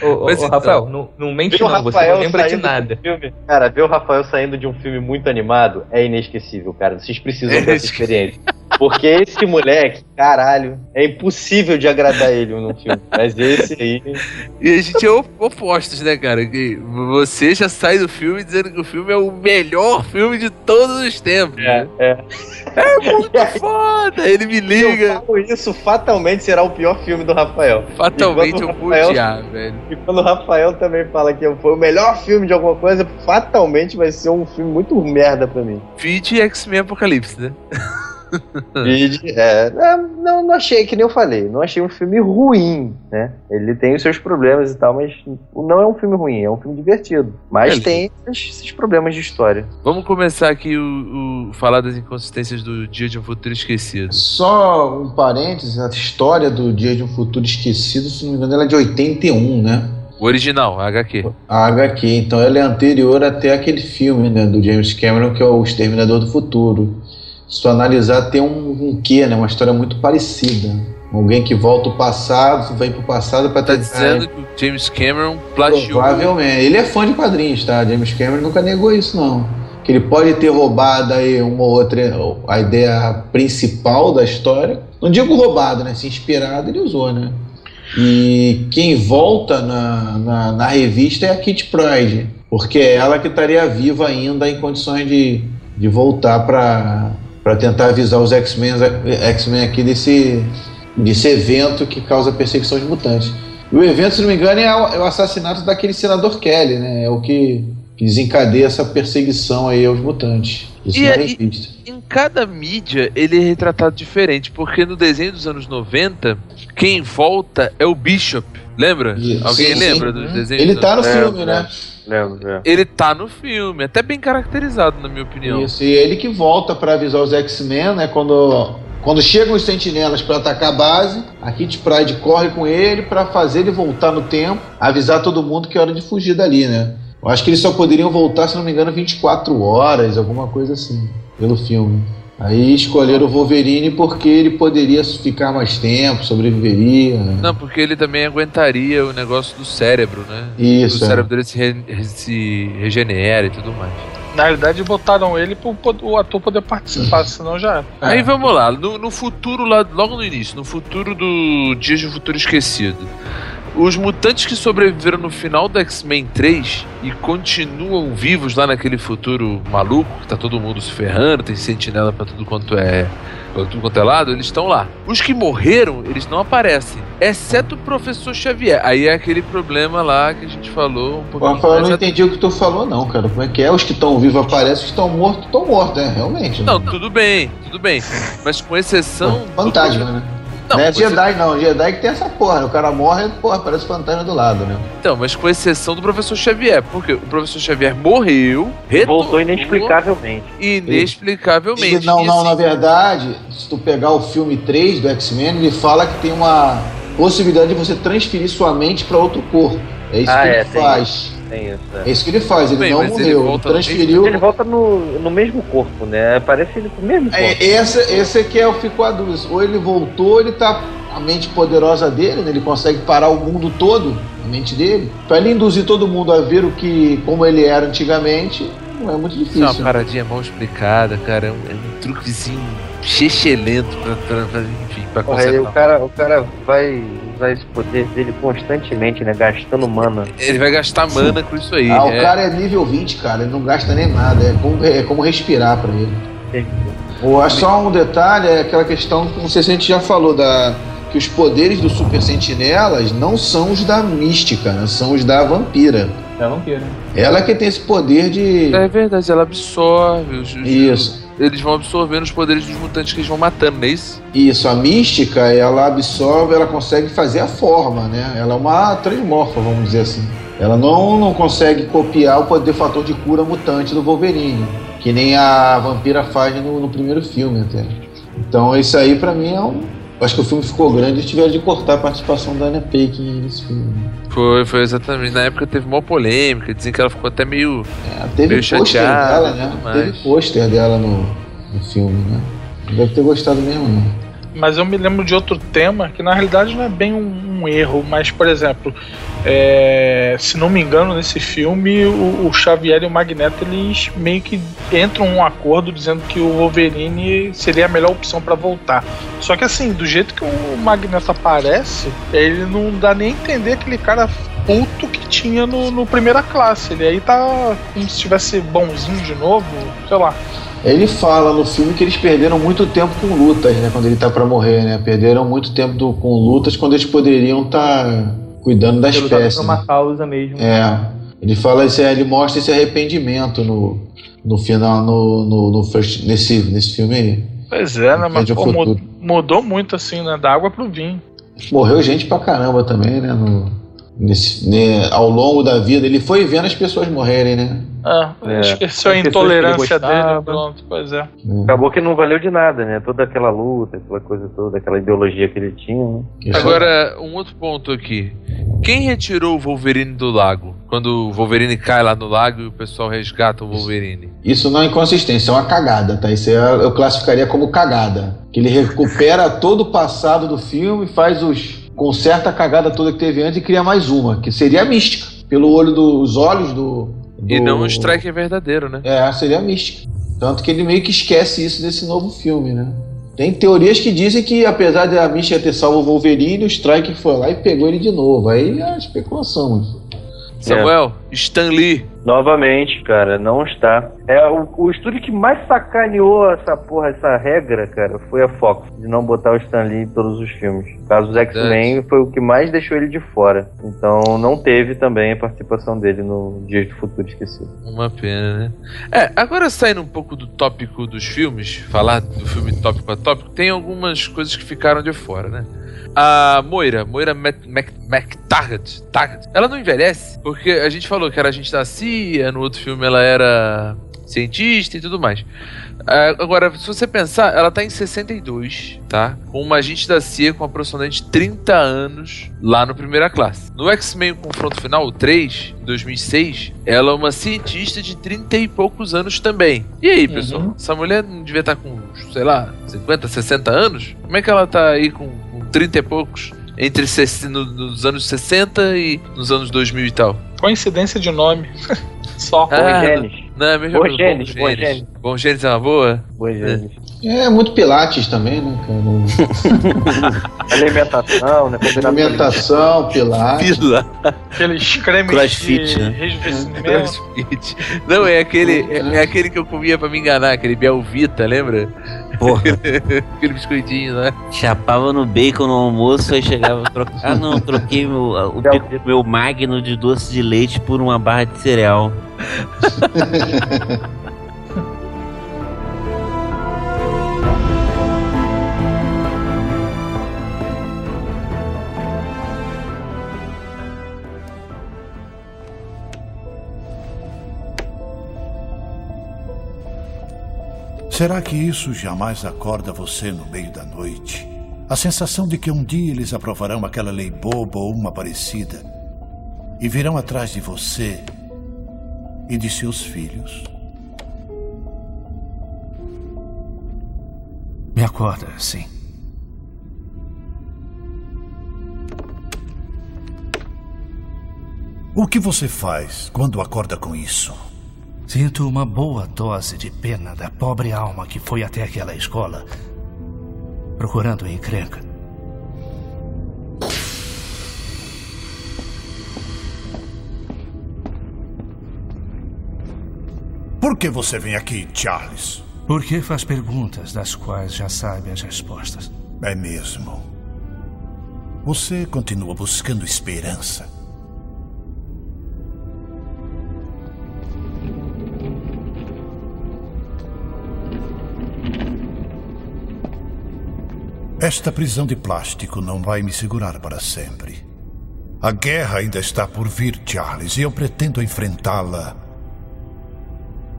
Ô, ô,
Mas
ô,
então.
Rafael, não, não mente
Viu o
não, você
Rafael
não lembra de
saindo-
nada.
Filme. Cara, ver o Rafael saindo de um filme muito animado é inesquecível, cara. Vocês precisam
É
dessa experiência. Porque esse moleque, caralho, é impossível de agradar ele num filme. Mas esse aí.
E a gente é op- opostos, né, cara? Que você já sai do filme dizendo que o filme é o melhor filme de todos os tempos. né?
é.
É muito foda! Ele me
Se
liga.
eu falo isso, fatalmente será o pior filme do Rafael.
Fatalmente eu
Enquanto o
vou
Rafael-
odiar, velho.
E quando o Rafael também fala que foi o melhor filme de alguma coisa, fatalmente vai ser um filme muito merda pra mim.
Feed X-Men Apocalipse, né?
E, é, é, não, não achei, que nem eu falei, não achei um filme ruim, né? Ele tem os seus problemas e tal, mas não é um filme ruim, é um filme divertido. Mas
É,
tem esses, esses problemas de história.
Vamos começar aqui o, o falar das inconsistências do Dia de um Futuro Esquecido.
Só um parênteses, a história do Dia de um Futuro Esquecido, se não me engano, ela é de 81, né?
O original, a HQ.
A HQ, então ela é anterior até aquele filme né, do James Cameron, que é o Exterminador do Futuro. Se tu analisar, tem um, um quê, né? Uma história muito parecida. Alguém que volta o passado, vem pro passado pra
Tá
tentar-
dizendo que o James Cameron plagiou.
Provavelmente. Ele é fã de quadrinhos, tá? James Cameron nunca negou isso, não. Que ele pode ter roubado aí uma ou outra a ideia principal da história. Não digo roubado, né? Se inspirado, ele usou, né? E quem volta na, na, na revista é a Kit Pride, porque é ela que estaria viva ainda em condições de, de voltar pra pra tentar avisar os X-Men X-Men aqui desse, desse evento que causa perseguição de mutantes. E o evento, se não me engano, é o, é o assassinato daquele senador Kelly, né? É o que que desencadeia essa perseguição aí aos mutantes. Isso
E
na
aí-
revista.
Em cada mídia ele é retratado diferente, porque no desenho dos anos 90, quem volta é o Bishop. Lembra?
Sim,
Alguém
sim.
lembra dos desenhos?
Ele
dos
tá no
É,
filme,
é.
né?
Lembro, é.
Ele tá no filme, até bem caracterizado, na minha opinião.
Isso, e é ele que volta pra avisar os X-Men, né? Quando, quando chegam os sentinelas pra atacar a base, a Kit Pride corre com ele pra fazer ele voltar no tempo, avisar todo mundo que é hora de fugir dali, né? Eu acho que eles só poderiam voltar, se não me engano, 24 horas, alguma coisa assim, pelo filme. Aí escolheram o Wolverine porque ele poderia ficar mais tempo, sobreviveria. né?
Não, porque ele também aguentaria o negócio do cérebro, né?
Isso,
O
é.
cérebro dele se, re- se regenera e tudo mais.
Na realidade, botaram ele pro pro- o ator poder participar, senão já era.
Aí vamos lá, no, no futuro, lá, logo no início, no futuro do Dias de um Futuro Esquecido, os mutantes que sobreviveram no final do X-Men 3 e continuam vivos lá naquele futuro maluco, que tá todo mundo se ferrando, tem sentinela pra tudo quanto é. pra tudo quanto é lado, eles estão lá. Os que morreram, eles não aparecem, exceto o professor Xavier. Aí é aquele problema lá que a gente falou um
Pô,
pouquinho
Rafael, eu
mais
não
atrás.
entendi o que tu falou, não, cara. Como é que é? Os que estão vivos aparecem, os que estão mortos estão mortos, né? Realmente. né? [laughs]
Não, é. tudo bem, tudo bem. Mas com exceção. do
Fantasma, né? Não, né? Jedi você... não, Jedi que tem essa porra, né? o cara morre, porra, parece fantasma do lado, né?
Então, mas com exceção do professor Xavier, porque o professor Xavier morreu, retornou,
voltou inexplicavelmente.
Inexplicavelmente. assim,
E, não, não, na verdade, se tu pegar o filme 3 do X-Men, ele fala que tem uma possibilidade de você transferir sua mente para outro corpo. É isso
Ah,
que ele
é, tem
faz.
Tem isso,
É isso que ele faz, ele
Bem,
não
mas ele
morreu. Ele
volta no
transferiu.
Ele volta no, no mesmo corpo, né? Parece ele com o mesmo corpo.
É, essa, esse aqui é o ficou a dúvida. Ou ele voltou, ele tá. A mente poderosa dele, né? ele consegue parar o mundo todo, a mente dele. Pra ele induzir todo mundo a ver o que. como ele era antigamente, não é muito
Isso é uma
difícil.
paradinha mal explicada, cara. É um, é um truquezinho chechelento pra, pra, pra- enfim, pra
Porra, ele- o,
consertar.
cara, o cara vai usar esse poder dele constantemente, né? Gastando mana.
Ele vai gastar mana com isso aí.
Ah, o
é.
cara é nível 20, cara, ele não gasta nem nada, é como, é como respirar pra ele.
Entendi.
Ou é só um detalhe, é aquela questão que não sei se a gente já falou, da, que os poderes do Super Sentinelas não são os da mística, né? são os da vampira.
Já não queira.
Ela que tem esse poder de.
É verdade, ela absorve. Os, os-
Isso,
Eles vão absorvendo os poderes dos mutantes que eles vão matando, não é isso?
isso. A mística, ela absorve, ela consegue fazer a forma, né? Ela é uma transmorfa, vamos dizer assim. Ela não, não consegue copiar o poder fator de cura mutante do Wolverine, que nem a vampira faz no, no primeiro filme até. Então isso aí pra mim é um. Acho que o filme ficou grande e tiveram de cortar a participação da Anna Paquin nesse filme.
Foi, foi exatamente. Na época teve maior polêmica, dizem que ela ficou até meio.
É, teve
Meio
pôster
chateada,
dela,
tudo
né?
mais.
Teve pôster dela no, no filme, né? Não Deve ter gostado mesmo, né?
Mas eu me lembro de outro tema que na realidade não é bem um, um erro, mas por exemplo, é, se não me engano nesse filme o, o Xavier e o Magneto eles meio que entram em um acordo dizendo que o Wolverine seria a melhor opção pra voltar. Só que assim do jeito que o Magneto aparece, ele não dá nem a entender aquele cara puto que tinha no, no primeira classe. Ele aí tá como se tivesse bonzinho de novo, sei lá.
Ele fala no filme que eles perderam muito tempo com lutas, né? Quando ele tá pra morrer, né? Perderam muito tempo do- com lutas quando eles poderiam estar cuidando da
Ter lutado
espécie.
por
né?
é uma causa mesmo.
É. Ele fala esse, ele mostra esse arrependimento no, no final, no, no, no first- nesse, nesse filme aí.
Pois é, né? Mas
Entende o
pô, mu-
futuro.
mudou muito assim, né? Da água pro vinho.
Morreu gente pra caramba também, né? No, nesse, né? Ao longo da vida. Ele foi vendo as pessoas morrerem, né?
É, esqueceu a
É. As pessoas que ele
intolerância
gostava.
dele, pronto, pois é.
Acabou que não valeu de nada, né? Toda aquela luta, aquela coisa toda, aquela ideologia que ele tinha, né?
Isso-
Agora, um outro ponto aqui. Quem retirou o Wolverine do lago? Quando o Wolverine cai lá no lago e o pessoal resgata o Wolverine.
Isso não é inconsistência, é uma cagada, tá? Isso é- eu classificaria como cagada. Que ele recupera [laughs] todo o passado do filme, faz os. conserta a cagada toda que teve antes e cria mais uma, que seria a mística. Pelo olho dos olhos do.
E
do-
não o Strike é verdadeiro, né?
É, seria a mística. Tanto que ele meio que esquece isso nesse novo filme, né? Tem teorias que dizem que, apesar de a mística ter salvo o Wolverine, o Strike foi lá e pegou ele de novo. Aí é especulação, mano.
Samuel, Stan Lee.
Novamente, cara, não está. É o, o estúdio que mais sacaneou essa porra, essa regra, cara, foi a Fox, de não botar o Stan Lee em todos os filmes. No caso dos X-Men foi o que mais deixou ele de fora. Então não teve também a participação dele no Dias do Futuro Esquecido.
Uma pena, né? É, agora saindo um pouco do tópico dos filmes, falar do filme tópico a tópico, tem algumas coisas que ficaram de fora, né? A Moira, Moira Mac- Mac- McTaggart, Taggart, ela não envelhece, porque a gente falou que era a gente da CIA, no outro filme ela era cientista e tudo mais. Ah, Agora, se você pensar, ela tá em 62, tá? Com uma agente da CIA com aproximadamente 30 anos lá no primeira classe. No X-Men o Confronto Final, o 3, 2006, ela é uma cientista de 30 e poucos anos também. E aí, pessoal? Essa mulher não devia estar com, sei lá, 50, 60 anos? Como é que ela tá aí com, com 30 e poucos? Entre ses- no- nos anos 60 e nos anos 2000 e tal.
Coincidência de nome. [laughs] Só.
Ah,
Bom genes.
Não, é mesmo
Bom genes, bom genes.
Bom genes é uma boa?
Bom genes.
É muito Pilates também, né, cara?
Alimentação, né? combinado com
Alimentação, Pilates.
Pila.
Aqueles cremes
Crossfit,
de
né?
rejuvenescimento.
Crossfit. Não, é aquele, é, é aquele que eu comia pra me enganar, aquele Belvita, lembra?
Porra,
Aquele biscoitinho, né?
chapava no bacon no almoço, aí chegava a trocar. Ah, não, troquei meu, o bico do meu magno de doce de leite por uma barra de cereal.
Será que isso jamais acorda você no meio da noite? A sensação de que um dia eles aprovarão aquela lei boba ou uma parecida e virão atrás de você e de seus filhos.
Me acorda, sim.
O que você faz quando acorda com isso?
Sinto uma boa dose de pena da pobre alma que foi até aquela escola procurando encrenca.
Por que você vem aqui, Charles?
Porque faz perguntas das quais já sabe as respostas.
É mesmo. Você continua buscando esperança. Esta prisão de plástico não vai me segurar para sempre. A guerra ainda está por vir, Charles, e eu pretendo enfrentá-la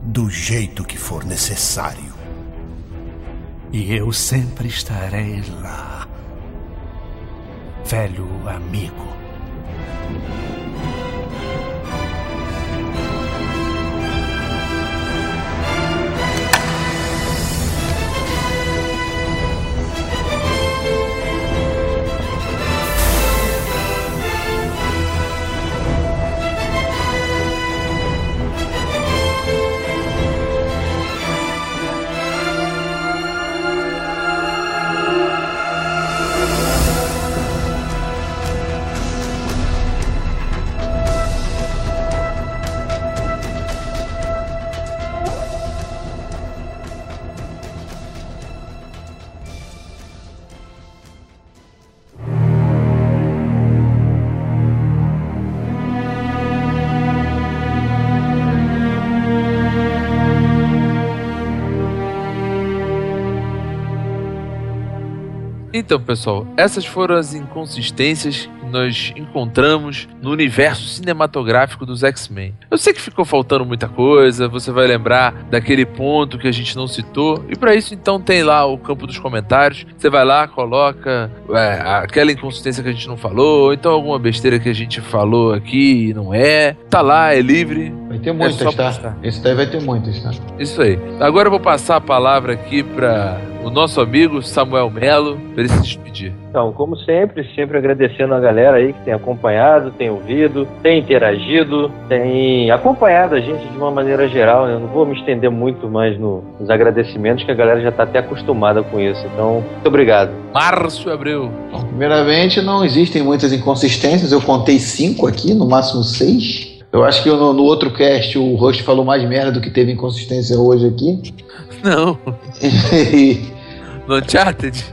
do jeito que for necessário.
E eu sempre estarei lá, velho amigo.
Então, pessoal, essas foram as inconsistências que nós encontramos no universo cinematográfico dos X-Men. Eu sei que ficou faltando muita coisa, você vai lembrar daquele ponto que a gente não citou, e para isso, então, tem lá o campo dos comentários. Você vai lá, coloca é, aquela inconsistência que a gente não falou, ou então alguma besteira que a gente falou aqui e não é. Tá lá, é livre. É
Vai ter muitas,
só
tá?
postar.
Esse daí vai ter muitas, tá?
Isso aí. Agora eu vou passar a palavra aqui para o nosso amigo Samuel Melo, para ele se despedir.
Então, como sempre, sempre agradecendo a galera aí que tem acompanhado, tem ouvido, tem interagido, tem acompanhado a gente de uma maneira geral. né? Eu não vou me estender muito mais no- nos agradecimentos, que a galera já está até acostumada com isso. Então, muito obrigado.
Márcio Abreu.
Bom, primeiramente, não existem muitas inconsistências. Eu contei cinco aqui, no máximo seis. Eu acho que no, no outro cast o Rush falou mais merda do que teve inconsistência hoje aqui. [laughs]
Não, no Uncharted.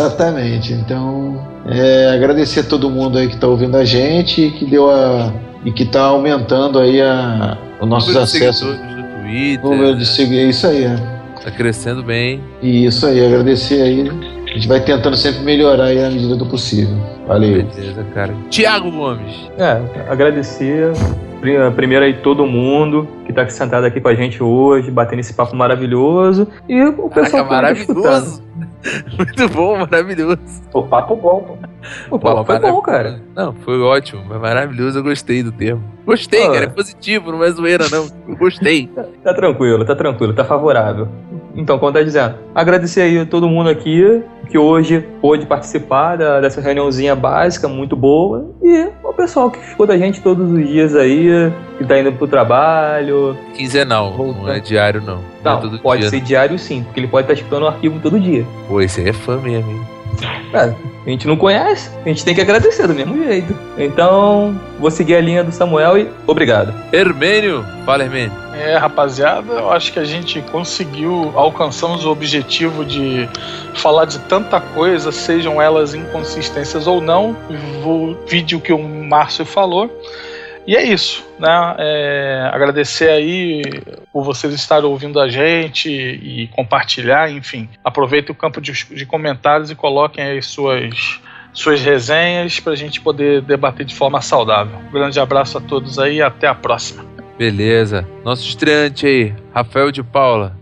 Exatamente. Então, é, agradecer a todo mundo aí que está ouvindo a gente e que deu a e que está aumentando aí a, o nossos
Número de
acessos,
seguidores no Twitter.
número
né?
de seguir, isso aí. É.
Tá crescendo bem.
E isso aí, agradecer aí. A gente vai tentando sempre melhorar aí na medida do possível. Valeu.
Beleza, cara. Tiago Gomes.
É, agradecer pri- eh, primeiro aí todo mundo que tá aqui sentado aqui com a gente hoje, batendo esse papo maravilhoso. E o
Caraca,
pessoal que tá
maravilhoso. [laughs] Muito bom, maravilhoso.
O papo bom.
escutando. O papo foi bom,
maravilhoso.
cara.
Não, foi ótimo. Mas maravilhoso, eu gostei do termo. Gostei,
Ah.
cara. É positivo, não é zoeira, não. Eu gostei.
Tá tranquilo, tá tranquilo, tá favorável. Então, como eu tá dizendo, agradecer aí a todo mundo aqui que hoje pôde participar da- dessa reuniãozinha básica, muito boa. E o pessoal que escuta a gente todos os dias aí, que tá indo pro trabalho.
Quinzenal, não
Voltando.
é diário, não. Não é
Não,
todo
pode
dia.
ser diário sim, porque ele pode estar escutando o arquivo todo dia.
Pô, esse aí é fã mesmo, hein?
A gente não conhece, a gente tem que agradecer do mesmo jeito. Então, vou seguir a linha do Samuel e obrigado.
Hermênio. Fala, Hermênio.
É, rapaziada, eu acho que a gente conseguiu, alcançamos o objetivo de falar de tanta coisa, sejam elas inconsistências ou não, o vídeo que o Márcio falou. E é isso, né? É, agradecer aí por vocês estarem ouvindo a gente e compartilhar, enfim. Aproveitem o campo de, de comentários e coloquem aí suas, suas resenhas para a gente poder debater de forma saudável. Um grande abraço a todos aí e até a próxima.
Beleza. Nosso estreante aí, Rafael de Paula.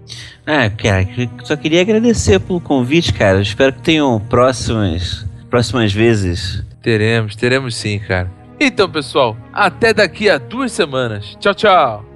Ah, cara, só queria agradecer pelo convite, cara. Espero que tenham próximas, próximas vezes.
Teremos, teremos sim, cara. Então, pessoal, até daqui a duas semanas. Tchau, tchau.